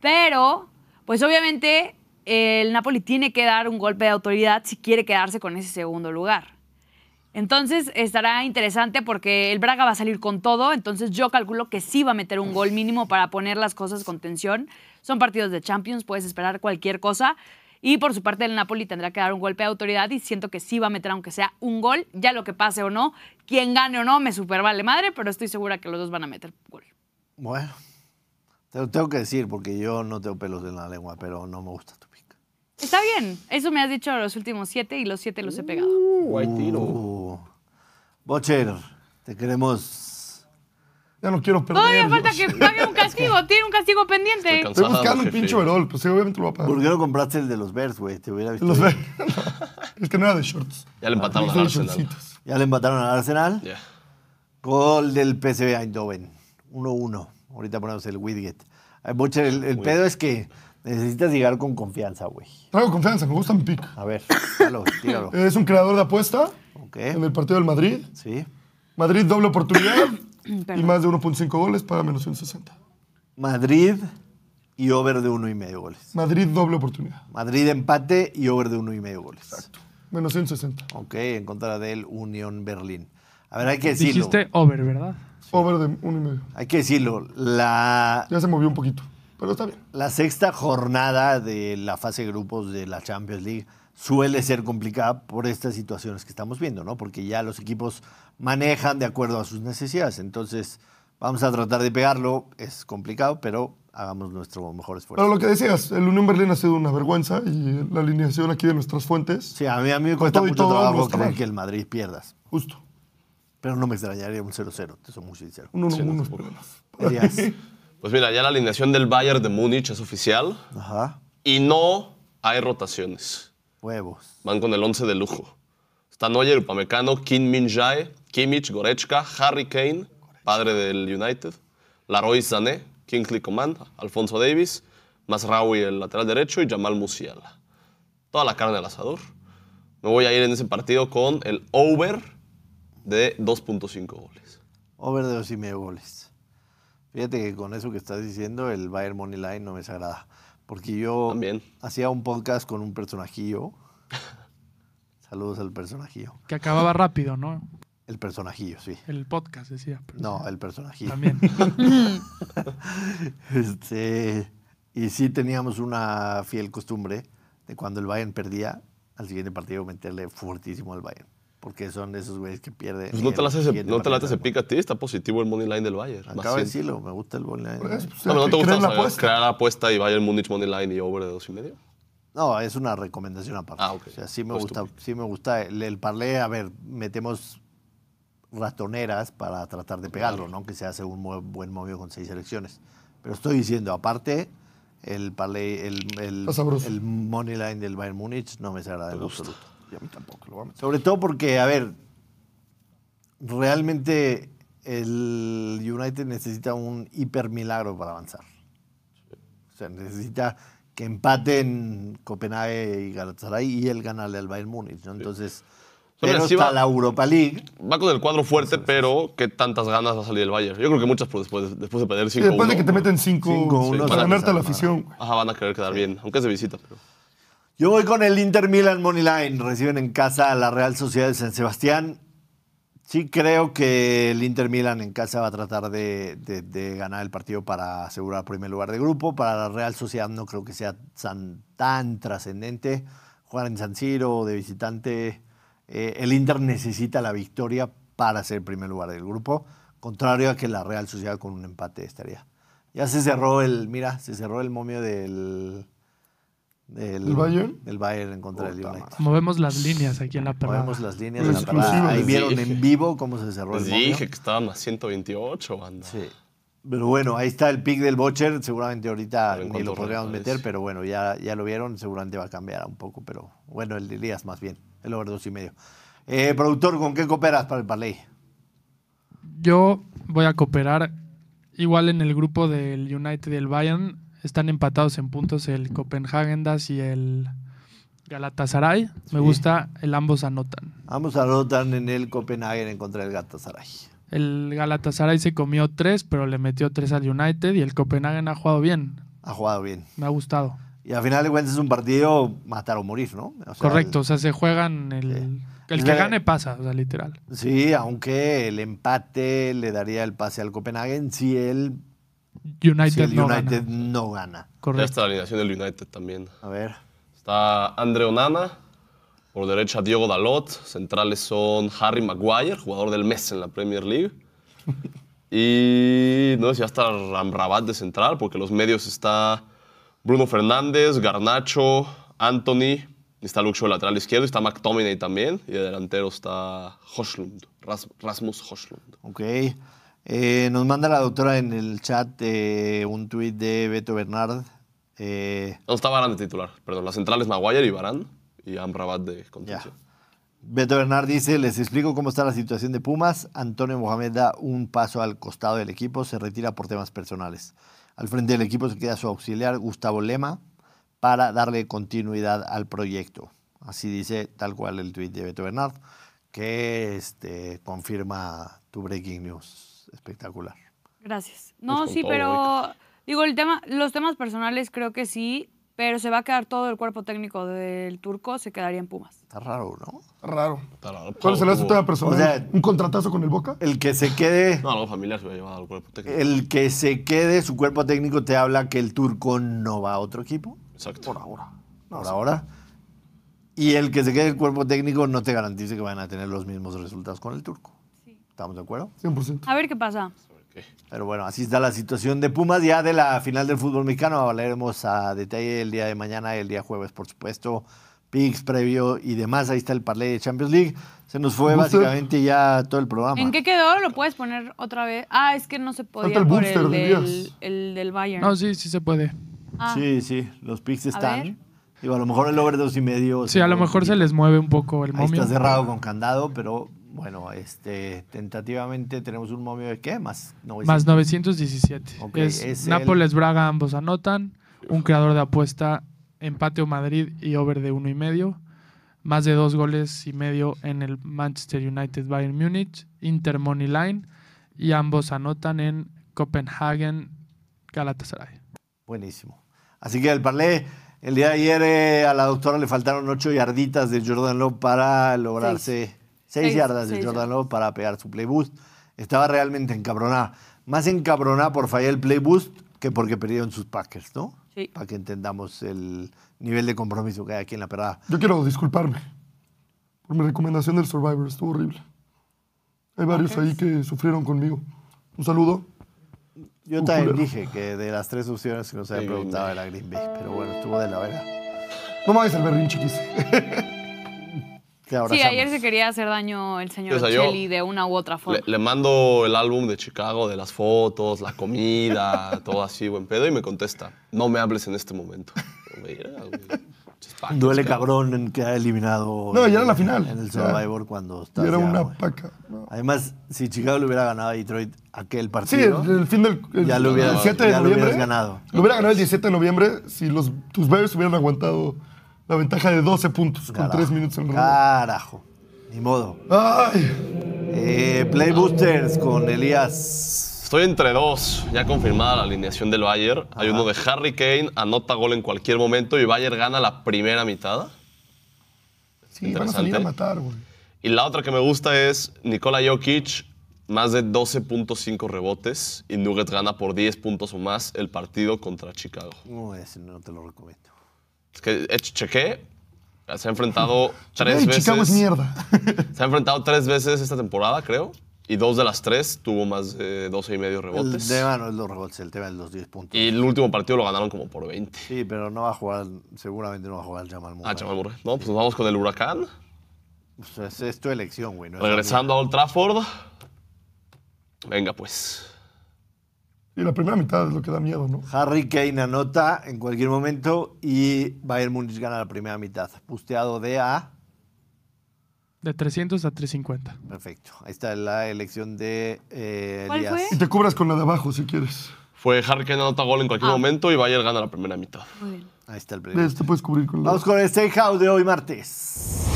Speaker 4: Pero, pues obviamente, el Napoli tiene que dar un golpe de autoridad si quiere quedarse con ese segundo lugar. Entonces estará interesante porque el Braga va a salir con todo, entonces yo calculo que sí va a meter un gol mínimo para poner las cosas con tensión. Son partidos de Champions, puedes esperar cualquier cosa. Y por su parte el Napoli tendrá que dar un golpe de autoridad y siento que sí va a meter aunque sea un gol, ya lo que pase o no, quien gane o no me super vale madre, pero estoy segura que los dos van a meter gol.
Speaker 2: Bueno, te lo tengo que decir porque yo no tengo pelos en la lengua, pero no me gusta tu pica.
Speaker 4: Está bien, eso me has dicho los últimos siete y los siete los he pegado.
Speaker 2: Uh, Bocher, te queremos.
Speaker 5: Ya no quiero perder.
Speaker 4: Todavía falta
Speaker 5: yo
Speaker 4: que
Speaker 5: sé.
Speaker 4: pague un castigo, tiene un castigo pendiente.
Speaker 3: Estoy
Speaker 5: Estoy
Speaker 3: Sada,
Speaker 5: buscando un
Speaker 3: jefe.
Speaker 5: pinche verol, pues sí, obviamente lo voy a pagar.
Speaker 2: ¿Por qué no compraste el de los Bears, güey? Te hubiera visto.
Speaker 5: Los
Speaker 2: bien.
Speaker 5: ve. [LAUGHS] es que no era de shorts.
Speaker 3: Ya le empataron
Speaker 5: Hizo
Speaker 3: al
Speaker 5: de
Speaker 3: Arsenal.
Speaker 5: shortcitos.
Speaker 2: Ya le empataron al Arsenal.
Speaker 3: Ya.
Speaker 2: Gol del PSV Eindhoven. 1-1. Ahorita ponemos el Widget. Eh, Bocher, el, el pedo es que necesitas llegar con confianza, güey.
Speaker 5: Traigo confianza, me gusta mi pick.
Speaker 2: A ver, tíralo, tíralo.
Speaker 5: Es un creador de apuesta [LAUGHS]
Speaker 2: Ok.
Speaker 5: en el partido del Madrid.
Speaker 2: Sí.
Speaker 5: Madrid doble
Speaker 4: [COUGHS]
Speaker 5: oportunidad y
Speaker 4: Perdón.
Speaker 5: más de 1.5 goles para menos 160.
Speaker 2: Madrid y over de uno y medio goles.
Speaker 5: Madrid doble oportunidad,
Speaker 2: Madrid empate y over de uno y medio goles.
Speaker 5: menos 160.
Speaker 2: Ok, en contra del Unión Berlín. A ver, hay que decirlo.
Speaker 1: Dijiste over, ¿verdad?
Speaker 5: Over de 1,5.
Speaker 2: Hay que decirlo. La,
Speaker 5: Ya se movió un poquito, pero está bien.
Speaker 2: la sexta jornada de la fase de grupos de la Champions League suele ser complicada por estas situaciones que estamos viendo, ¿no? Porque ya los equipos manejan de acuerdo a sus necesidades. Entonces, vamos a tratar de pegarlo. Es complicado, pero hagamos nuestro mejor esfuerzo.
Speaker 5: Pero lo que decías, el Unión Berlín ha sido una vergüenza y la alineación aquí de nuestras fuentes,
Speaker 2: Sí, a mí, a mí me cuesta
Speaker 5: todo y
Speaker 2: mucho
Speaker 5: todo, no
Speaker 2: trabajo
Speaker 5: está
Speaker 2: creer
Speaker 5: mal.
Speaker 2: que el Madrid pierdas.
Speaker 5: justo,
Speaker 2: Pero no me extrañaría un 0-0, te soy muy sincero.
Speaker 5: [LAUGHS] un 1-1.
Speaker 3: Sí, no,
Speaker 5: unos
Speaker 3: tampoco.
Speaker 5: problemas.
Speaker 2: Dirías,
Speaker 3: Pues mira, ya la alineación del Bayern de Múnich es oficial
Speaker 2: Ajá,
Speaker 3: y no hay rotaciones.
Speaker 2: huevos.
Speaker 3: Van con el 11 de lujo. Están Neuer, Upamecano, Kim Min Jae, Kimmich, Goretzka, Harry Kane, padre del United, Laroy Sané, Kingsley Coman, Alfonso Davis, Masraoui el lateral derecho y Jamal Musiala. Toda la carne al asador. Me voy a ir en ese partido con el over de 2.5 goles.
Speaker 2: Over de dos y medio goles. Fíjate que con eso que estás diciendo, el Bayern Money Line no me desagrada. Porque yo
Speaker 3: También.
Speaker 2: hacía un podcast con un personajillo. [LAUGHS] Saludos al personajillo.
Speaker 1: Que acababa rápido, ¿no?
Speaker 2: El personajillo, sí.
Speaker 1: El podcast, decía. pero
Speaker 2: No,
Speaker 1: [LAUGHS] sí,
Speaker 2: el personajillo.
Speaker 1: También.
Speaker 5: [LAUGHS]
Speaker 2: Este, y sí teníamos una fiel costumbre de cuando el Bayern perdía, al siguiente partido meterle fuertísimo al Bayern. Porque son esos güeyes que pierden.
Speaker 3: Pues no te
Speaker 2: el
Speaker 3: la haces,
Speaker 2: siguiente
Speaker 3: no te la haces
Speaker 2: partido.
Speaker 3: de pica a ti, está positivo el money line del Bayern. más
Speaker 2: Acabo de
Speaker 3: 100.
Speaker 2: decirlo, me gusta el Bayern.
Speaker 3: No, pero no te gusta
Speaker 5: la
Speaker 3: o sea,
Speaker 5: apuesta.
Speaker 3: crear apuesta y Bayern Múnich money line y over de dos y medio.
Speaker 2: No, es una recomendación aparte.
Speaker 3: Ah, ok.
Speaker 2: O sea, sí me
Speaker 3: Pues
Speaker 2: gusta,
Speaker 3: tú.
Speaker 2: sí me gusta el, el parlé, a ver, metemos ratoneras para tratar de pegarlo, ¿no? Que se hace un mue- buen movimiento con seis selecciones. Pero estoy diciendo, aparte, el parlé, el, el,
Speaker 5: Está sabroso.
Speaker 2: el money line del Bayern Múnich no me agrada en absoluto.
Speaker 5: Y a mí tampoco, lo voy a meter.
Speaker 2: Sobre todo porque, a ver, realmente el United necesita un hipermilagro para avanzar. O sea, necesita que empaten Copenhague y Galatasaray y él ganarle al Bayern Múnich, ¿no? Entonces,
Speaker 3: Sobre
Speaker 2: pero
Speaker 3: sí
Speaker 2: está
Speaker 3: va-
Speaker 2: la Europa League.
Speaker 3: Va con el cuadro fuerte, pero ¿qué tantas ganas va a salir el Bayern? Yo creo que muchas por después, después de perder 5-1.
Speaker 5: Y después de que te meten 5
Speaker 2: Cinco, uno,
Speaker 5: para
Speaker 2: sí.
Speaker 5: ganarte a la
Speaker 2: Sí.
Speaker 5: afición. güey.
Speaker 3: Ajá, van a querer quedar bien, aunque es de visita. Pero...
Speaker 2: Yo voy con el Inter Milan Money Line. Reciben en casa a la Real Sociedad de San Sebastián. Sí creo que el Inter Milan en casa va a tratar de, de- de ganar el partido para asegurar primer lugar de grupo. Para la Real Sociedad no creo que sea tan, tan trascendente. Jugar en San Siro de visitante. eh, el Inter necesita la victoria para ser primer lugar del grupo. Contrario a que la Real Sociedad con un empate estaría. Ya se cerró el, mira, se cerró el momio del... Del
Speaker 5: ¿Del Bayern?
Speaker 2: Del Bayern en contra del
Speaker 5: Puta
Speaker 2: United.
Speaker 1: Movemos las líneas aquí en la perrada.
Speaker 2: Movemos las líneas de la
Speaker 5: Exclusivo.
Speaker 2: parada. Ahí
Speaker 3: Les
Speaker 2: vieron
Speaker 3: dije.
Speaker 2: en vivo cómo se cerró el
Speaker 3: Les
Speaker 2: momio.
Speaker 3: Pues dije que estaban a 128, banda.
Speaker 2: Sí. Pero bueno, ahí está el pick del Bocher. Seguramente ahorita
Speaker 3: A ver
Speaker 2: ni
Speaker 3: cuánto
Speaker 2: lo podríamos
Speaker 3: reaparece.
Speaker 2: meter, pero bueno, ya, ya lo vieron. Seguramente va a cambiar un poco, pero bueno, el de Elías más bien. El over dos y medio. Eh, productor, ¿con qué cooperas para el parlay?
Speaker 1: Yo voy a cooperar igual en el grupo del United y el Bayern. Están empatados en puntos el Copenhagen Das y el Galatasaray.
Speaker 2: Sí.
Speaker 1: Me gusta el ambos anotan.
Speaker 2: Vamos a anotar en el Copenhagen en contra del Gatasaray.
Speaker 1: El Galatasaray se comió tres, pero le metió tres al United y el Copenhagen ha jugado bien.
Speaker 2: Ha jugado bien.
Speaker 1: Me ha gustado.
Speaker 2: Y al final de cuentas es un partido matar o morir, ¿no? O sea,
Speaker 1: Correcto, o sea, se juegan el...
Speaker 2: Sí.
Speaker 1: El
Speaker 2: Es
Speaker 1: que
Speaker 2: la-
Speaker 1: gane pasa, o sea, literal.
Speaker 2: Sí, aunque el empate le daría el pase al Copenhagen si el
Speaker 1: United
Speaker 2: si el
Speaker 1: no gana.
Speaker 2: United no gana.
Speaker 3: Ya
Speaker 1: Correcto.
Speaker 3: está la alineación del United también.
Speaker 2: A ver.
Speaker 3: Está Andre Onana, por derecha Diego Dalot, centrales son Harry Maguire, jugador del mes en la Premier League. Y no sé si va a estar Ramrabat de central, porque los medios está Bruno Fernández, Garnacho, Anthony, y está Luxo de lateral izquierdo, y está McTominay también, y de delantero está Hoslund, Ras- Rasmus Hoslund.
Speaker 2: Ok. Eh, nos manda la doctora en el chat eh, un tuit de Beto Bernard. Eh,
Speaker 3: No, está Varane de titular, perdón, la central es Maguire y Varane, y Amrabat de
Speaker 2: ya.
Speaker 3: contención.
Speaker 2: Beto Bernard dice, les explico cómo está la situación de Pumas. Antonio Mohamed da un paso al costado del equipo, se retira por temas personales. Al frente del equipo se queda su auxiliar, Gustavo Lema, para darle continuidad al proyecto. Así dice tal cual el tuit de Beto Bernard, que este, confirma tu breaking news. Espectacular.
Speaker 4: Gracias.
Speaker 3: Pues con
Speaker 4: No, sí,
Speaker 3: todo, ¿eh?
Speaker 4: pero digo, el tema, los temas personales creo que sí, pero se va a quedar todo el cuerpo técnico del turco, se quedaría en Pumas.
Speaker 2: Está raro, ¿no?
Speaker 5: Raro.
Speaker 3: Claro,
Speaker 5: ¿Cuál será su
Speaker 3: tuvo-
Speaker 5: tema personal?
Speaker 2: O sea-
Speaker 5: ¿Un contratazo con el Boca?
Speaker 2: El que se quede,
Speaker 3: [LAUGHS] No, algo familiar se había llevado al cuerpo técnico.
Speaker 2: el que se quede, su cuerpo técnico te habla que el turco no va a otro equipo,
Speaker 3: Exacto.
Speaker 5: Por ahora.
Speaker 2: por ahora. Y el que se quede el cuerpo técnico no te garantice que van a tener los mismos resultados con el turco. ¿Estamos de acuerdo?
Speaker 5: 100%.
Speaker 4: A ver qué pasa.
Speaker 3: Ok.
Speaker 2: Pero bueno, así está la situación de Pumas. Ya de la final del fútbol mexicano hablaremos a detalle el día de mañana, el día jueves, por supuesto. Picks previo y demás. Ahí está el parlay de Champions League. Se nos fue
Speaker 5: Gusto.
Speaker 2: básicamente ya todo el programa.
Speaker 4: ¿En qué quedó? ¿Lo puedes poner otra vez? Ah, es que no se podía
Speaker 5: Falta el
Speaker 4: por
Speaker 5: booster
Speaker 4: el,
Speaker 5: de
Speaker 4: del,
Speaker 5: Díaz.
Speaker 4: el del Bayern.
Speaker 1: No, sí, sí se puede.
Speaker 4: Ah,
Speaker 2: Sí, sí, los picks
Speaker 4: ver.
Speaker 2: están. Digo, a lo mejor el over dos y medio.
Speaker 1: Sí, a lo mejor se les mueve un poco el
Speaker 2: Ahí
Speaker 1: momio.
Speaker 2: está cerrado con candado, pero bueno, este, tentativamente tenemos un momio de qué? Más 900.
Speaker 1: Más 917.
Speaker 2: Pues Ok,
Speaker 1: es
Speaker 2: es el-
Speaker 1: Nápoles, Braga, ambos anotan. Un creador de apuesta, empate o Madrid y over de uno y medio. Más de dos goles y medio en el Manchester United Bayern Múnich, Inter Money Line. Y ambos anotan en Copenhagen, Galatasaray.
Speaker 2: Buenísimo. Así que el parlé, el día de ayer eh, a la doctora le faltaron ocho yarditas de Jordan Love para lograrse Seis,
Speaker 4: Seis,
Speaker 2: yardas de
Speaker 4: seis
Speaker 2: Jordan Love para pegar su play boost. Estaba realmente encabronada. Más encabronada por fallar el play boost que porque perdieron sus Packers, ¿no?
Speaker 4: Sí.
Speaker 2: Para que entendamos el nivel de compromiso que hay aquí en la perrada.
Speaker 5: Yo quiero disculparme por mi recomendación del Survivor. Estuvo horrible. Hay varios ahí que sufrieron conmigo. Un saludo.
Speaker 2: Yo
Speaker 5: Un
Speaker 2: también
Speaker 5: culero.
Speaker 2: dije que de las tres opciones que nos había
Speaker 3: Sí, Green
Speaker 2: preguntado
Speaker 3: Bay.
Speaker 2: era Green Bay, pero bueno, estuvo de la verga.
Speaker 5: No me hagas el berrinche, Kiss.
Speaker 2: Te abrazamos.
Speaker 4: Sí, ayer se quería hacer daño el señor
Speaker 3: O sea, yo-
Speaker 4: Ocelli de una u otra forma.
Speaker 3: Le, le mando el álbum de Chicago, de las fotos, la comida, [LAUGHS] todo así, buen pedo, y me contesta, no me hables en este momento. Yo, "Verga, güey, pinches Packers,
Speaker 2: Duele
Speaker 3: cabrón".
Speaker 2: cabrón en que ha eliminado.
Speaker 5: No,
Speaker 2: en-
Speaker 5: ya era la final.
Speaker 2: En el
Speaker 5: Ya.
Speaker 2: Survivor cuando
Speaker 5: Yo
Speaker 2: estás
Speaker 5: era
Speaker 2: ya,
Speaker 5: una
Speaker 2: güey.
Speaker 5: paca. ¿no?
Speaker 2: Además, si Chicago le hubiera ganado a Detroit aquel
Speaker 5: Sí,
Speaker 2: partido,
Speaker 5: el, el fin del el
Speaker 2: Ya lo hubieras-
Speaker 5: 17 de
Speaker 2: ya lo
Speaker 5: noviembre.
Speaker 2: hubieras ganado.
Speaker 5: Lo hubiera ganado el 17 de noviembre si los, tus Bears hubieran aguantado la ventaja de 12 puntos con 3 minutos en
Speaker 2: Ah.
Speaker 5: reloj.
Speaker 2: Carajo. Ni modo.
Speaker 5: ¡Ay!
Speaker 2: Eh, Play Boosters con Elías.
Speaker 3: Estoy entre dos, ya confirmada la alineación del Bayern. Hay uno de Harry Kane, anota gol en cualquier momento y Bayern gana la primera mitad.
Speaker 5: Sí, van a salir a
Speaker 3: Interesante.
Speaker 5: matar, güey.
Speaker 3: Y la otra que me gusta es Nikola Jokic, más de 12.5 rebotes y Nuggets gana por 10 puntos o más el partido contra Chicago.
Speaker 2: No, ese no te lo recomiendo.
Speaker 3: Es que eh, chequé, se ha enfrentado tres
Speaker 5: Ey,
Speaker 3: veces.
Speaker 5: Chicago es mierda. [LAUGHS]
Speaker 3: Se ha enfrentado tres veces esta temporada, creo. Y dos de las tres tuvo más de 12 y medio
Speaker 2: El
Speaker 3: rebotes.
Speaker 2: tema no es los rebotes, el tema es los 10 puntos.
Speaker 3: Y el último partido lo ganaron como por 20.
Speaker 2: Sí, pero no va a jugar, seguramente no va a jugar Jamal Murray.
Speaker 3: Ah, chaval, Murray. No, pues nos vamos con el Huracán.
Speaker 2: Pues es, es tu elección, güey. no es la mía.
Speaker 3: Regresando a Old Trafford. Venga, pues.
Speaker 5: Y la primera mitad es lo que da miedo, ¿no?
Speaker 2: Harry Kane anota en cualquier momento y Bayern Múnich gana la primera mitad. Pusteado de A.
Speaker 1: De 300 a 350.
Speaker 2: Perfecto. Ahí está la elección de eh,
Speaker 4: ¿Cuál
Speaker 2: Elías.
Speaker 5: Y te cubras con la de abajo si quieres.
Speaker 3: Fue Harry Kane anota gol en cualquier
Speaker 4: Ah.
Speaker 3: momento y Bayern gana la primera mitad.
Speaker 4: Muy bien.
Speaker 2: Ahí está el premio.
Speaker 5: Ves, Te puedes cubrir con la
Speaker 2: Vamos con el Steak House de hoy martes.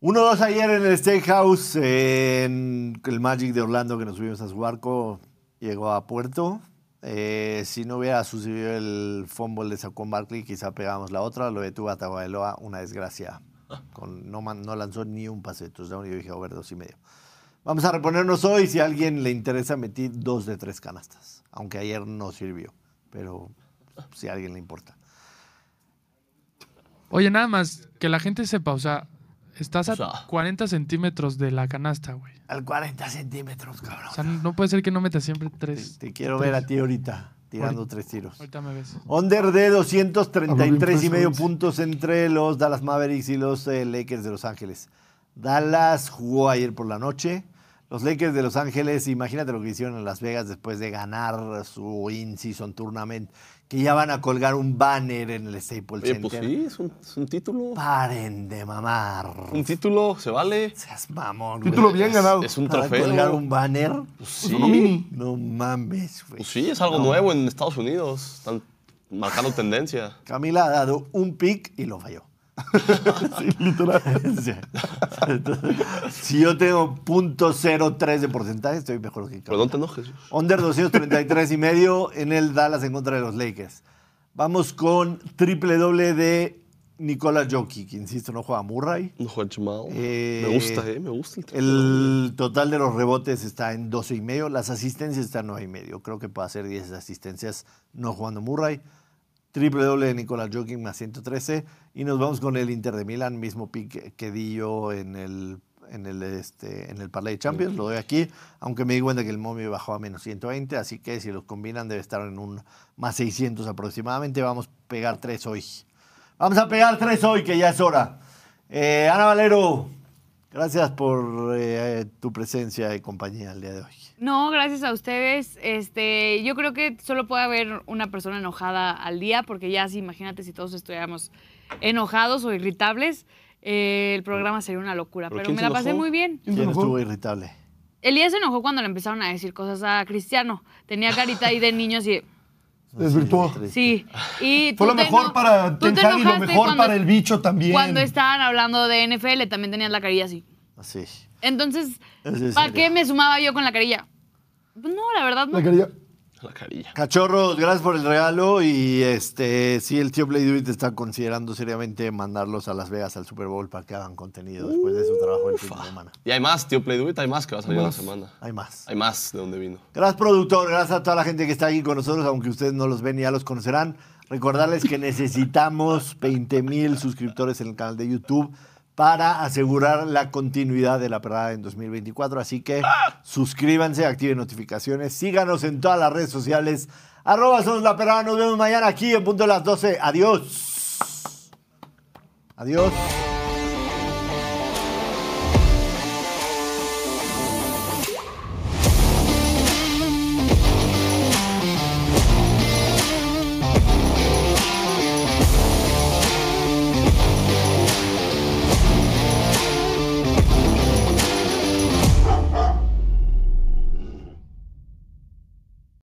Speaker 2: Uno 2 ayer en el Steakhouse eh, en el Magic de Orlando que nos subimos a su barco. Llegó a puerto. Eh, si no hubiera sucedido el fumble de Saquon Barkley, quizá pegábamos la otra. Lo detuvo a Tagovailoa, una desgracia. Con- no, man- no lanzó ni un pase de touchdown. Yo dije over dos y medio. Vamos a reponernos hoy. Si a alguien le interesa, metí dos de tres canastas. Aunque ayer no sirvió. Pero si a alguien le importa.
Speaker 1: Oye, nada más, que la gente sepa, o sea, estás
Speaker 3: O sea.
Speaker 1: a 40 centímetros de la canasta, güey.
Speaker 2: Al 40 centímetros, cabrón.
Speaker 1: O sea, no puede ser que no metas siempre
Speaker 2: Te,
Speaker 1: tres.
Speaker 2: te quiero ver a ti ahorita tirando tres tiros.
Speaker 1: Ahorita me ves.
Speaker 2: Under de
Speaker 5: Hablo bien
Speaker 2: 233 y medio
Speaker 5: preso.
Speaker 2: puntos entre los Dallas Mavericks y los eh, Lakers de Los Ángeles. Dallas jugó ayer por la noche. Los Lakers de Los Ángeles, imagínate lo que hicieron en Las Vegas después de ganar su in-season tournament, que ya van a colgar un banner en el Staples
Speaker 3: Oye,
Speaker 2: Center.
Speaker 3: pues sí, es un, es un título.
Speaker 2: Paren de mamar.
Speaker 3: Un título, se vale.
Speaker 2: Seas mamón, güey.
Speaker 5: Título bien ganado.
Speaker 3: Es un
Speaker 2: Van a colgar un
Speaker 3: trofeo.
Speaker 2: banner?
Speaker 3: Pues sí.
Speaker 2: No mames, güey.
Speaker 3: Pues sí, es algo nuevo en Estados Unidos. Están marcando tendencia.
Speaker 2: Camila ha dado un pick y lo falló.
Speaker 5: [LAUGHS] Sí, literal.
Speaker 2: Sí. Entonces, si yo tengo .03 de porcentaje, estoy mejor que
Speaker 3: Pero no
Speaker 2: Carlos.
Speaker 3: te enojes.
Speaker 2: Under 233 y medio en el Dallas en contra de los Lakers. Vamos con triple doble de Nikola Jokic. Insisto, no juega Murray.
Speaker 3: No juega Jamal.
Speaker 2: Eh,
Speaker 3: me gusta, eh. Me gusta el título.
Speaker 2: El total de los rebotes está en 12 y medio. Las asistencias están en 9 y medio. Creo que puede hacer 10 asistencias no jugando Murray. Triple doble de Nicolás Joking más 113. Y nos vamos con el Inter de Milán, mismo pick que di yo en el, en el, este, en el Parlay Champions. Lo doy aquí, aunque me di cuenta que el Momi bajó a menos 120. Así que si los combinan, debe estar en un más 600 aproximadamente. Vamos a pegar 3 hoy. Vamos a pegar 3 hoy, que ya es hora. Eh, Ana Valero, gracias por eh, tu presencia y compañía el día de hoy.
Speaker 4: No, gracias a ustedes. Este, yo creo que solo puede haber una persona enojada al día, porque ya si imagínate si todos estuviéramos enojados o irritables, eh, el programa sería una locura.
Speaker 3: ¿Pero
Speaker 4: Pero,
Speaker 3: quién
Speaker 4: me
Speaker 3: se
Speaker 4: la pasé
Speaker 3: enojó?
Speaker 4: muy bien.
Speaker 5: ¿Quién te
Speaker 2: ¿Quién
Speaker 5: enojó?
Speaker 2: estuvo irritable?
Speaker 4: Elías se enojó cuando le empezaron a decir cosas a Cristiano. Tenía carita ahí de niño así. de,
Speaker 5: Desvirtuó.
Speaker 4: Sí. Y
Speaker 5: Fue lo
Speaker 4: tú te
Speaker 5: mejor
Speaker 4: eno-
Speaker 5: para
Speaker 4: tú
Speaker 5: Ten
Speaker 4: te
Speaker 5: Hag y lo
Speaker 4: enojaste
Speaker 5: mejor
Speaker 4: cuando-
Speaker 5: para el bicho también.
Speaker 4: Cuando estaban hablando de NFL también tenías la carilla así.
Speaker 2: Así.
Speaker 4: Entonces,
Speaker 2: Es en
Speaker 4: ¿para
Speaker 2: serio.
Speaker 4: qué me sumaba yo con la carilla? Pues No, la verdad no.
Speaker 5: La quería.
Speaker 3: La carilla.
Speaker 2: Cachorros, gracias por el regalo y este sí el tío Play Do It está considerando seriamente mandarlos a Las Vegas al Super Bowl para que hagan contenido después de su trabajo el fin de semana.
Speaker 3: Y hay más, tío Play Do It, hay más que va a salir en la semana.
Speaker 2: Hay más.
Speaker 3: Hay más de donde vino.
Speaker 2: Gracias, productor. Gracias a toda la gente que está aquí con nosotros, aunque ustedes no los ven y ya los conocerán. Recordarles que necesitamos [LAUGHS] 20 mil suscriptores en el canal de YouTube para asegurar la continuidad de la perrada en 2024. Así que suscríbanse, activen notificaciones, síganos en todas las redes sociales. Arroba somos la perrada. Nos vemos mañana aquí en punto de las 12. Adiós. Adiós.